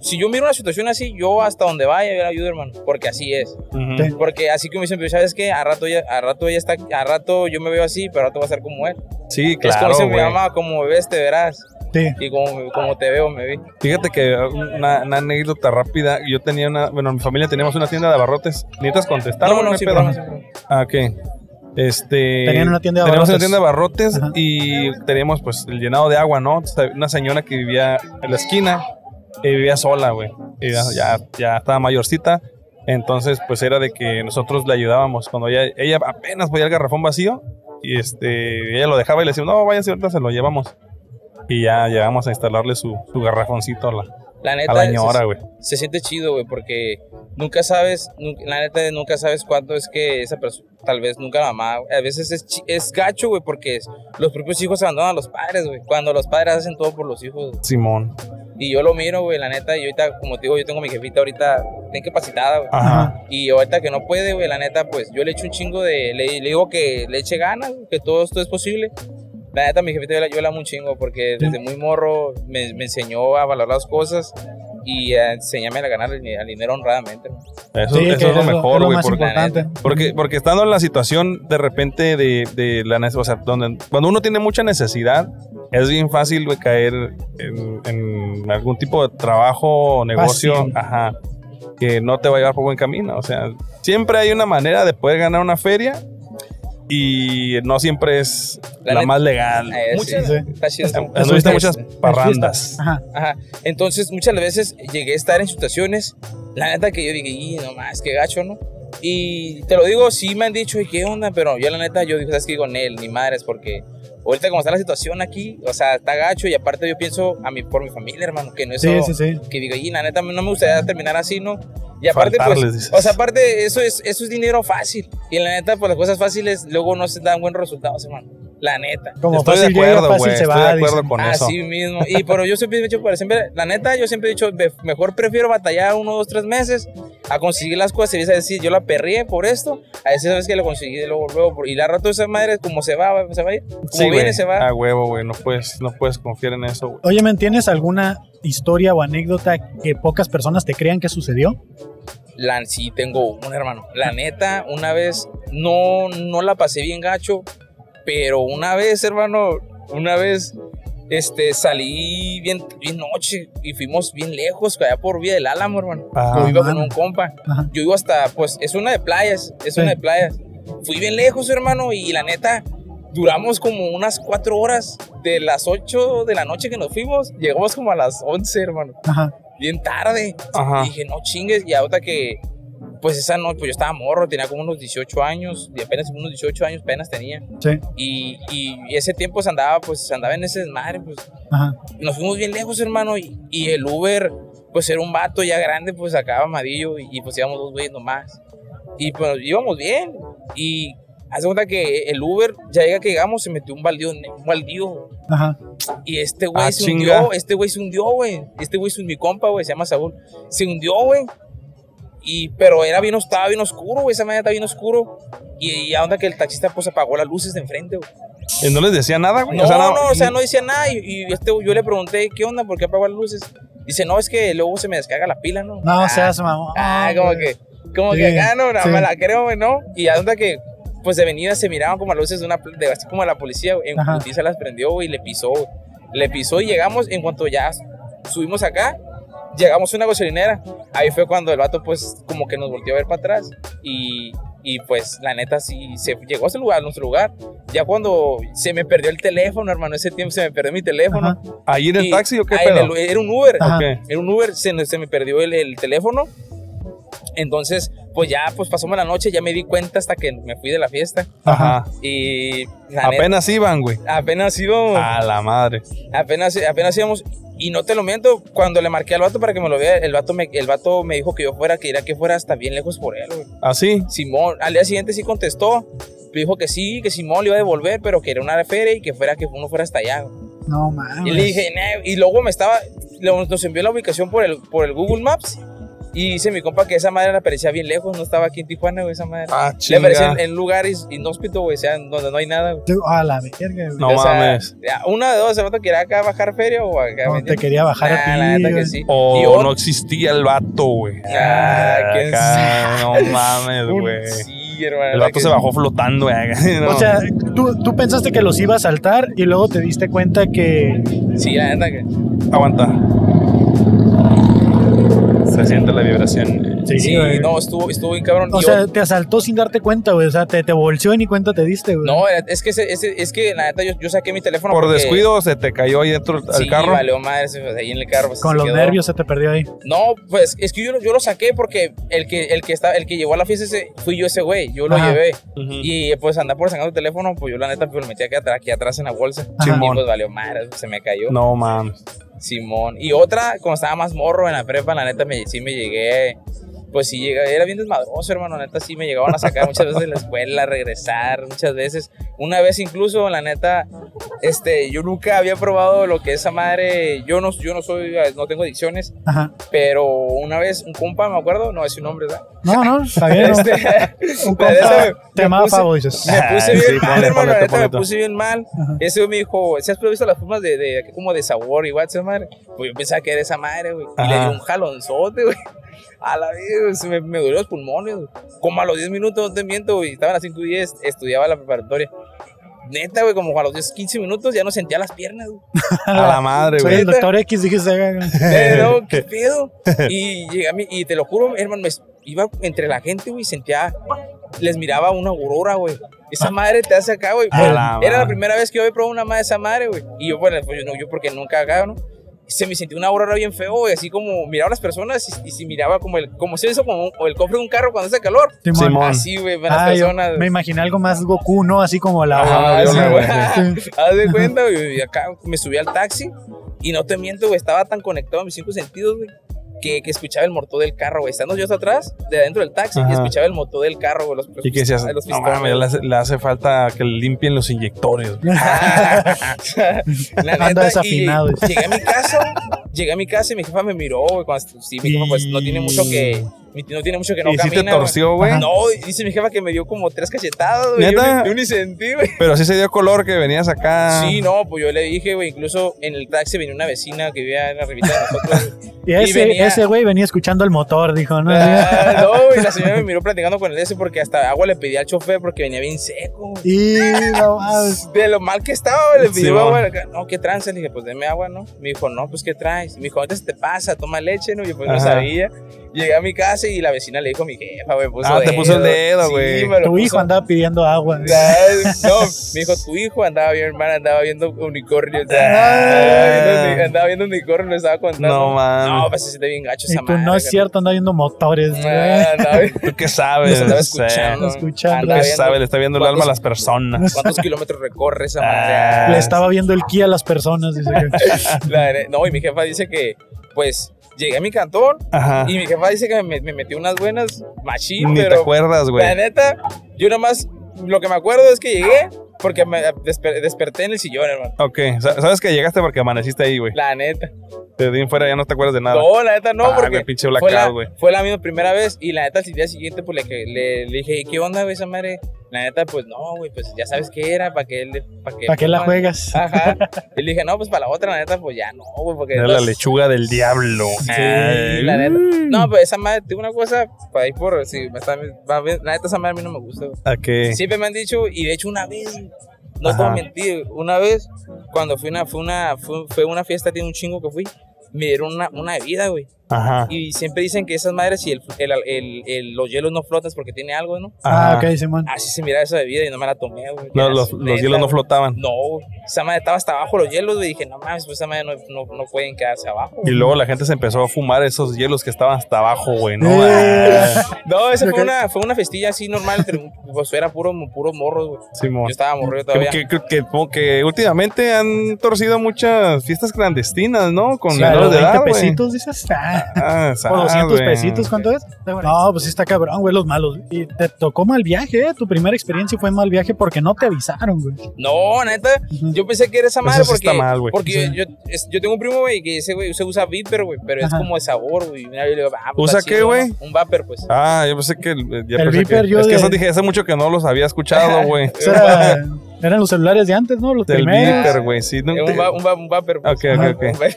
Si yo miro una situación así, yo hasta donde vaya, yo la ayudo, hermano. Porque así es.
Ujú.
Sí.
Porque así como dicen, ¿sabes qué? A rato, ya, a rato ya está, a rato yo me veo así, pero a rato va a ser como él.
Sí,
es como
claro,
dice mi
güey.
mamá, como me ves te verás.
Sí.
Y como, como te veo me vi.
Fíjate que ah, una, una anécdota rápida. Yo tenía una. Bueno, en mi familia teníamos una tienda de abarrotes. ¿Necesitas contestar?
No,
güey?
no,
hay
sí,
pedo.
broma, sí, broma.
Ah, ¿qué? Este.
Tenían una tienda de
Teníamos una
abarrotes.
tienda de abarrotes
Ajá.
y teníamos, pues, el llenado de agua, ¿no? Entonces, Una señora que vivía en la esquina eh, vivía sola, güey. Y Ya, ya, ya estaba mayorcita. Entonces, pues era de que nosotros le ayudábamos. Cuando ella, ella apenas podía el garrafón vacío, y este, ella lo dejaba y le decía, no, váyase, ahorita se lo llevamos. Y ya llegamos a instalarle su, su garrafoncito a la,
La neta,
a la señora, güey.
se, se siente chido, güey, porque nunca sabes, nunca- la neta, nunca sabes cuánto es que esa persona, tal vez nunca la mamá, a veces es, chi- es gacho, güey, porque es- los propios hijos abandonan a los padres, güey, cuando los padres hacen todo por los hijos. güey.
Simón.
Y yo lo miro, güey, la neta, y ahorita, como te digo, yo tengo a mi jefita ahorita bien capacitada, güey.
Ajá.
Y ahorita que no puede, güey, la neta, pues yo le echo un chingo de. Le, le digo que le eche ganas, güey, que todo esto es posible. La neta, mi jefita, yo la, yo la amo un chingo porque desde muy morro me, me enseñó a valorar las cosas. y eh, enséñame a ganar el, al dinero honradamente. ¿no?
Eso,
Sí,
eso
que
es lo mejor, güey.
más
porque-
importante.
Porque, porque estando en la situación de repente de, de la nece- o sea, donde, cuando uno tiene mucha necesidad, es bien fácil güey, caer en, en algún tipo de trabajo o negocio
Fácil.
ajá, que no te va a llevar por buen camino. O sea, siempre hay una manera de poder ganar una feria y no siempre es
La
la,
neta-
más legal.
Eh, sí,
Sí, sí.
Está chido.
Has
Eso
visto
es-
muchas parrandas.
Ajá.
Ajá. Entonces, muchas de las veces llegué a estar en situaciones, la neta que yo dije, y no más, qué gacho, ¿no? Y te lo digo, sí me han dicho, ¿y qué onda? Pero yo, la neta, yo dije, ¿sabes qué? Con él, ni madres, porque ahorita como está la situación aquí, o sea, está gacho, y aparte yo pienso a mi, por mi familia, hermano, que no es
Sí,
eso,
sí, sí.
que diga, y la neta, no me gustaría terminar así, ¿no? Y aparte,
Faltarles,
pues,
dices.
o sea, aparte, eso es, eso es dinero fácil. Y la neta, pues las cosas fáciles luego no se dan buenos resultados, hermano. La neta.
Como
Estoy de
fácil llega,
acuerdo,
fácil
güey.
se
Estoy
va.
de acuerdo
dicen.
con eso.
Así mismo. Y pero yo siempre he dicho, para siempre, la neta, yo siempre he dicho, "Me- mejor prefiero batallar uno, dos, tres meses a conseguir las cosas. Y es decir, yo la perrié por esto, a veces sabes que lo conseguí luego, luego. por- Y la rato de esa madre, como se va, va- se va a ir. Como
Sí,
viene,
güey, Ah.
se va.
A huevo, güey. No puedes, no puedes confiar en eso, güey.
Oye, ¿me tienes alguna historia o anécdota que pocas personas te crean que sucedió?
La, sí, tengo un hermano. La neta, una vez no, no la pasé bien gacho, pero una vez, hermano, una vez este, salí bien, bien noche y fuimos bien lejos, allá por Vía del Álamo, hermano.
Ajá.
Yo iba con
mano.
un compa.
Ajá.
Yo iba hasta, pues, es una de playas, es
Sí.
una de playas. Fui bien lejos, hermano, y la neta, duramos como unas cuatro horas. De las 8 de la noche que nos fuimos, llegamos como a las 11, hermano.
Ajá.
Bien tarde.
Ajá.
Y dije, no chingues. Y ahorita que, pues esa noche, pues yo estaba morro, tenía como unos 18 años, y apenas unos 18 años, apenas tenía.
Sí.
Y, y ese tiempo se andaba, pues se andaba en ese desmadre, pues
Ajá.
nos fuimos bien lejos, hermano, y, y el Uber, pues era un vato ya grande, pues acá amadillo, y, y, pues íbamos dos güeyes nomás. Y pues íbamos bien, y hace cuenta que el Uber, ya llega que llegamos, se metió un baldío, un baldío,
Ajá.
y este güey
Ah,
se
chinga.
hundió, este güey se hundió, güey, este güey es mi compa, güey, se llama Saúl, se hundió, güey. Y, pero era bien, estaba bien oscuro, güey, esa mañana estaba bien oscuro. Y, y a onda que el taxista pues apagó las luces de enfrente, güey.
Y Eh, no les decía nada, "Mm, güey.
No,
O sea,
no, o sea, no decía nada. Y, y este, yo le pregunté, ¿qué onda? ¿Por qué apagó las luces? Dice, no, es que luego se me descarga la pila, ¿no?
No
Ah,
seas mamón.
Ah, como
güey.
que, como
Sí,
que acá, no, no
sí.
me la creo, güey, ¿no? Y ya onda que, pues de venida se miraban como a luces de una, pl- de, así como a la policía, güey. En
Ajá.
putiza las prendió, güey, y le pisó, güey. Le pisó y llegamos, en cuanto ya subimos acá, llegamos a una gasolinera. Ahí fue cuando el vato, pues, como que nos volteó a ver para atrás. Y, y, pues, la neta, sí, se llegó a ese lugar, a nuestro lugar. Ya cuando se me perdió el teléfono, hermano, ese tiempo se me perdió mi teléfono.
Ajá.
¿Ahí en el
Y-
taxi o qué
ah, en
pedo?
el- era un Uber.
Ajá.
Ok.
En un Uber se, se me perdió el, el teléfono. Entonces, pues ya, pues pasó la noche, ya me di cuenta hasta que me fui de la fiesta.
Ajá.
Y la neta,
Apenas Ah. iban, güey.
apenas íbamos,
A la madre.
apenas, apenas íbamos. Y no te lo miento, cuando le marqué al vato para que me lo vea, el vato me, el vato me dijo que yo fuera, que irá que fuera hasta bien lejos por él, güey.
Así.
Simón, al día siguiente sí contestó. Me dijo que sí, que Simón le iba a devolver, pero que era una feria y que fuera que uno fuera hasta allá. güey.
No Ah, mames.
Y le dije, "Nah", y luego me estaba, lo- nos envió la ubicación por el, por el Google Maps. Y dice mi compa que esa madre la parecía bien lejos, no estaba aquí en Tijuana, güey, esa madre.
Ah,
le parecía
chinga.
en, en lugares inhóspitos, güey, o sea, donde no hay nada, güey.
Tú- A la verga, güey.
No
O sea,
mames.
ya, Una de dos, el vato que era acá a bajar feria o acá.
No,
¿me
te
entiendes?
quería bajar
Nah,
a
la
ti.
neta que
güey.
sí. y "Ah,
O
ot-
no existía el vato, güey.
Ah, quién
Acá, no mames,
un-
güey.
<laughs> Sí, hermano.
El
la
vato
que-
se bajó flotando, güey. <laughs> acá, no.
O sea, tú, tú pensaste que los iba a saltar y luego te diste cuenta que.
Sí, la neta que.
aguanta. Se siente la vibración.
Sí,
Sí,
güey.
no, estuvo, estuvo bien cabrón.
O
Y
sea, te asaltó sin darte cuenta, güey. O sea, te, te bolseó y ni cuenta te diste, güey.
No, era- es que, ese- ese- es que la neta yo, yo saqué mi teléfono.
Por
porque-
descuido se te cayó ahí dentro del
Sí,
carro.
valió madre, se- ahí en el carro. pues,
Con
se
los
quedó.
nervios se te perdió ahí.
No, pues es que yo, lo- yo lo saqué porque el que, el que estaba, el que llegó a la fiesta ese, fui yo ese güey, yo lo
Ajá.
llevé.
Ujú.
Y pues andar por sacando el teléfono, pues yo la neta pues, lo metí aquí atrás, aquí atrás en la bolsa.
Ajá.
Y pues valió madre, se me cayó.
No
<laughs>
mames.
Simón. Y otra, cuando estaba más morro en la prepa, la neta me, sí me llegué. Pues sí, llegué, era bien desmadroso, hermano. La neta sí me llegaban a sacar muchas veces de la escuela, a regresar, muchas veces. Una vez incluso, la neta, Este, yo nunca había probado lo que esa madre. Yo no, yo no soy, no tengo adicciones,
Ajá.
pero una vez un compa, me acuerdo, no es su nombre, ¿verdad?
No, no, está bien.
Este,
Un
la neta,
compa
me-
te
me
amaba
puse-
Favo, dices.
Me puse
Ah,
bien
sí,
mal,
ponle,
hermano, la
ponle,
neta, me
ponle.
puse bien mal.
Ajá.
Ese güey me dijo, ¿se has visto las formas de, de, de- como de sabor y esa madre? Pues yo pensaba que era esa madre, güey. Y le
Ajá.
di un jalonzote, güey. A la vez, me, me dolió los pulmones. güey. Como a los 10 minutos, no te miento, güey. Estaba a las 5 y 10, estudiaba la preparatoria. Neta, güey, como a los 10, 15 minutos ya no sentía las piernas, güey.
A la madre,
Soy
güey.
el doctor X, dijiste. Eh,
Pero, ¿qué
<laughs>
pedo? Y llegué a mí, y te lo juro, hermano, me iba entre la gente, güey, sentía, les miraba una aurora, güey.
Ah.
Esa madre te hace acá, güey.
A
Era
la
era la
madre.
primera vez que yo había probado una madre de esa madre, güey. Y yo, bueno, pues yo, no, yo porque nunca acá, ¿no? Se me sentía una aurora bien feo, güey, así como miraba a las personas y, y si miraba como el, como se hizo como un- o el cofre de un carro cuando hace calor.
Simón.
Simón.
Así, güey, para
Ah,
las
yo
personas.
me imaginé algo más Goku, ¿no? Así como la
Ajá, yo
Sí,
la-
güey.
Haz de cuenta, güey, y acá me subí al taxi y no te miento, güey, estaba tan conectado a mis cinco sentidos, güey, que, que escuchaba el motor del carro, güey. Estando yo hasta atrás, de adentro del taxi,
Ajá.
y escuchaba el motor del carro, güey, los, los
Y que
pist-
se hace,
los
no
pistones.
mames, le hace, le hace falta que le limpien los inyectores. güey.
<laughs> La
Anda
neta, y
desafinado.
Llegué a mi casa, llegué a mi casa y mi jefa me miró, güey, cuando sí, mi jefa pues no tiene mucho que, no tiene mucho que no
y sí
camina.
te
güey.
torció, güey.
No, dice mi jefa que me dio como tres cachetadas, güey. Yo,
¿Neta?
ni- yo ni sentí, güey.
Pero sí se dio color que venías acá.
Sí, no, pues yo le dije, güey, incluso en el taxi venía una vecina que vivía en la revista de nosotros.
<laughs>
Y
Y
ese,
venía-
ese güey venía escuchando el motor, dijo, ¿no?
Ah, no, y la señora me miró platicando con el ese porque hasta agua le pedí al chofer porque venía bien seco. güey.
Y no mames.
<laughs>
De lo mal que estaba, güey, le
Sí,
pidió
va.
agua. No, ¿qué tranza? Le dije, pues deme agua, ¿no? Me dijo, no, pues ¿qué traes? Me dijo, ahorita se te pasa, toma leche, ¿no? Yo pues no
Ajá.
sabía. Llegué a mi casa y la vecina le dijo a mi jefa, güey, puso
Ah, te puso el dedo,
Sí,
güey.
me lo
Tu
puso.
hijo andaba pidiendo agua.
No, me dijo, tu hijo andaba bien, hermana, andaba viendo unicornio. Andaba andaba viendo unicornio, le estaba
<laughs>
contando.
Ah. No mames.
No, pues se siente bien gacho
Y
esa
tú,
madre.
no es
carnal".
cierto, anda viendo motores. güey.
Ah, andaba bien-
¿Tú qué sabes? <laughs>
Nos andaba
Sí.
pues, escuchando.
Escuchando.
¿Tú
Andaba
qué
viendo
sabes? Le está viendo el alma a
cuántos-
las
<laughs>
personas.
¿Cuántos kilómetros recorre esa
Ah.
madre?
Le estaba viendo el ki a las personas. dice
<laughs>
que-
<laughs> La neta- no, y mi jefa dice que, pues, llegué a mi cantón
Ajá.
y mi jefa dice que me, me metió unas buenas machín,
Ni te
pero
acuerdas,
la
güey.
neta, yo nomás, lo que me acuerdo es que llegué porque me desper- desperté en el sillón, hermano.
Ok, sa- sabes que llegaste porque amaneciste ahí, güey.
La neta.
Te di en fuera, ya no te acuerdas de nada.
No, la neta no,
Ah,
porque
güey, pinche
fue, la,
blackout, güey.
fue la misma primera vez y la neta, al día siguiente, pues, le, que- le, le dije, "¿Y ¿qué onda, güey, esa madre? La neta, pues, no, güey, pues, ya sabes qué era, para que él... ¿Para que,
¿Para qué la
no,
juegas?
Ah,
Ajá. <laughs> Y le dije, no, pues para la otra, la neta, pues ya no, güey, porque.
Era la
entonces-
lechuga del diablo.
Sí, la neta. No, pues esa madre, tengo una cosa para ir por. Si me está, va a ver- la neta, esa madre a mí no me gusta. güey.
¿A qué?
Siempre me han dicho, y de hecho, una vez, güey, no te voy
Ajá.
a mentir, una vez, cuando fui una, fue una, fue, fue una fiesta, tiene un chingo que fui, me dieron una, una bebida, güey.
Ajá.
Y siempre dicen que esas madres, si el, el, el- el- los hielos no flotas porque tiene algo, ¿no?
Ah,
Ajá.
ok, Simón.
Así se miraba esa bebida y no me la tomé, güey.
No,
Era
los,
su-
los
neta,
hielos no
güey.
flotaban.
No, güey. esa madre estaba hasta abajo los hielos, güey. Dije, no mames, pues esa madre no, no, no pueden quedarse abajo.
Y luego la gente se empezó a fumar esos hielos que estaban hasta abajo, güey. No,
Eh.
Ah,
No, esa
Yo
fue
creo-
una, fue una festilla así normal. entre un- pues era puro, puro morro, güey. Yo
Simón.
estaba morrido
Que,
todavía.
que, que- que- como que últimamente han torcido muchas fiestas clandestinas, ¿no? Con
Sí,
menores
¿los
de
20
edad, güey.
pesitos, dices. Ah,
Ah,
o 200
sabe.
pesitos, ¿cuánto es? No, pues sí está cabrón, güey, los malos. Y te tocó mal viaje, ¿eh? Tu primera experiencia fue mal viaje porque no te avisaron, güey.
No, neta,
Ujú.
yo pensé que era esa
Eso
madre
sí
porque,
está mal, güey.
porque
Sí.
yo, yo, es- yo tengo un primo, güey, que ese güey se usa Viper, güey, pero
Ajá.
es como de sabor, güey. Mira, yo le digo, ah, pues
¿Usa
está
qué,
chido,
güey?
¿no? Un Vapor, pues.
Ah, yo pensé que. ya
El
pensé
Viper,
que-
yo
Es que
de-
eso dije hace mucho que no los había escuchado, güey.
Eso Pues era- eran los celulares de antes, ¿no? Los
Del
primeros.
Viper, güey. Sí, no
Eh, un,
te-
va- un, va- un Vapor, pues.
Ok, ok, ok.
Un Vapor.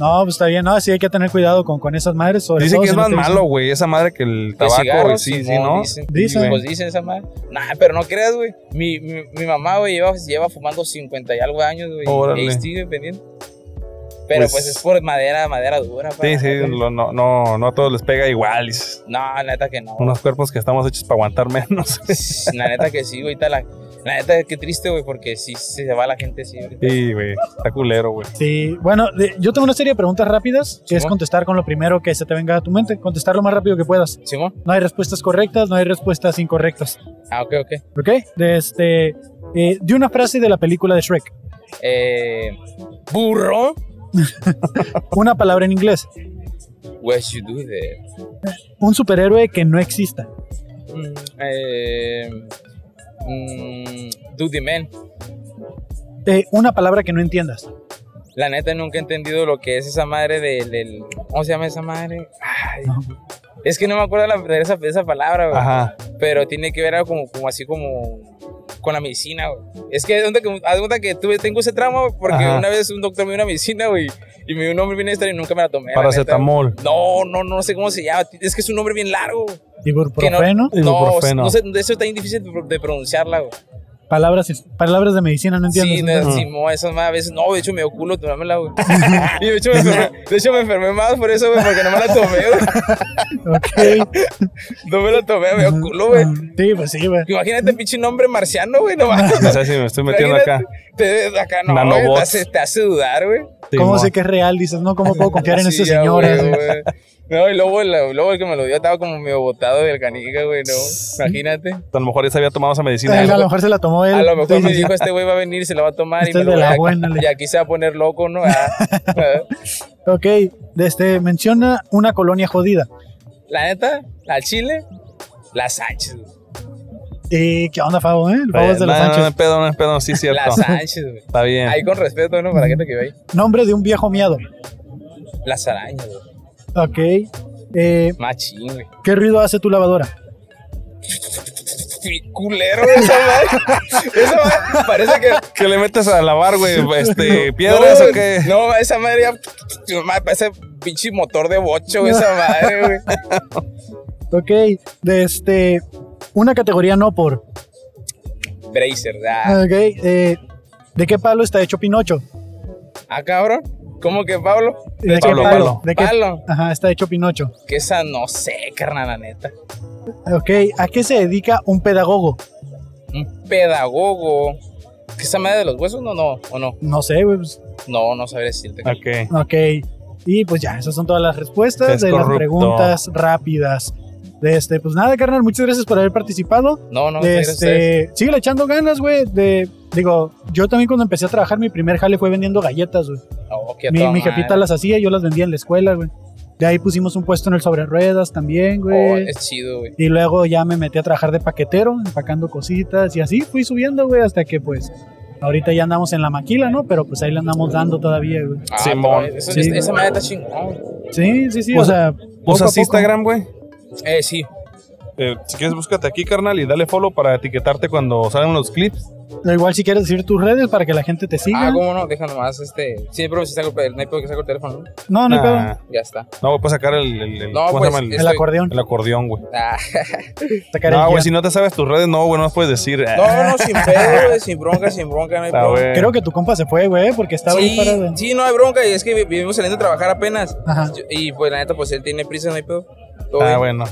No, pues está bien, no, sí hay que tener cuidado con, con esas madres. Sobre
Dicen
todo
que
si
es
no
más
te dicen.
malo, güey. Esa madre que el
De
tabaco, güey.
cigarros,
Sí, sí,
Simón,
¿no?
Dicen,
Dicen.
Pues dicen esa madre. Nah, pero no creas, güey. Mi, mi, mi mamá, güey, lleva, lleva fumando 50 y algo de años, güey.
Órale.
Y ahí sigue pendiente. Pero pues,
Pues-
es por madera, madera dura.
Sí,
para-
sí, lo- no, no, no a todos les pega igual. y s-
No, neta que no.
Unos cuerpos que estamos hechos para aguantar menos.
<laughs> La neta que sí, güey. está La, la neta que triste, güey, porque sí, sí se va la gente, sí. ahorita.
Sí, güey. Está culero, güey.
Sí, bueno, de- yo tengo una serie de preguntas rápidas, que es
Simón.
contestar con lo primero que se te venga a tu mente, contestar lo más rápido que puedas.
¿Simón?
No hay respuestas correctas, no hay respuestas incorrectas,
Ah, ok, ok.
¿ok? De, este, eh, de una frase de la película de Shrek,
Eh, burro.
una palabra en inglés,
What you do there?
un superhéroe que no exista,
Mm, eh, mm, do the man.
eh, una palabra que no entiendas.
La neta nunca he entendido lo que es esa madre del. del- ¿Cómo se llama esa madre? Ay,
No.
Es que no me acuerdo la- de esa, de esa palabra, güey.
Ajá.
Pero tiene que ver algo como, como así como con la medicina, güey. Es que haz de cuenta que- haz de cuenta que tuve, tengo ese trauma güey, porque
Ajá.
una vez un doctor me dio una medicina, güey, y me dio un nombre bien extraño y nunca me la tomé. la neta,
Paracetamol.
güey. No, no, no sé cómo se llama. Es que es un nombre bien largo. güey.
Ibuprofeno,
No,
Ibuprofeno.
no sé, eso está bien difícil de pro- de pronunciarla, güey.
palabras, palabras de medicina no entiendes.
Sí,
entonces,
no, Simón, esas más veces. No, de hecho me dio culo tomármela,
<laughs>
güey. y de hecho, me enfermé, de hecho me enfermé más por eso, güey, porque no me la tomé, güey. <laughs>
ok.
No me la tomé, me dio culo, güey.
Sí, pues sí, güey.
Imagínate, pinche nombre marciano, güey, no mames.
<laughs> No sé si <laughs> me estoy metiendo acá.
Imagínate, Te, acá no, güey,
Nanobots.
te, hace, te hace dudar, güey.
¿Cómo
Simón.
sé que es real? Dices, no, ¿cómo puedo confiar en
<laughs> Sí,
esta
ya,
señora?
güey, güey. No, y luego, el- luego el que me lo dio estaba como medio botado del canica, güey, no. Imagínate.
A lo mejor ya se había tomado esa medicina.
Eh, A lo mejor se la tomó él.
A lo mejor
Sí,
me
sí, sí.
dijo, este güey va a venir, se la va a tomar y
Este
me
es
lo
de
voy
la
a-
buena, le-
Y aquí se va a poner loco, ¿no?
<laughs>
Ah, ah.
Ok, este, menciona una colonia jodida.
La neta, la Chile, la Sánchez. güey.
¿Y qué onda, Fabo? Eh? El Fabo
Eh,
es de los
no, no, no,
Sánchez.
no es pedo, no es pedo, sí, es cierto.
La Sánchez, güey.
Está bien.
Ahí con respeto, ¿no? Para la gente que ve ahí.
Nombre de un viejo miado.
Las arañas, güey.
Ok. Eh,
Machín, güey.
¿Qué ruido hace tu lavadora?
Qué culero, güey, esa
<laughs>
madre. Esa madre parece que.
¿Qué le metes a lavar, güey? Este, ¿Piedras
no,
o qué?
No, esa madre ya. no, madre, Parece pinche motor de bocho, güey, esa madre, güey.
Ok. De este. Una categoría no por.
Bracer, ah.
Ok. eh, ¿De qué palo está hecho Pinocho?
ah, cabrón. ¿Cómo que Pablo?
¿De
Pablo,
qué
Pablo.
¿De qué?
Pablo.
Ajá, está hecho Pinocho.
Que esa no sé, carnal, la neta.
Ok. ¿A qué se dedica un pedagogo?
Un pedagogo. ¿Que esa madre de los huesos? No, no, o no.
No sé, güey. pues,
No, no sabré decirte.
Ok.
Ok. Y pues ya, esas son todas las respuestas
Es
de
corrupto.
las preguntas rápidas. De este, pues nada, carnal, muchas gracias por haber participado.
No, no,
De
gracias a ustedes.
este, síguele echando ganas, güey. De, digo, yo también cuando empecé a trabajar, mi primer jale fue vendiendo galletas, güey.
Oh, que a
Mi,
toda
mi
madre.
jefita las hacía, yo las vendía en la escuela, güey. De ahí pusimos un puesto en el sobre ruedas también,
Oh,
güey.
es chido, güey.
Y luego ya me metí a trabajar de paquetero, empacando cositas y así fui subiendo, güey, hasta que pues ahorita ya andamos en la maquila, ¿no? Pero pues ahí le andamos dando todavía, güey.
Ah,
Simón.
pero eso-
Sí.
esa- Esa madre está chingón.
Sí, sí, sí,
Pues-
o sea,
Pues
poco a poco.
así Instagram, güey.
Eh, sí.
Eh, si quieres, búscate aquí, carnal, y dale follow para etiquetarte cuando salgan los clips.
igual si quieres decir tus redes para que la gente te siga.
Ah, cómo no, deja nomás este. Siempre me saco el teléfono, no hay por qué saco el teléfono. ¿no?
no, no hay pedo.
Nah,
Ya está.
no, voy a sacar el, el, el-
No,
¿cómo
pues,
se llama? El,
El
estoy-
acordeón.
el acordeón, güey. <laughs>
Ah,
sacar el
No,
guía.
güey, si no te sabes tus redes, no, güey, no las puedes decir. Ah,
No, no, sin pedo, güey, sin bronca, sin bronca, no hay
está,
bronca.
güey.
Creo que tu compa se fue, güey, porque estaba ahí
Sí,
parado.
sí, no hay bronca, y es que vi- vivimos saliendo a trabajar apenas.
Ajá.
Yo- Y pues la neta, pues él tiene prisa, no hay pedo. Todo
Ah,
bien.
bueno.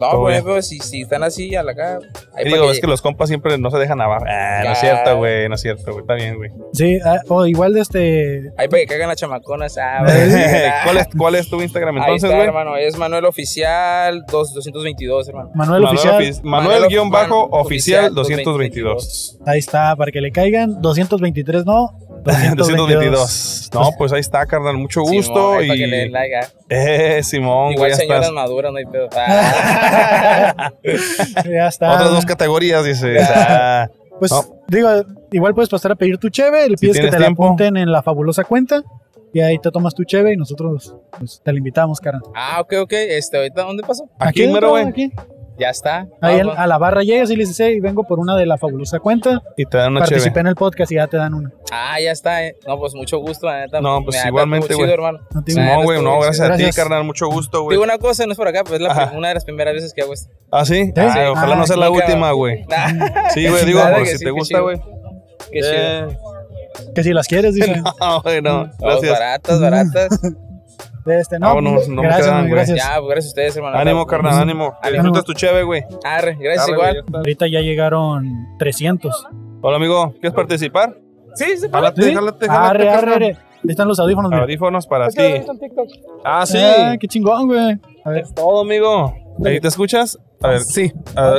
No,
todo
por
bien.
ejemplo, si, si están así a la cara.
Y digo, es que los compas siempre no se dejan abajo. Ah, no es
Ah.
cierto, güey, no es cierto, güey. Está bien,
<laughs>
güey.
Sí, ah, o igual de este.
Ahí para que cagan las chamaconas.
<laughs>
Ah,
¿Cuál es, ¿Cuál es tu Instagram
Ahí
entonces,
está,
güey?
hermano. Es Manuel Oficial 2- 222, hermano.
Manuel, Oficial,
Ofi- Manuel guión bajo oficial 222.
222.
ahí está, para que le caigan. 223, no.
<laughs>
222.
222. No, pues ahí está, carnal. Mucho gusto.
Simón, ahí
y...
para que le den like, ah.
Eh, Simón, güey,
Igual
ya
señoras
estás.
maduras, no hay
<laughs>
pedo. Ah.
<laughs> ya está.
Otras dos categorías, dice. Ah,
Pues
No.
digo, igual puedes pasar a pedir tu cheve, le
Si
pides que
tienes
te la
tiempo.
apunten en la fabulosa cuenta y ahí te tomas tu cheve y nosotros pues, te la invitamos, cara.
ah, ok, ok. Este, ahorita, ¿dónde pasó?
<laughs> aquí, mero,
dentro,
güey.
aquí.
Ya está.
Ah,
pues,
Ahí en-
Vamos.
a la barra llegas y le dices, hey, vengo por una de la fabulosa cuenta,
Y te dan una
participé
chévere.
en el podcast y ya te dan una.
Ah, ya está. eh. No, pues mucho gusto, la neta.
No, pues,
La neta,
igualmente,
estuvo
güey.
chido, hermano.
No te-
Sí,
Simón, güey, no, gracias, a ti,
Gracias.
carnal. Mucho gusto, güey.
Digo una cosa, no es por acá, pues es la
Ajá.
pri- una de las primeras veces que hago esto. <laughs>
¿Ah, sí?
¿Sí?
Ah, ojalá
Ah,
no sea la
qué ¿Eh? cabrón.
última, güey.
Ah,
Sí, güey, digo,
Claro
por
que
si
<laughs> sí,
te
qué
gusta,
chido.
güey.
Qué chido.
Eh, <laughs>
que si las quieres, dice.
No, güey, no.
No,
Gracias.
baratas, baratas.
De este, no,
Vámonos, Ah, no me
gracias,
quedan,
güey,
güey.
gracias.
ya, pues, <laughs> gracias a ustedes, hermano.
Ánimo, carnal,
Ujú.
ánimo. Que
Ánimo.
disfrutes tu chévere, güey.
Arre, gracias
Arre,
igual.
güey, ya está.
Ahorita ya llegaron 300.
Hola, amigo, ¿quieres participar?
Sí, ¿Ah, sí,
Jálate,
¿Sí? Ah,
jálate,
Arre,
jálate.
arre,
carnal.
arre. Ahí están los audífonos, mira.
Audífonos para
Es que lo he
ti.
visto en TikTok.
Ah, sí.
Ah, qué chingón, güey. A ver,
Es todo, amigo. ¿Ahí te escuchas? A ver, sí.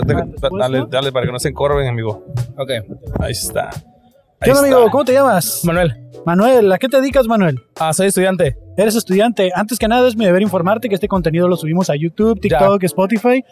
dale, dale, para que no se encorven, amigo.
Ok.
Ahí está.
¿Qué
Ahí
onda,
está.
amigo? ¿Cómo te llamas?
Manuel,
Manuel, ¿a qué te dedicas, Manuel?
ah, soy estudiante.
eres estudiante, antes que nada es mi deber informarte que este contenido lo subimos a YouTube, TikTok, Spotify,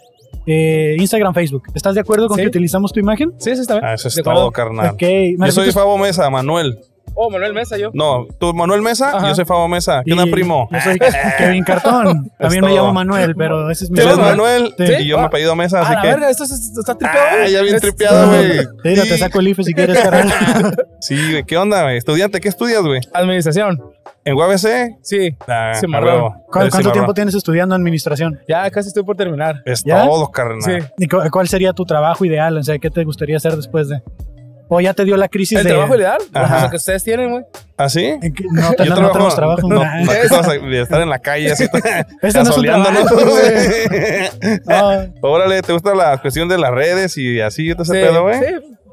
eh, Instagram, Facebook. ¿Estás de acuerdo con
Sí.
que utilizamos tu imagen?
Sí, sí, está bien.
bien.
Ah, eso es
De
todo,
acuerdo.
carnal.
Ok, ¿me
Yo soy
repites?
Fabo Mesa, Manuel.
Oh, Manuel Mesa, yo.
No, tú, Manuel Mesa,
Ajá.
yo soy Fabo Mesa. ¿Qué onda,
Y
primo? Ah,
Yo
<laughs>
soy Kevin Cartón. También me
todo.
llamo Manuel, pero ese es mi
Tú eres
nombre.
Manuel
Sí. Ah,
y yo me he pedido Mesa,
A
así
la
que.
verga, esto es- esto está tripeado,
Ah,
güey.
ya bien
Es-
tripeado, güey.
Mira, te
Sí.
saco el IFE si quieres, carnal.
Sí, güey, ¿qué onda, güey? Estudiante, ¿qué estudias, güey?
Administración,
¿En UABC?
sí. <laughs>
Ah,
Sí,
a
marrón.
huevo.
¿Cuál-
Eres
¿Cuánto
cimarrón.
tiempo tienes estudiando administración?
Ya casi estoy por terminar.
Es
¿Ya?
todo, carnal.
Sí.
¿Y cu- ¿Cuál sería tu trabajo ideal? O sea, ¿qué te gustaría hacer después de...? ¿O ya te dio la crisis
¿El
de...?
trabajo ideal?
Ajá.
Pues, Lo que ustedes tienen, güey.
¿Ah, sí?
en que- No, ten- no tenemos
<laughs>
trabajo.
No,
Ah,
no, tú vas a estar en la calle <laughs> así,
Ese no es un
asoleándonos,
trabajo,
<laughs> güey.
ah,
Órale, ¿te gusta la cuestión de las redes y así y todo ese
Sí,
¿Este pedo, güey?
sí.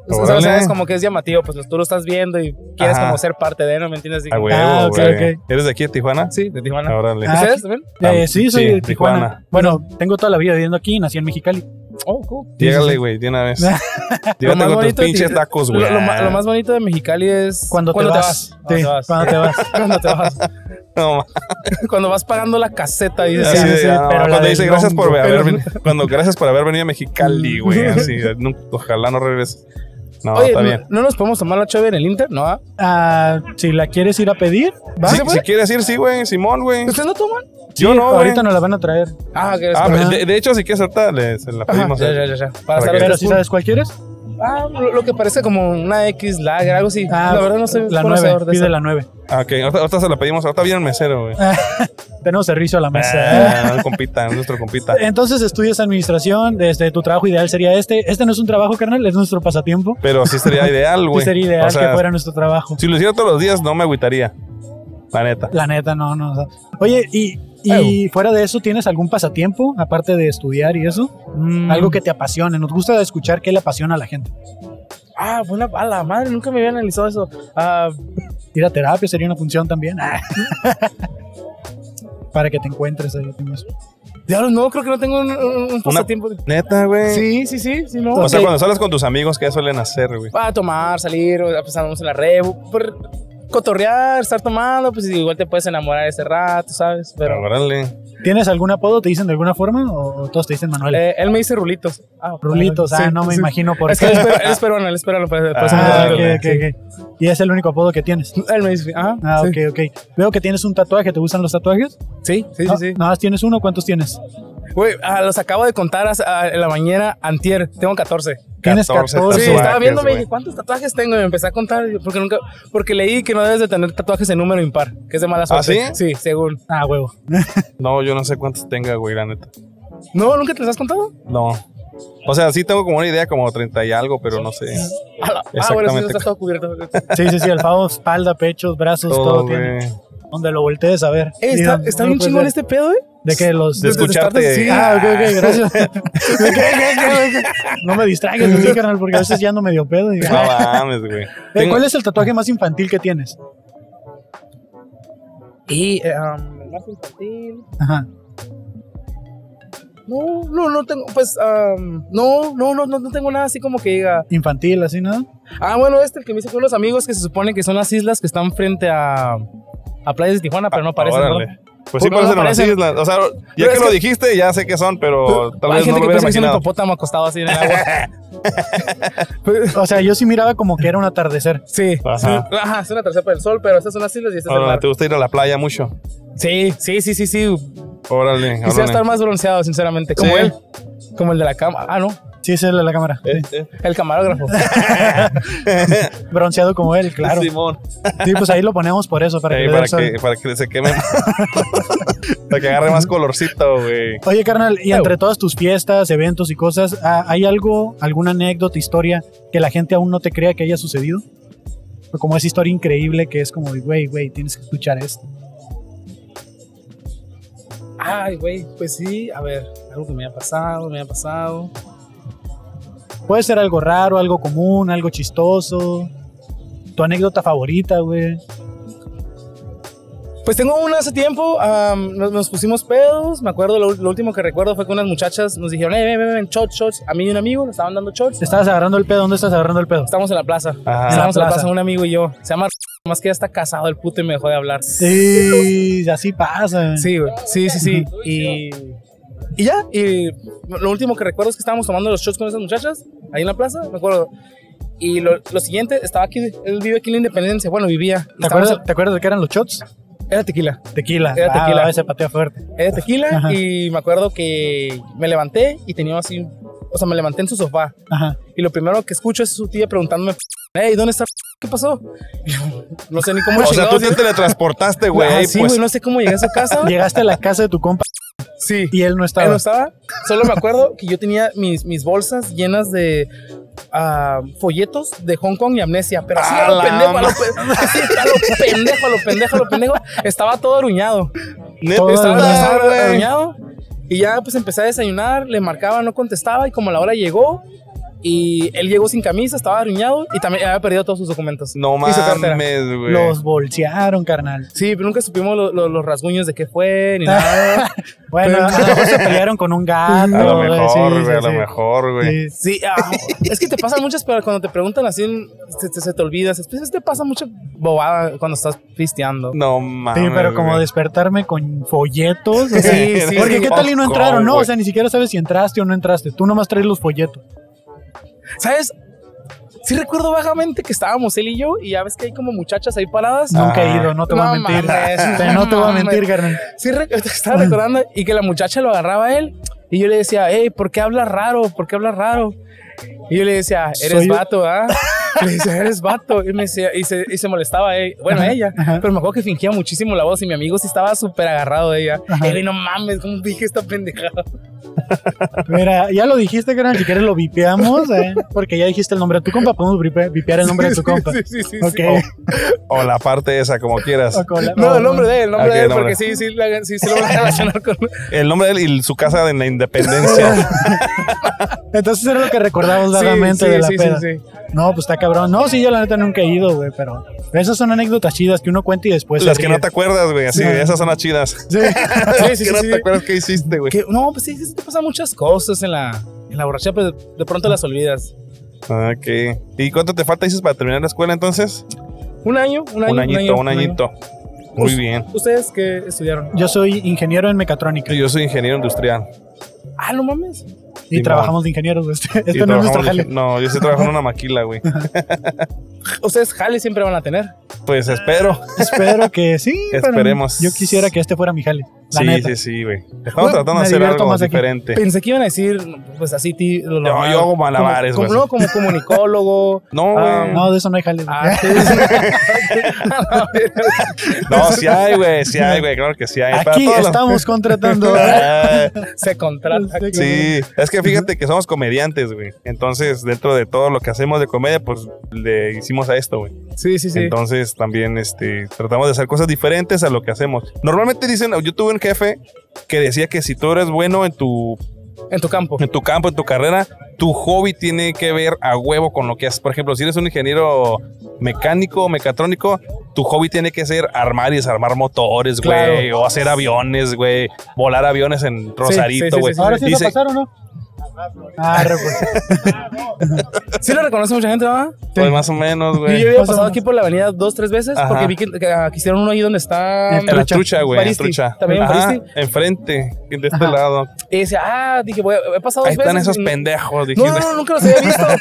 pues, O sea,
Órale.
sabes como que es llamativo, pues tú lo estás viendo y quieres
Ajá.
como ser parte de, ¿no? ¿Me entiendes? Así
A
como-
huevo,
Ah, ok,
güey.
ok.
¿Eres de aquí de Tijuana?
Sí, de Tijuana.
Órale.
Ah,
¿Ustedes también?
eh, sí, soy
Sí,
de Tijuana.
Tijuana.
Bueno, tengo toda la vida viviendo aquí, nací en Mexicali.
Oh, cool.
Llégale, güey, de una vez.
<laughs> Lo
Llégate
más
con tus
bonito de
pinches
Tij-
tacos,
Lo,
güey.
lo ma- lo más bonito de Mexicali es
Cuando, te, vas, Sí,
Cuando
Cuando te vas.
te vas. Cuando te vas.
No, ma-
Cuando vas pagando la caseta y dices,
así
sí,
de,
sí,
ah,
pero la
cuando
del
dice gracias por
longo".
haber venido, cuando gracias por haber venido
<laughs>
a Mexicali, güey, así, no, ojalá no regreses. No,
oye,
Ah, está
no,
bien.
no nos podemos tomar la chave en el Inter, ¿no? ah?
Ah, si la quieres ir a pedir, va. Pues,
Si, si quieres ir, sí, güey, Simón, güey.
¿Ustedes no toman?
Yo no, güey.
Ahorita no la van a traer.
Ah, que
Ah,
Ajá.
de, de hecho, si quieres ahorita le, se la pedimos. eh.
ya, ya, ya, ya.
Para
Para saber
que-
Pero
pero
si Este, sabes cuál quieres,
Ah, lo, lo que parece como una X lager, algo así.
Ah,
la verdad no soy
la
conocedor
9,
de
pide
eso.
la 9.
Ah, ok, ahorita, ahorita se la pedimos, ahorita viene el mesero, güey.
Tenemos servicio a la mesa.
Ah, un compita, un nuestro compita.
Entonces estudias administración, desde tu trabajo ideal sería este. Este no es un trabajo, carnal, es nuestro pasatiempo.
Pero sí sería ideal, güey.
Sí sería ideal
O sea,
que fuera nuestro trabajo.
Si lo hiciera todos los días, no me agüitaría. La neta.
La neta, no, no. o sea. Oye, y, y fuera de eso, ¿tienes algún pasatiempo, aparte de estudiar y eso?
Mm.
Algo que te apasione. Nos gusta escuchar qué le apasiona a la gente.
Ah, buena a la madre, nunca me había analizado eso. Ah,
Ir a terapia sería una función también. Ah. <laughs> Para que te encuentres ahí. con eso.
diablos, no, creo que no tengo un, un- un pasatiempo.
Neta, güey.
Sí, sí, sí, sí, no.
O sea,
Ok.
cuando sales con tus amigos, ¿qué suelen hacer, güey?
Para tomar, salir, o sea, pues andamos en la rebu, por cotorrear, estar tomando, pues igual te puedes enamorar ese rato, ¿sabes?
Ah,
Pero
Órale.
¿Tienes algún apodo? ¿Te dicen de alguna forma? ¿O o todos te dicen Manuel?
eh, él me dice rulitos. Ah,
Rulitos. Ah,
sí,
no me
sí.
imagino por
Es que él
qué. <laughs>
es, per- él es peruano, él es peruano, pues, pues,
Ah,
Ah, ok,
ok,
ok, ok. Y es el único apodo que tienes.
Él me dice, ajá.
Ah,
sí.
ok, ok. Veo que tienes un tatuaje. ¿Te gustan los tatuajes?
Sí, sí, sí,
No,
sí.
Nada más tienes uno. ¿Cuántos tienes?
Güey, ah, los acabo de contar hace- ah, en la mañana antier. Tengo 14.
Tienes
14
Sí,
Tatuajes,
estaba viéndome y
güey.
dije, ¿cuántos tatuajes tengo? Y me empecé a contar y yo, porque nunca, porque leí que no debes de tener tatuajes en número impar, que es de mala suerte.
¿sí?
Sí, según.
Ah, huevo.
No, yo no sé cuántos tenga, güey, la neta.
No, nunca te los has contado.
No. O sea, sí tengo como una idea, como 30 y algo, pero no sé.
A la- Ah, bueno, sí,
Exactamente.
estás
<laughs>
todo cubierto.
Sí, sí, sí. El favo, espalda, pechos,
Pues
brazos, todo,
Todo,
tiene.
güey.
Donde lo voltees a ver.
Eh,
Sí,
está,
donde
está
no lo
bien
puedes
chingón
ver.
este pedo, eh.
De que los.
De escucharte.
Sí.
Ah, ok, ok, gracias. De que- de que- <laughs> no me distraigas así, carnal, porque a veces ya ando medio pedo. y-
No
Eh,
mames,
<laughs>
güey. Tengo-
¿Cuál es el tatuaje más infantil que tienes?
Y eh, um, el más infantil.
Ajá.
No, no, no tengo, pues, um, no, no, no, no, no tengo nada así como que diga.
Infantil, así, ¿no?
Ah, bueno, este el que me hice con los amigos que se supone que son las islas que están frente a, a playas de Tijuana, pero no aparecen.
Ah, Órale.
¿no?
Pues sí
No, no
parecen unas
parecen.
islas. O sea, ya
Pero
que
es
lo
que-
dijiste, ya sé que son, pero tal
Hay
vez no
gente
lo
que
hubiera
piensa que es un
imaginado.
hipopótamo acostado así en el agua.
<laughs>
O sea, yo sí miraba como que era un atardecer.
Sí.
Ajá.
Sí. Ajá, es una tercera del sol, pero estas son las islas y este es el
Órale,
mar.
¿Te gusta ir a la playa mucho?
Sí, sí, sí, sí, sí.
Órale,
Quisiera estar
órale.
más bronceado, sinceramente. Como
Sí.
él. Como el de la cama. Ah, no.
Sí, es el de la cámara.
Eh,
sí.
El camarógrafo. <laughs>
Bronceado como él, claro. Sí.
Simón.
pues ahí lo ponemos por eso, para que
Ey,
le dé
para,
el sol.
que, para que se
<laughs>
queme. para que agarre más colorcito, güey.
Oye, carnal, y entre todas tus fiestas, eventos y cosas, ¿ha- ¿hay algo, alguna anécdota, historia que la gente aún no te crea que haya sucedido? O Como esa historia increíble que es como, de, güey, güey, tienes que escuchar esto.
Ay, güey. Pues sí, a ver. Algo que me ha pasado, me ha pasado.
Puede ser algo raro, algo común, algo chistoso. Tu anécdota favorita, güey.
Pues tengo una hace tiempo, am, nos, nos pusimos pedos, me acuerdo, lo, lo último que recuerdo fue que unas muchachas nos dijeron, eh, ven, ven, ven, shots, shots, a mí y un amigo, nos estaban dando shots,
Te estabas agarrando el pedo. ¿Dónde estás agarrando el pedo?
estamos en la plaza,
Ajá.
estábamos en la
plaza.
plaza, un amigo y yo, se llama Más que ya está casado el puto y me dejó de hablar.
Sí, así pasa.
Sí, güey. Sí, sí, sí. Y, y ya, y lo último que recuerdo es que estábamos tomando los shots con esas muchachas ahí en la plaza, me acuerdo. Y lo, lo siguiente, estaba aquí, él vive aquí en la Independencia, bueno, vivía.
¿Te
Estábamos-
acuerdas, ¿Te acuerdas de qué eran los shots?
Era tequila,
Tequila.
Era tequila.
Ah, ese patea fuerte.
era tequila
Ajá.
y me acuerdo que me levanté y tenía así, o sea, me levanté en su sofá
Ajá.
y lo primero que escucho es su tía preguntándome, hey, ¿dónde está? ¿Qué pasó? <laughs> No sé ni cómo
O sea, tú
chingados-
te teletransportaste, güey.
Ajá,
ahí,
sí,
pues,
güey, no sé cómo llegué a su
<laughs>
casa.
<laughs> Llegaste a la casa de tu compa
sí.
y él no estaba.
Él no estaba. Solo me acuerdo que yo tenía mis, mis bolsas llenas de ah, folletos de Hong Kong y amnesia. Pero así
A
a lo
la
pendejo, a lo, pe- así, a lo pendejo, a lo pendejo, a lo pendejo. Estaba todo aruñado.
neta,
Todo
Estaba,
Ah,
estaba
güey.
aruñado. Y ya pues empecé a desayunar, le marcaba, no contestaba. Y como la hora llegó, y él llegó sin camisa, estaba aruñado y también había perdido todos sus documentos.
No
Y su cartera.
mames, güey.
Los bolsearon, carnal.
Sí, pero nunca supimos lo- lo- los rasguños de qué fue
<laughs>
ni nada.
Bueno, a lo mejor se pelearon con un gato.
A lo
güey, sí,
mejor,
sí,
güey, a lo
sí.
mejor, güey.
Sí, sí.
Sí, ah, es que te pasan muchas, pero cuando te preguntan así, se, se- se te olvidas. Después te pasa mucha bobada cuando estás pisteando.
No mames.
Sí, pero como
güey.
despertarme con folletos. o sea,
Sí, sí,
Porque
sí.
qué tal y no
Popcorn,
entraron, ¿no?
güey.
O sea, ni siquiera sabes si entraste o no entraste. Tú nomás traes los folletos.
¿Sabes? Sí recuerdo vagamente que estábamos él y yo y ya ves que hay como muchachas ahí paradas.
Ah.
Nunca he ido, no te voy a
No
mentir.
mames,
O sea, no te voy a
no
mentir, carnal.
Sí re- <laughs> estaba recordando y que la muchacha lo agarraba a él y yo le decía, hey, ¿por qué hablas raro? ¿Por qué hablas raro? Y yo le decía, eres
Soy-
vato, ¿ah? <laughs> Le decía, eres vato. Y, me decía, y, se, y se molestaba, eh, bueno,
Ajá,
ella.
ajá.
Pero me acuerdo que fingía muchísimo la voz y mi amigo sí estaba súper agarrado de ella.
Ajá.
"Ey, güey, no mames, ¿cómo dije esta pendejada?
Mira, ya lo dijiste, carnal. Si quieres lo vipeamos, ¿eh? Porque ya dijiste el nombre de tu compa. Podemos vipe- vipear el nombre de tu compa.
<laughs> Sí, sí, sí. sí.
Ok. <laughs>
O la parte esa, como quieras.
O con la-
No, el nombre de él, el nombre
Ok,
de
el
él, porque
nombre.
sí, sí, la- sí, sí lo van a relacionar con.
El nombre de él y su casa en
<laughs>
la independencia.
Entonces era lo que recordamos <laughs> vagamente
<laughs> sí,
de la
sí, sí,
peda.
sí.
No, pues está cabrón. No, sí, yo la neta nunca he ido, güey, pero esas son anécdotas chidas que uno cuenta y después.
las
se
que
ríe.
no te acuerdas, güey. Así,
No.
esas son las chidas. <laughs>
Sí.
Las
sí,
que no
sí,
te
sí.
acuerdas <laughs> qué hiciste, güey.
Que- no, pues sí, sí, te pasan muchas cosas en la, en la borrachera, pero de, de pronto las olvidas.
Ah, Ok. ¿Y cuánto te falta, dices, para terminar la escuela entonces?
Un año, un año.
un añito, un
año.
añito. Muy bien.
¿Ustedes qué estudiaron?
Yo soy ingeniero en mecatrónica
Yo soy ingeniero industrial.
Ah, no mames.
y
Simón.
trabajamos de ingenieros, güey. <laughs> Este, este
Y
no es nuestro
trabajamos en-
jale.
No, yo estoy trabajando en una
<laughs>
maquila, güey.
Ustedes jale siempre van a tener.
Pues espero.
Espero que sí.
<laughs>
pero
Esperemos.
yo quisiera que este fuera mi jale. La
sí,
neta.
sí, sí, güey. Estamos
Me
tratando de hacer
divierto
algo
más aquí.
diferente.
Pensé que iban a decir, pues así, ti, lo
Yo-
normal.
yo hago malabares,
Como,
güey.
como, no,
<laughs>
como comunicólogo.
No,
Ah,
güey.
No, de eso no hay jale. güey.
Ah,
artes.
No, sí hay, güey. Sí hay, güey. Claro que sí
<laughs>
hay. Para
Aquí
todas las- <laughs>
estamos contratando.
<laughs>
Ah,
se contrata.
Sí, es que fíjate que somos comediantes, güey. Entonces, dentro de todo lo que hacemos de comedia, pues le hicimos a esto, güey.
Sí, sí, sí.
Entonces, también este, tratamos de hacer cosas diferentes a lo que hacemos. Normalmente dicen, yo tuve un jefe que decía que si tú eres bueno en tu,
en tu campo.
en tu campo, en tu carrera, tu hobby tiene que ver a huevo con lo que haces. Por ejemplo, si eres un ingeniero mecánico o mecatrónico, tu hobby tiene que ser armar y desarmar motores, güey,
Claro.
o hacer aviones, güey, volar aviones en
sí,
Rosarito,
sí,
güey.
sí.
Ahora sí
Dice-
se pasaron,
<laughs>
¿no? Ah, re, pues.
Sí lo reconoce mucha gente, ¿verdad?
Pues más o menos,
Yo
güey.
ya había
Más o
pasado
menos.
aquí por la avenida dos, tres veces
Ajá.
porque vi que, que, ah, que hicieron uno ahí donde está.
En
En la
Trucha.
trucha, güey. En
Baristi.
trucha.
También en
Ajá,
Baristi.
Enfrente, de este
Ajá.
lado.
Y decía, ah, dije, voy, a- he pasado
Ahí
dos veces.
están esos
y-
pendejos,
no,
dijiste.
no, no, nunca los había visto.
<laughs>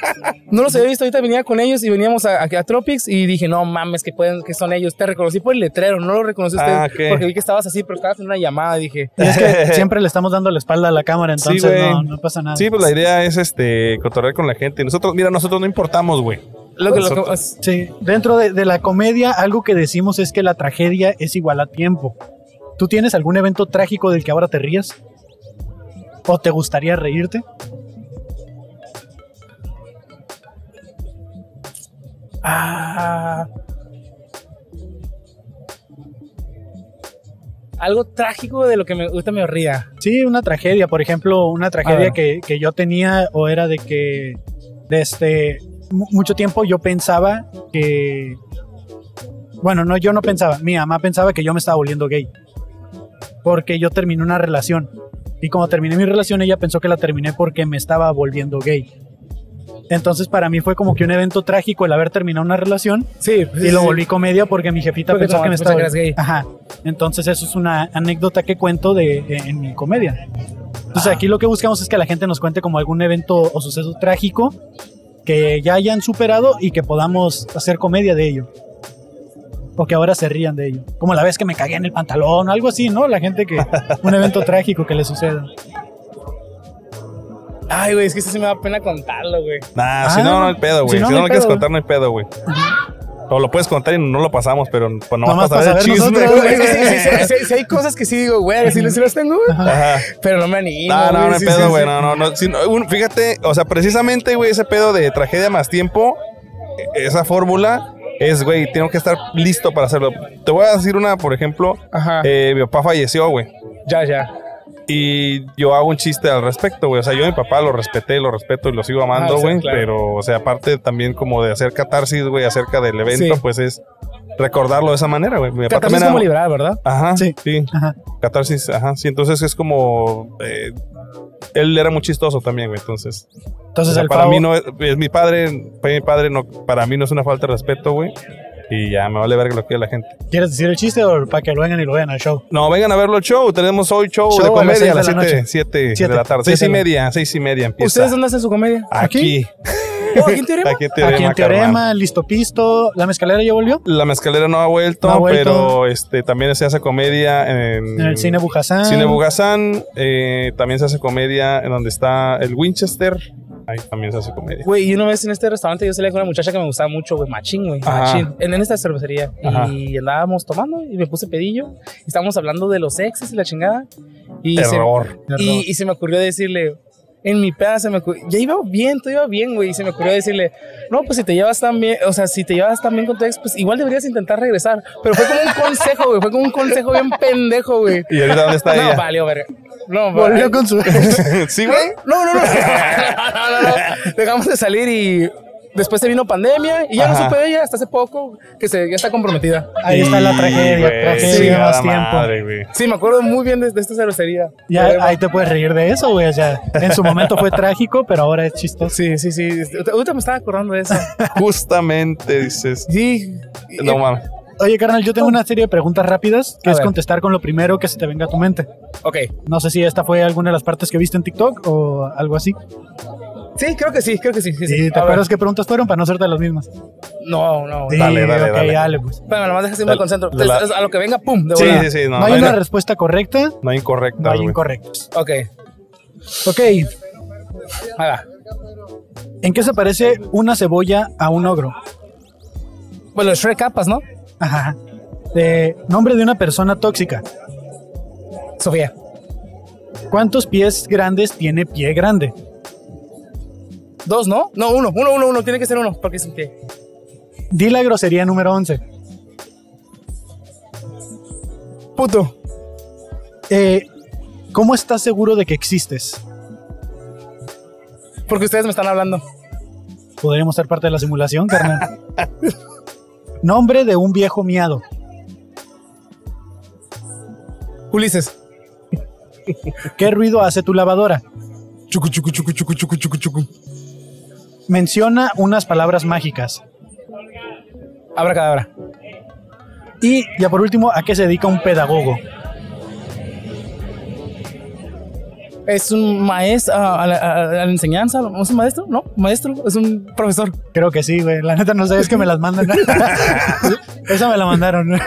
No los había visto. Ahorita venía con ellos y veníamos a, a, a Tropics y dije, no mames, que pueden, que son ellos. Te reconocí por el letrero, no lo reconocí a usted
Ah, ok.
porque vi que estabas así, pero estabas en una llamada. Dije,
Y es que siempre le estamos dando la espalda a la cámara,
Sí,
entonces
güey.
no, no pasa nada.
Sí, pues la idea es este cotorrear con la gente. Nosotros, mira, nosotros no importamos, güey.
lo que, lo que-
Sí, dentro de, de la comedia algo que decimos es que la tragedia es igual a tiempo. ¿Tú tienes algún evento trágico del que ahora te rías? ¿O te gustaría reírte?
ah. Algo trágico de lo que me gusta me ría.
Sí, una tragedia, por ejemplo, una
A
tragedia
ver.
que, que yo tenía o era de que desde mu- mucho tiempo yo pensaba que... Bueno, no, yo no pensaba, mi mamá pensaba que yo me estaba volviendo gay. Porque yo terminé una relación. Y como terminé mi relación, ella pensó que la terminé porque me estaba volviendo gay. Entonces para mí fue como que un evento trágico el haber terminado una relación
Sí,
y lo volví comedia porque mi jefita
Porque
pensó
no,
que me
pensaba
estaba...
que eras gay.
Ajá. Entonces eso es una anécdota que cuento de, eh, en mi comedia.
Ah.
Entonces aquí lo que buscamos es que la gente nos cuente como algún evento o suceso trágico que ya hayan superado y que podamos hacer comedia de ello. O que ahora se rían de ello. Como la vez que me cagué en el pantalón o algo así, ¿no? La gente que... Un
<laughs>
evento trágico que le suceda.
Ay, güey, es que eso sí me da pena contarlo, güey.
Nah,
Ah,
si no, no hay pedo, güey.
si
Si
no,
no,
no
no
hay
lo quieres
pedo.
contar, no hay pedo, güey. O lo puedes contar y no lo pasamos, pero pues, no
Nomás
vas a
para
saber el
saber
chisme,
nosotros,
güey.
Es que sí, sí, sí, sí, sí hay cosas que sí digo, güey, sí, sí las tengo, güey.
Ajá.
Pero no me animo.
No, no, no hay
sí, sí,
pedo, güey.
sí.
No, no, no. Si no, un- fíjate, o sea, precisamente, güey, ese pedo de tragedia más tiempo, e- esa fórmula es, güey, tengo que estar listo para hacerlo. Te voy a decir una, por ejemplo,
Ajá.
eh, mi papá falleció, güey.
Ya, ya.
Y yo hago un chiste al respecto, güey. O sea, yo a mi papá lo respeté, lo respeto y lo sigo
Ah,
amando,
o sea,
güey.
claro.
Pero, o sea, aparte también como de hacer catarsis, güey, acerca del evento,
Sí.
pues es recordarlo de esa manera, güey. Mi papá
Catarsis
también
como
era-
liberar, ¿verdad?
Ajá,
Sí.
sí.
Ajá.
Catarsis, ajá. Sí, entonces es como. eh, él era muy chistoso también, güey. Entonces.
Entonces
o sea,
el
para
pavo-
mí no es, es mi padre. Fue mi padre, no, para mí no es una falta de respeto, güey. Y ya me vale ver lo que diga la gente.
¿Quieres decir el chiste o para que lo vengan y lo vean al show?
No, vengan a verlo el show. Tenemos hoy show,
Show a
de
las
comedia
seis
a las
de la
7
noche. Siete.
de la tarde.
Siete
6 y
de la-
media, 6 y media empieza.
¿Ustedes dónde hacen su comedia?
Aquí.
¿Quién
<laughs>
te
Aquí en Teorema.
Aquí en
carnal.
Teorema, Listo Pisto, La Mezcalera ya volvió.
La mezcalera no ha vuelto,
No ha vuelto.
pero este, también se hace comedia
En
en,
el Cine Bujasán.
Cine Bugazán, eh, también se hace comedia en donde está el Winchester. Ahí también se hace comedia.
Güey, y una vez en este restaurante yo salí con una muchacha que me gustaba mucho, güey, machín, güey,
Ajá.
machín. En, en esta cervecería.
Ajá.
Y andábamos tomando y me puse pedillo. Y estábamos hablando de los exes y la chingada. Y se,
Terror.
y, y se me ocurrió decirle, en mi peda se me ocurrió, ya iba bien, todo iba bien, güey, y se me ocurrió decirle, no, pues si te llevas tan bien, o sea, si te llevas tan bien con tu ex, pues igual deberías intentar regresar. Pero fue como un consejo, güey, fue como un consejo bien pendejo, güey.
¿Y ahorita
<laughs>
dónde está
No,
ella?
valió, verga. No,
Volvió
vale.
con su.
<laughs> sí, güey.
<laughs> No, no, no. No, no, no. Dejamos de salir y después se vino pandemia y ya no
Ajá.
supe de ella hasta hace poco que se, ya está comprometida.
Ahí está la
Sí,
tragedia.
güey,
tragedia
chingada
más tiempo.
madre, güey.
Sí, me acuerdo muy bien de, de esta cervecería.
Ya,
Pero-
ahí te puedes reír de eso, güey. O sea, en su momento fue trágico, pero ahora es chistoso.
Sí, sí, sí. Ahorita me estaba
<laughs>
acordando de eso.
Justamente dices.
Sí. Eh, Y-
Eh,
No mames.
Oye, carnal, yo tengo una serie de preguntas rápidas que
A
es
ver.
contestar con lo primero que se te venga a tu mente.
Ok.
No sé si esta fue alguna de las partes que viste en TikTok o algo así.
Sí, creo que sí, creo que sí. sí,
¿Y
sí. A
te
ver.
acuerdas qué preguntas fueron para no hacerte las mismas?
No, no.
Sí,
Dale, dale,
ok,
dale.
pues.
Bueno, nomás deja si me
Dale,
concentro.
dale.
Entonces, A lo que venga, pum, de
Sí,
volada.
sí, sí. No,
no, hay
no hay-
una respuesta correcta,
no hay incorrecta.
no hay
güey.
incorrecta.
Ok.
Ok,
Haga.
¿en qué se parece una cebolla a un ogro?
Bueno, Shrek Capas, ¿no?
Ajá. Eh, nombre de una persona tóxica.
Sofía.
¿Cuántos pies grandes tiene pie grande?
Dos, ¿no? No, uno, uno, uno, uno. Tiene que ser uno, porque es un pie.
Di la grosería número 11.
Puto.
Eh, ¿Cómo estás seguro de que existes?
Porque ustedes me están hablando.
Podríamos ser parte de la simulación, carnal. Nombre de un viejo miado.
Ulises.
¿Qué ruido hace tu lavadora?
Chucu, chucu, chucu, chucu, chucu, chucu, chucu.
Menciona unas palabras mágicas.
Abra cadabra.
Y ya por último, ¿a qué se dedica un pedagogo?
Es un maestro a, la, a la enseñanza. ¿Es un maestro? No, maestro. Es un profesor.
Creo que sí, güey. La neta no sé, es que me las mandan. <laughs> Esa me la mandaron. <laughs>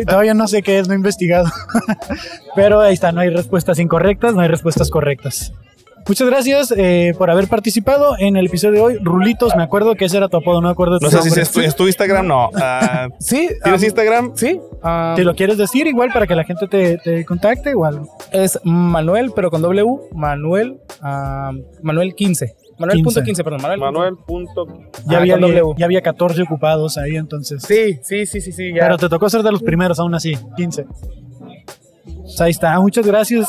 Y Todavía no sé qué es, no he investigado. <laughs> Pero ahí está, no hay respuestas incorrectas, no hay respuestas correctas. Muchas gracias eh, por haber participado en el episodio de hoy. Rulitos, me acuerdo que ese era tu apodo, no me acuerdo.
No
tu
sé si
nombre.
es tu, es tu Instagram. No. Ah,
Sí.
¿Tienes
ah,
Instagram?
Sí. ah,
¿Te lo quieres decir igual para que la gente te, te contacte o algo?
es Manuel, pero con W. Manuel. ah, Manuel 15. Manuel
15.
punto 15, perdón. Manuel.
Manuel. punto-
Ya,
Ah,
había,
con W.
ya había 14 ocupados ahí entonces.
Sí, sí, sí, sí, sí. ya.
Pero te tocó ser de los primeros aún así, 15. Pues ahí está, muchas gracias.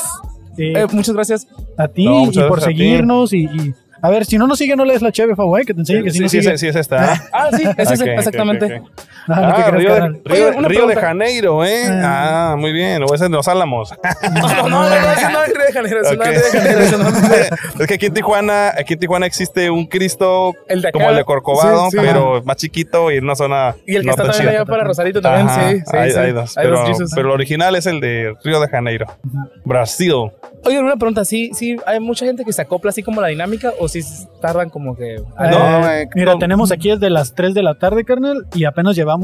eh,
Eh, muchas gracias.
a ti
No,
y
muchas
por
gracias a ti.
seguirnos y, y- a ver si no nos sigue no le des la cheve favor que te enseñe que si
Sí,
nos
sí,
sigue
sí, sí, es esta. ¿eh?
Ah, sí, es ese,
Ok, ok,
<laughs> exactamente.
ok, ok.
No, no te
Ah,
creas,
Río, de,
carnal.
Río-
Oye, una
Río de
pregunta.
Janeiro, ¿eh? Ah, muy bien. O es en Los Álamos.
No, no, no, no, eso
<laughs>
no es Río de Janeiro, eso no es Río de Janeiro, eso no es-
es que aquí en Tijuana, aquí en Tijuana existe un Cristo
El de acá.
como el de Corcovado,
Sí, sí.
pero más chiquito y en una zona.
Y el que
no
está
tan
también
chida.
allá para Rosarito también,
Ajá,
sí, sí,
hay,
sí.
hay dos,
Hay dos
pero,
Jesus.
pero el original es el de Río de Janeiro, Brasil.
Oye, una pregunta, ¿sí, sí hay mucha gente que se acopla así como la dinámica o si tardan como que...
Eh,
ah,
No, eh,
mira,
no.
tenemos aquí desde las 3 de la tarde, carnal, y apenas llevamos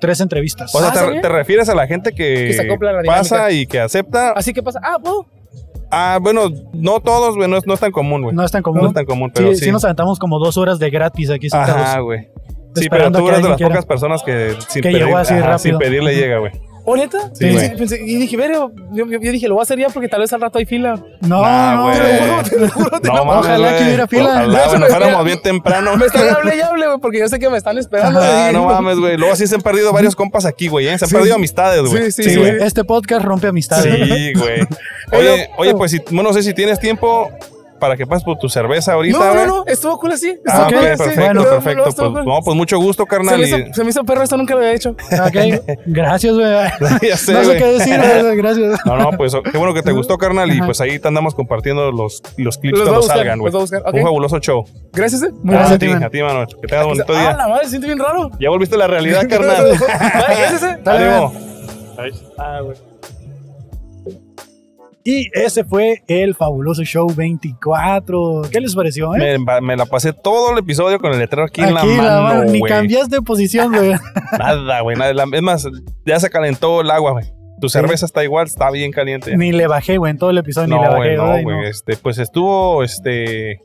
tres entrevistas.
O sea,
Ah,
te-
¿sí?
te, refieres a la gente que,
Que se acopla a la dinámica.
pasa y que acepta.
Así que pasa, ah, wow.
Ah, bueno, no todos, güey, no, es- no es tan común, güey.
no es tan común.
No es tan común,
Sí,
pero sí.
sí nos aventamos como dos horas de gratis aquí
Ajá,
sentados.
güey. Sí, pero
esperando
tú
que
eres de
alguien
las
quiera.
pocas personas que sin,
Que
pedir,
llegó así
ajá, sin
rápido.
pedirle llega, güey.
¿O neta?
Sí,
Pensé-
güey.
pensé- y dije, verga, yo, yo- yo dije, lo voy a hacer ya porque tal vez al rato hay fila.
No,
Nah,
no,
güey.
te lo juro, te lo juro, te lo- Ojalá que hubiera fila.
Eso
Ojalá, güey,
me
nos
decía-
fuéramos bien
<laughs>
temprano.
Me están hablando y hable, güey, porque yo sé que me están esperando.
Ah,
Y-
no mames, güey. Luego sí se han perdido varios compas aquí, güey. ¿eh? Se han
Sí.
perdido amistades, güey.
Sí,
Sí,
sí,
güey,
sí.
Este podcast rompe amistades.
Sí,
<laughs>
güey. Oye, oye,
oh.
pues si, no sé si tienes tiempo para que pases por tu cerveza ahorita,
No, no,
güey.
no, estuvo cool así. estuvo
Ah, ok,
cool así.
perfecto,
Bueno,
No, no,
perfecto.
estuvo
pues,
cool.
no, pues mucho gusto,
se,
carnal.
me
y-
hizo, se me hizo perro, esto nunca lo había hecho.
<laughs> Ok, Gracias, güey.
<laughs> ya sé,
no sé
güey.
qué decir,
<laughs>
güey, gracias.
No, no, pues qué bueno
<laughs>
que te gustó, carnal. Y
Ajá.
pues ahí te andamos compartiendo los, los clips
Los voy a
cuando
buscar,
salgan,
los
güey.
voy a buscar.
Un
ok.
fabuloso show. Ah,
Gracias, eh.
Muy
a
gracias,
ti,
Iván.
a ti, Manuel. Que tengas bonito
Ah,
día.
la madre, se siente bien raro.
Ya volviste a
<laughs>
la realidad, carnal.
Gracias, eh.
Ánimo.
Y ese fue el fabuloso show 24. ¿Qué les pareció, eh?
Me, me la pasé todo el episodio con el letrero aquí, en la
Aquí la
mano,
mano, ni
güey.
cambias de posición,
<laughs>
güey.
Nada, güey. nada. La- Es más, ya se calentó el agua, güey. Tu cerveza está igual, está bien caliente.
ni le bajé, güey, en todo el episodio ni le
No,
bajé.
güey, no,
ay,
güey. Este, pues estuvo, este.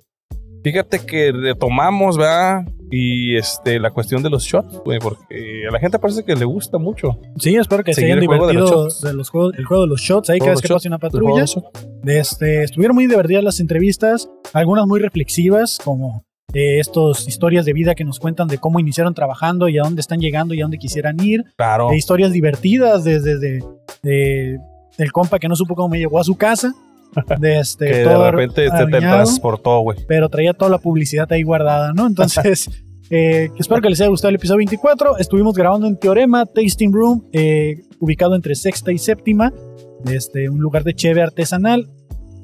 Fíjate que retomamos, ¿verdad? Y este, la cuestión de los shots, güey, porque a la gente parece que le gusta mucho.
Sí, espero que se
Seguir
hayan
el juego de los
divertido
shots.
de los juegos, el juego de los shots, ahí
Juego
cada
de
vez
los
que
shots,
pase una
el juego
patrulla.
de los shots.
De este, estuvieron muy divertidas las entrevistas, algunas muy reflexivas, como eh, estas historias de vida que nos cuentan de cómo iniciaron trabajando y a dónde están llegando y a dónde quisieran ir.
Claro.
De historias divertidas, desde de, de- el compa que no supo cómo me llegó a su casa. De este,
<laughs> que
todo
de repente te, te
arañado
transportó, güey.
pero traía toda la publicidad ahí guardada, ¿no?
<laughs>
Entonces, eh, espero que les haya gustado el episodio 24. Estuvimos grabando en Teorema, Tasting Room, eh, ubicado entre sexta y séptima, este, un lugar de cheve artesanal.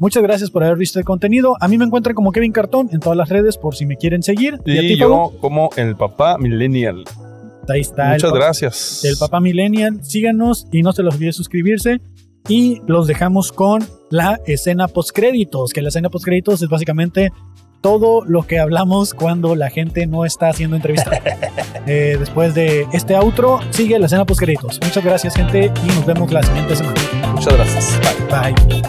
Muchas gracias por haber visto el contenido. A mí me encuentran como Kevin Cartón en todas las redes por si me quieren seguir. a
Y
ti,
yo, como el papá millennial.
Pablo? ahí está. el
Muchas
papá-
gracias.
El papá millennial. Síganos y no se los olvide suscribirse. Y los dejamos con la escena postcréditos, que la escena postcréditos es básicamente todo lo que hablamos cuando la gente no está haciendo
<laughs>
entrevista. Eh, después de este outro, sigue la escena postcréditos. Muchas gracias, gente, y nos vemos la siguiente semana.
Muchas gracias.
Bye.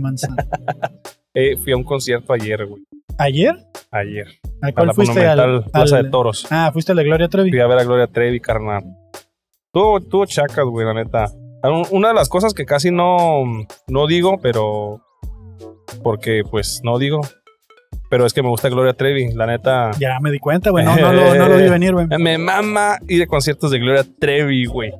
manzana.
Eh, fui a un concierto ayer, güey.
¿Ayer?
Ayer.
¿A
A
cuál
la
fuiste? Al-
Monumental Plaza
al-
de Toros.
Ah, fuiste a la Gloria Trevi.
Fui a ver a Gloria Trevi, carnal. Tuvo, tuvo chacas, güey, la neta. Ah, Un- Una de las cosas que casi no, no digo, pero. Porque, pues, no digo. Pero es que me gusta Gloria Trevi, la neta.
Ya me di cuenta, güey. No, no, lo, no
<laughs>
lo vi venir, güey.
Me mama ir a conciertos de Gloria Trevi, güey.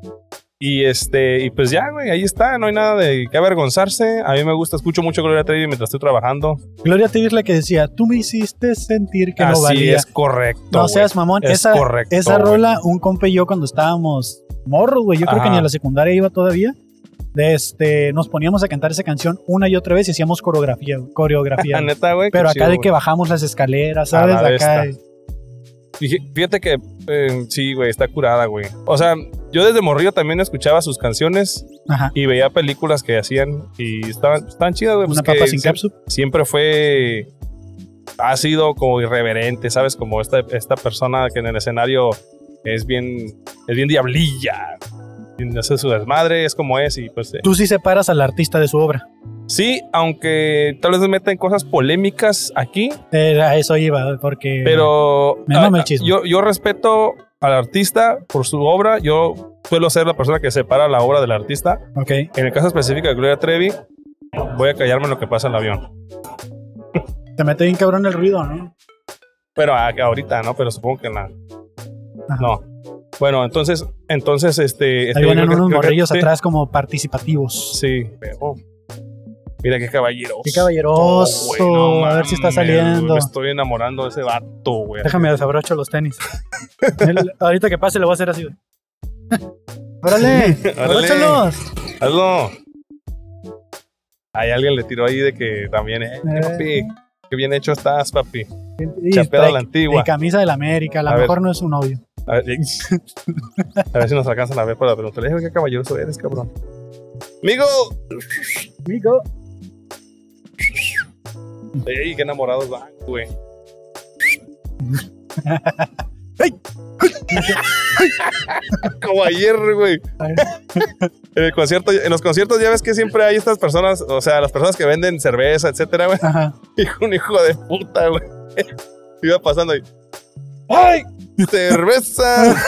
Y este, y pues ya, güey, ahí está, no hay nada de que avergonzarse. A mí me gusta, escucho mucho Gloria Trevi mientras estoy trabajando.
Gloria Trevi es la que decía, tú me hiciste sentir que
Así
no valía.
es correcto.
No
güey.
seas mamón.
Es
esa
correcto,
esa
güey.
rola, un compa y yo cuando estábamos morros, güey. Yo creo que
Ajá.
ni a la secundaria iba todavía. de Este, nos poníamos a cantar esa canción una y otra vez y hacíamos coreografía. coreografía
La
güey.
<laughs> neta, güey. qué
Pero acá
chido,
de
güey.
que bajamos las escaleras,
A
¿sabes?
la de
Acá.
esta. Dije, Fíjate que eh, sí, güey, está curada, güey. O sea, yo desde morrillo también escuchaba sus canciones
Ajá.
y veía películas que hacían y estaban, estaban chidas, güey. pues
Una
que
papa sin
sie-
cápsula.
Siempre fue. Ha sido como irreverente, ¿sabes? Como esta, esta persona que en el escenario es bien. Es bien diablilla. Y No sé, su desmadre es como es y pues. eh,
Tú sí separas al artista de su obra.
Sí, aunque tal vez me meten cosas polémicas aquí,
Eh, a eso iba, porque.
Pero
Me mama
ah,
el chisme.
Yo, yo respeto al artista por su obra. Yo suelo ser la persona que separa la obra del artista.
Ok.
En el caso específico de Gloria Trevi, voy a callarme en lo que pasa en el avión.
Te mete bien cabrón el ruido, ¿no?
Pero a- ahorita, ¿no? Pero supongo que nada.
Ajá.
No. Bueno, entonces, entonces, este... este
Ahí
güey
vienen
creo que-
unos
creo que-
morrillos
sí,
atrás como participativos.
Sí. pero- Mira qué caballero.
Qué caballeroso. a ver si está saliendo.
Me estoy enamorando de ese vato, güey.
Déjame desabrocho los tenis. El- ahorita que pase le voy a hacer así.
<laughs>
güey. ¡Órale!
Órale.
¡Abróchalos!
Hazlo. Hay alguien le tiró ahí de que también, eh,
Eh.
papi, qué bien hecho estás, papi.
Y
Chapeado a
trae-
la
de
antigua.
camisa del América, a lo
A ver.
mejor no es su novio.
A ver, <laughs> a ver si nos alcanzan a ver para preguntarle, "Eh, qué caballeroso eres, cabrón. Amigo.
Amigo.
Ey, qué enamorados van, güey.
Ey.
<laughs> Como ayer, güey. En el concierto, en los conciertos ya ves que siempre hay estas personas, o sea, las personas que venden cerveza, etcétera, güey.
Ajá.
Hijo, <laughs> un hijo de puta, güey. Iba pasando y. ¡Ay! ¡Cerveza! <laughs>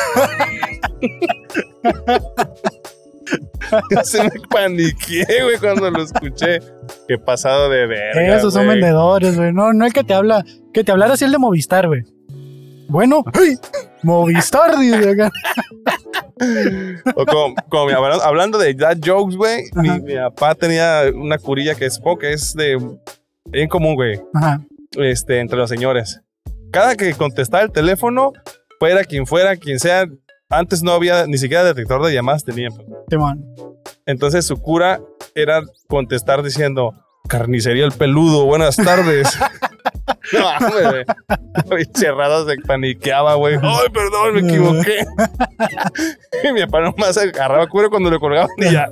Yo se me paniqué, güey, cuando lo escuché. Qué pasado de verga.
Esos son
güey.
vendedores, güey. No, no el que te habla. Que te hablara así el de Movistar, güey.
Ah.
Bueno, ¡ay! Movistar, dice acá.
O como, como mi- hablando- hablando de dad jokes, güey. Mi,
Ajá.
mi papá tenía una curilla que es oh, que es de. Bien común, güey.
Ajá.
este, entre los señores. Cada que contestaba el teléfono, fuera quien fuera, quien sea, antes no había ni siquiera detector de llamadas tenía. pues.
Simón.
Entonces su cura era contestar diciendo, carnicería el peludo, buenas <laughs> tardes. no, mames, güey. Cerrado se paniqueaba, güey. Ay, perdón, me equivoqué. <laughs> y mi papá nomás agarraba cura cuando le colgaban y ya.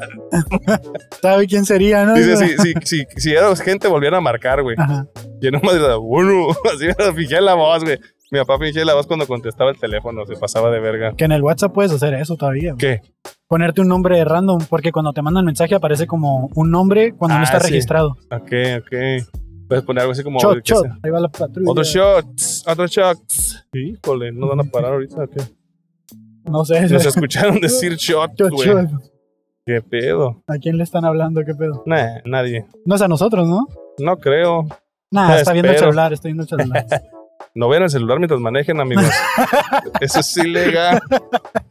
¿Sabe quién sería, no?
Dice, si, si, si, si era gente, volvían a marcar, güey.
Ajá.
Yo nomás era, bueno, <laughs> así me fijé en la voz, güey. Mi papá me fijé en la voz cuando contestaba el teléfono, se pasaba de verga.
Que en el WhatsApp puedes hacer eso todavía. güey.
¿Qué?
Ponerte un nombre random, porque cuando te mandan mensaje aparece como un nombre cuando no
Ah,
está
sí.
registrado.
Ok, ok. Puedes poner algo así como...
Shot,
que
shot.
sea.
Ahí va la patrulla.
Otro shot, otro shot. Híjole, no van a parar ahorita. ¿qué?
No sé.
Nos escucharon decir shot,
<laughs> shot,
güey.
shot.
¿Qué pedo?
¿A quién le están hablando? ¿Qué pedo?
Nah, nadie.
No es a nosotros, ¿no?
No creo.
Nada,
Te
está viendo el
espero.
celular, está viendo el
<laughs>
celular.
No vean el celular mientras
<laughs>
manejen, amigos. Eso es ilegal.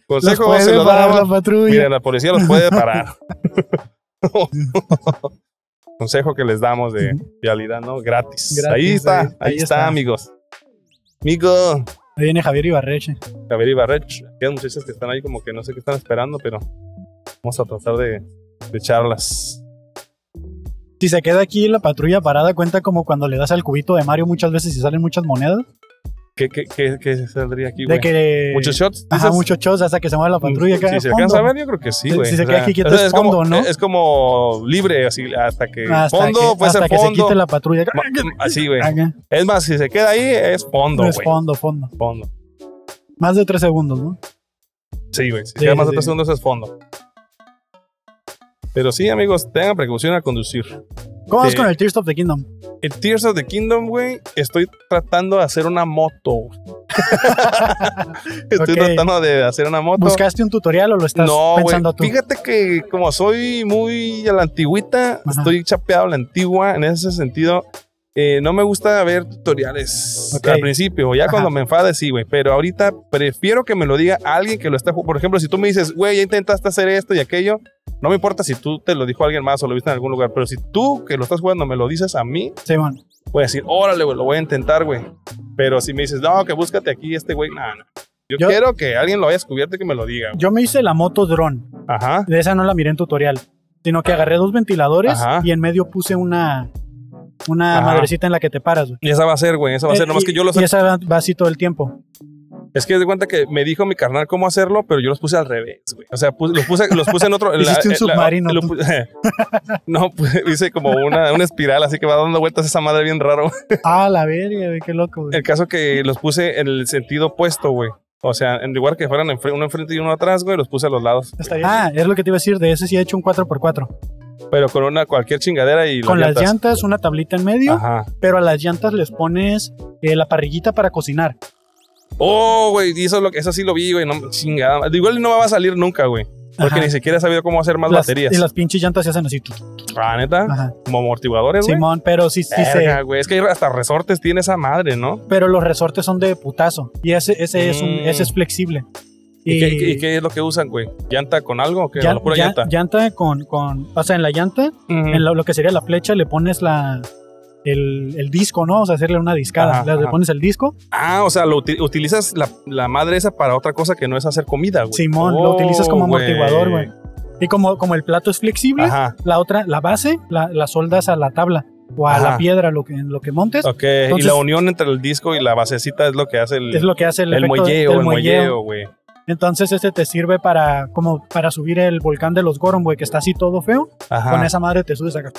Los
Consejo, se
puede
lo
parar
daba.
la patrulla.
Mira, la policía los
<laughs>
puede parar. <laughs> Consejo que les damos de vialidad, ¿no? Gratis.
Gratis,
ahí está,
ahí-
ahí,
ahí
está,
está.
amigos. Amigo,
Ahí viene Javier Ibarreche.
Javier Ibarrech, aquellas muchachas que están ahí como que no sé qué están esperando, pero vamos a tratar de, de charlas.
Si se queda aquí la patrulla parada, cuenta como cuando le das al cubito de Mario muchas veces y salen muchas monedas.
¿Qué, qué, qué, qué saldría aquí,
De
güey?
que.
¿Muchos shots?
Ajá,
dices?
muchos shows hasta que se mueve la patrulla. acá
Si
de
se
fondo.
alcanza a ver, yo creo que sí,
Si-
güey.
si se queda aquí quieto es
es como-
fondo, ¿no?
Es como libre, así, hasta que
Hasta
fondo,
que,
puede ser
hasta que se
fondo.
quite la patrulla.
Ma-
<laughs>
Así, güey.
Acá.
Es más, si se queda ahí, es fondo,
No es
güey.
fondo, fondo.
Fondo.
Más de tres segundos, ¿no?
Sí, güey. Si
Sí,
queda más de
sí,
tres
sí.
segundos, es fondo. Pero sí, amigos, tengan precaución al conducir.
¿Cómo vas
Eh,
con el Tears of the Kingdom?
En Tears of the Kingdom, güey, estoy tratando de hacer una moto. <laughs> estoy
Ok.
tratando de hacer una moto.
¿Buscaste un tutorial o lo estás
no, güey.
pensando tú?
Fíjate que como soy muy a la antigüita,
Ajá.
estoy chapeado a la antigua en ese sentido. eh, no me gusta ver tutoriales
Ok.
al principio, ya
Ajá.
cuando me enfade, sí, güey. Pero ahorita prefiero que me lo diga alguien que lo está. ju- Por ejemplo, si tú me dices, güey, ya intentaste hacer esto y aquello, no me importa si tú te lo dijo alguien más o lo viste en algún lugar. Pero si tú que lo estás jugando me lo dices a mí,
Simón.
voy a decir, órale, güey, lo voy a intentar, güey. Pero si me dices, no, que búscate aquí este güey, nada, no. Yo,
Yo-
quiero que alguien lo haya descubierto y que me lo diga, güey.
Yo me hice la moto drone.
Ajá.
De esa no la miré en tutorial, sino que agarré dos ventiladores
Ajá.
y en medio puse una, una
Ajá.
madrecita en la que te paras, güey.
Y esa va a ser, güey, esa va a ser.
Eh,
Nomás
y-
que yo los.
Y esa va- va así todo el
<laughs>
tiempo.
Es que de cuenta que me dijo mi carnal cómo hacerlo, pero yo los puse al revés, güey. O sea, puse- los, puse, los puse en otro.
Hiciste un
eh,
submarino,
lo
tú.
puse- <laughs> no, pues, hice como una, una espiral, así que va dando vueltas esa madre bien raro.
Ah, la verga, güey, qué loco, güey.
El caso que los puse en el sentido opuesto, güey. O sea, en lugar que fueran enfre- uno enfrente y uno atrás, güey, los puse a los lados.
Ah, es lo que te iba a decir, de ese sí he hecho un 4x4.
Pero con una cualquier chingadera y
Con las
llantas.
llantas, una tablita en medio,
Ajá.
pero a las llantas les pones eh, la parrillita para cocinar.
Oh, güey, y eso, es lo que- eso sí lo vi, güey. No, chingada. Igual no me va a salir nunca, güey. Porque
Ajá.
ni siquiera he sabido cómo hacer más
Las-
baterías.
Y las pinches llantas se hacen así. tu- tu-
Ah, neta.
Ajá.
Como amortiguadores, güey.
Simón, pero sí, sí
Verga,
se,
güey. Es que hasta resortes tiene esa madre, ¿no?
pero los resortes son de putazo. Y ese, ese es un,
Mm.
ese es flexible.
¿Y, qué, y qué es lo que usan, güey? ¿Llanta con algo o qué?
Llan-
¿O la pura
llan- Mm.
llanta? Mm.
con, con. O sea, en la llanta,
Ujú.
en la- lo que sería la flecha, le pones la. El, el disco, ¿no? O sea, hacerle una discada.
Ajá,
le- le
ajá.
pones el disco.
Ah, o sea, lo uti- utilizas la, la madre esa para otra cosa que no es hacer comida, güey.
Simón, lo
Oh,
utilizas como amortiguador, güey. Y como, como el plato es flexible,
Ajá.
la otra, la base, la, la soldas a la tabla o a la
Ajá.
piedra, lo que, en lo que montes.
Ok, y
Entonces-
la unión entre el disco y la basecita es lo que hace el,
Es lo que hace el,
el
efecto
molleo,
del
el
molleo.
molleo, güey.
Entonces, este te sirve para como para subir el volcán de los Goron, güey, que está así todo feo.
Ajá.
Con esa madre te subes acá.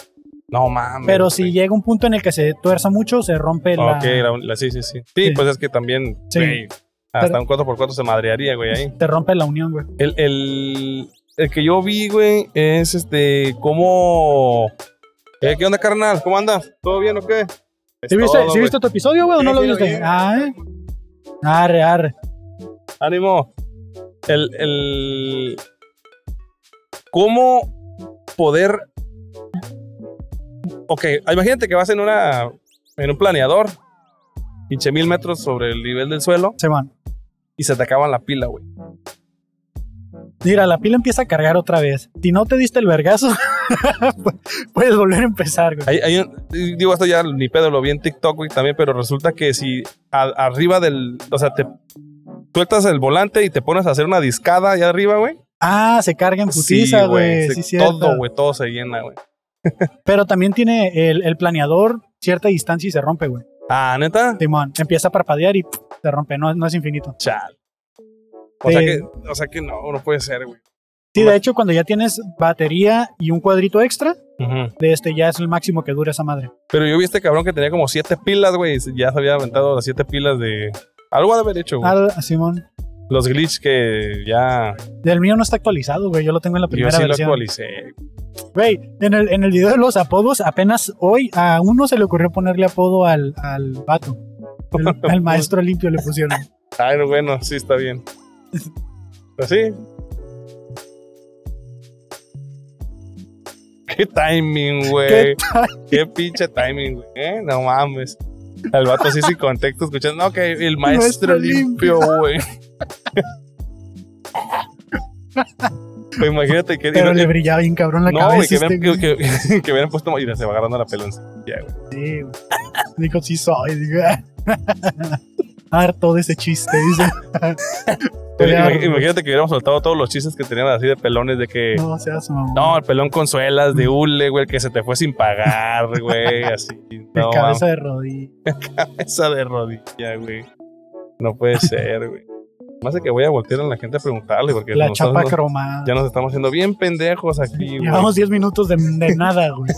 No mames.
Pero
güey.
si llega un punto en el que se tuerza mucho, se rompe la.
Ok, la, la- sí, sí, sí, sí.
Sí.
pues es que también,
Sí.
güey, hasta
Pero-
un 4x4 se madrearía, güey, ahí.
Te rompe la unión, güey.
El, el, el que yo vi, güey, es este, cómo... Eh, ¿Qué onda, carnal? ¿Cómo andas? ¿Todo bien o qué?
¿Sí
Es
viste,
todo,
sí
güey.
viste tu episodio, güey, o
Sí,
no lo
sí lo
viste?
vi.
Ah, ¿eh? Arre, arre.
Ánimo. El, el... ¿Cómo poder... Ok, imagínate que vas en una... En un planeador. Pinche mil metros sobre el nivel del suelo.
Se van.
Y se te acaba la pila, güey.
Mira, la pila empieza a cargar otra vez. Si no te diste el vergazo, <laughs> puedes volver a empezar, güey.
Hay- hay un- digo, esto ya ni pedo, lo vi en TikTok, güey, también, pero resulta que si a- arriba del. O sea, te sueltas el volante y te pones a hacer una discada allá arriba, güey.
Ah, se carga en putiza, güey.
se-
Sí, cierto.
todo, güey, todo se llena, güey.
Pero también tiene el, el planeador cierta distancia y se rompe, güey.
Ah, neta.
Timón, empieza a parpadear y pff, se rompe. No, no es infinito.
Chal. O,
Sí.
sea que, o sea que no, no puede ser, güey.
Sí, de hecho, cuando ya tienes batería y un cuadrito extra,
Ujú.
de este ya es el máximo que dura esa madre.
Pero yo vi este cabrón que tenía como siete pilas, güey. y Ya se había aventado las siete pilas de. Algo ha de haber hecho, güey.
Ah, Simón.
Los glitch que ya.
El mío no está actualizado, güey. Yo lo tengo en la
Yo
primera
sí lo
versión.
actualicé.
Güey, en el, en el video de los apodos, apenas hoy a uno se le ocurrió ponerle apodo al, al vato. El-
<laughs>
al maestro limpio le pusieron.
Ay, no, bueno, sí está bien. Pues sí. Qué timing,
¿Qué
güey.
tal?
Qué pinche timing, güey. ¿Eh? No mames. El vato sí sin contexto escuchando. No, que el maestro
Maestro
limpio, güey. Pues imagínate que.
Pero
y-
le brillaba bien cabrón la
no, güey,
cabeza.
que, hubieran-
este, güey.
que, que- que hubieran puesto. Mira, se va agarrando la pelonza. Ya, güey.
Sí, güey. Dijo, <laughs> sí soy. Digo, harto de ese chiste. Dice.
Pero
Ya,
imag-
güey.
Imagínate que hubiéramos soltado todos los chistes que tenían así de pelones de que.
No, seas mamón.
No, el pelón consuelas de hule, güey, el que se te fue sin pagar,
<laughs>
güey, así.
De
No,
cabeza de rodilla.
esa de rodilla, güey. No puede ser, güey. Más de que voy a voltear a la gente a preguntarle, porque
La
nos-
chapa
nos-
cromada.
ya nos estamos haciendo bien pendejos aquí, güey.
Llevamos 10 minutos de, de nada, güey.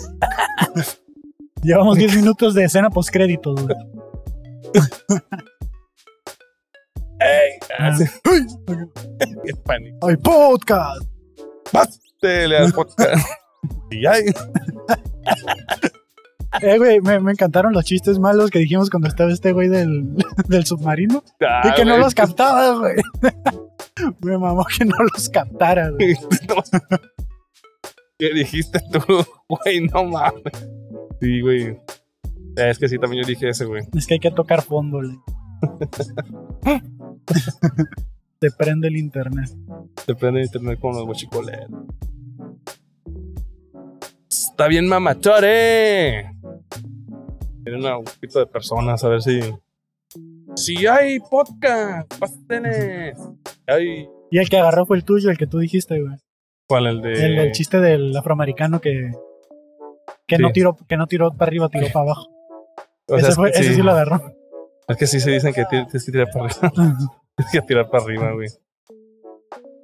<laughs> Llevamos 10 minutos de escena postcréditos, güey.
Ah, sí, qué pánico.
¡Ay, podcast!
<laughs> Te le das podcast. Y ay,
Eh, güey, me, me encantaron los chistes malos que dijimos cuando estaba este güey del, <laughs> del submarino.
Ah,
Y que no
güey.
los captabas, güey. <laughs> Me mamó que no los captara, güey.
<laughs> ¿Qué dijiste tú, <laughs> güey? No mames. Sí, güey. Es que sí, también yo dije ese, güey.
Es que hay que tocar fondo, güey.
<laughs>
Te prende el internet.
Te prende el internet con los guachicoleros. Está bien, mamachore. Tiene un poquito de personas, a ver si. Si hay podcast, pásenle. Ay,
Y el que agarró fue el tuyo, el que tú dijiste, güey.
¿Cuál? El de.
El, el chiste del afroamericano que. Que,
Sí.
no tiró, que no tiró para arriba, tiró para abajo.
<laughs> O sea,
ese,
es
fue,
que
ese
sí,
sí lo
<laughs>
agarró.
Es que sí se dicen que ti- tienes que tirar
<laughs>
para arriba. Tienes que tirar para arriba, güey.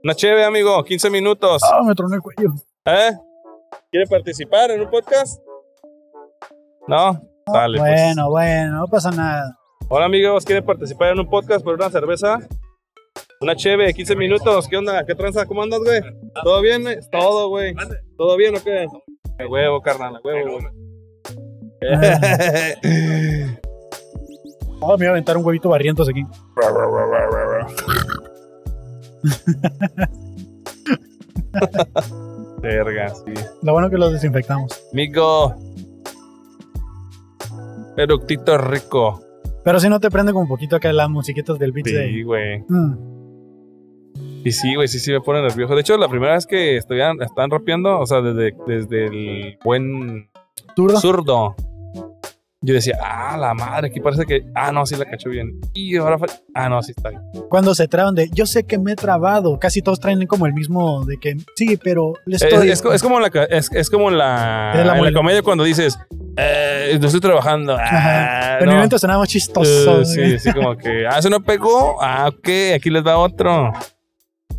Una chévere, amigo. 15 minutos.
Ah, me tronó el cuello.
¿Eh? ¿Quiere participar en un podcast? No. Dale, pues.
bueno, bueno, no pasa
<laughs>
nada.
Hola amigos, ¿quieren participar en un podcast por una cerveza? Una cheve de 15 minutos, ¿qué onda? ¿Qué tranza? ¿Cómo andas, güey? ¿Todo bien? güey? Todo, güey. ¿Todo bien o qué? A huevo, carnal, a huevo, güey.
Oh, me Ah, iba a aventar un huevito barrientos aquí.
Verga, sí.
Lo bueno que los desinfectamos.
Migo. Eructito rico.
Pero si no te prende como un poquito acá las musiquitas del beat
Sí,
de.
güey.
Mm,
Y sí, güey, sí, sí me pone nervioso. De hecho, la primera vez que estuvieron, están rapeando, o sea, desde, desde el buen
zurdo.
zurdo. Yo decía, ah, la madre, aquí parece que. Ah, no, sí la cachó bien. Y ahora. fue- Ah, no, sí está bien.
Cuando se traban de. Yo sé que me he trabado. Casi todos traen como el mismo de que. Sí, pero le
Es,
estoy.
Eh, es co- es como en la, ca- es, es como en la,
Es la
en la
muela.
comedia cuando dices, eh, no estoy trabajando. Ah,
Pero en
no.
mi momento sonaba chistoso.
Eh, sí, sí, como que, ah, se no pegó. Ah, ok, aquí les va otro.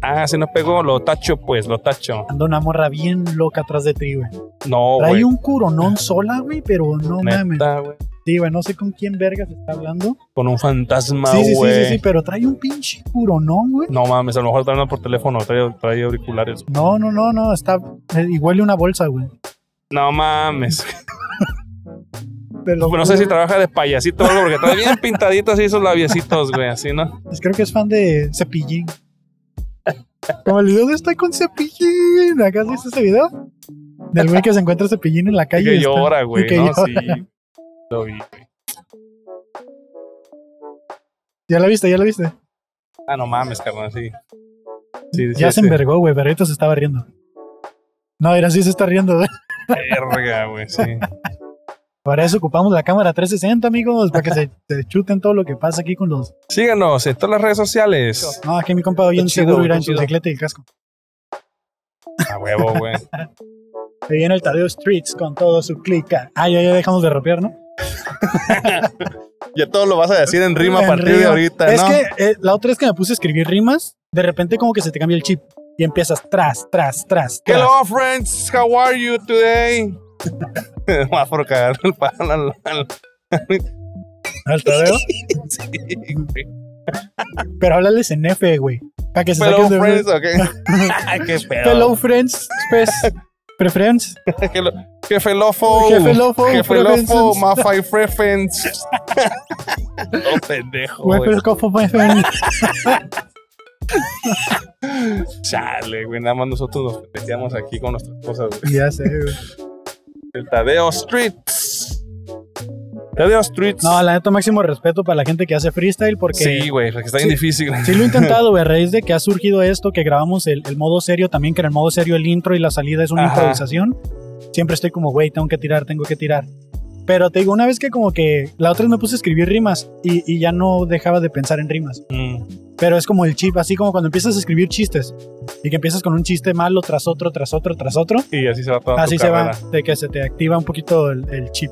Ah, se no pegó, lo tacho, pues, lo tacho.
Ando una morra bien loca atrás de ti, güey.
No,
Trae
Oh, güey.
un curonón sola, güey, pero no mames.
Neta, güey.
Sí, güey, no sé con quién verga se está hablando.
Con un fantasma,
sí,
güey.
sí, sí, sí, sí, pero trae un pinche curonón, güey.
No mames, a lo mejor está hablando por teléfono, trae, trae auriculares.
No, no, no, no, está. eh, Y huele una bolsa, güey.
No mames.
<laughs> Te lo
No sé si
juro.
trabaja de payasito o algo, porque trae bien pintaditos y esos labiecitos, güey, así, ¿no?
Pues creo que es fan de Cepillín. <laughs> Como el video de estoy con Cepillín. ¿Acá has visto ese video? Del güey que se encuentra Cepillín en la
Y
calle.
que
y está-
llora, güey,
y que
¿no?
llora.
Sí. Lo vi, güey.
Ya la viste, ya la viste.
Ah, no mames, carnal, sí. Sí, sí,
ya
sí.
se envergó, güey, pero ahorita se estaba riendo. No, era sí se está riendo, güey.
Verga,
<laughs>
güey, sí.
Para eso ocupamos la cámara 360, amigos, para que
<laughs>
se, se chuten todo lo que pasa aquí con los.
Síganos en todas las redes sociales.
No, aquí mi compa bien
Está chido,
seguro
güey,
irá en
está
su
chido.
bicicleta y el casco.
A huevo, <laughs> güey.
Se viene el Tadeo Streets con todo su clica. Ah, ya, ya dejamos de rapear, ¿no?
Ya todo lo vas a decir en rima a
En
partir de
rima.
ahorita,
Es
¿no?
que eh, la otra vez que me puse a escribir rimas, de repente como que se te cambia el chip y empiezas tras, tras, tras, tras.
Hello, friends. How are you <laughs> today? Más por cagar el palo al- al-
Al
<laughs>
Tadeo.
Sí, güey.
Pero háblales en F, güey. Para que se
Hello,
saquen de...
friends, ¿o qué? <laughs>
<laughs>
qué pedo.
Hello, friends.
<laughs>
Pues, preference.
Hello. Jefe Lofo.
Jefe Lofo,
Jefe Lofo.
preferences.
Mafai
<laughs>
<laughs> Preference. No, pendejo,
Güey,
güey.
pero ¿cómo fue, friend?
<laughs> Chale, güey. Nada más nosotros nos metíamos aquí con nuestras cosas, güey.
Ya sé, güey.
El Tadeo Streets. Tadeo Streets.
No, la neta, máximo respeto para la gente que hace freestyle porque...
sí, güey, porque está bien
Sí.
difícil. güey.
Sí lo he intentado, güey, a raíz de que ha surgido esto, que grabamos el, el modo serio también, que en el modo serio el intro y la salida es una
Ajá.
improvisación. Siempre estoy como, güey, tengo que tirar, tengo que tirar. Pero te digo, una vez que como que la otra vez me puse a escribir rimas y, y ya no dejaba de pensar en rimas.
Mm.
Pero es como el chip, así como cuando empiezas a escribir chistes y que empiezas con un chiste malo tras otro, tras otro, tras otro.
Y así se va toda
así
tu
se
carrera.
va, de que se te activa un poquito el, el chip.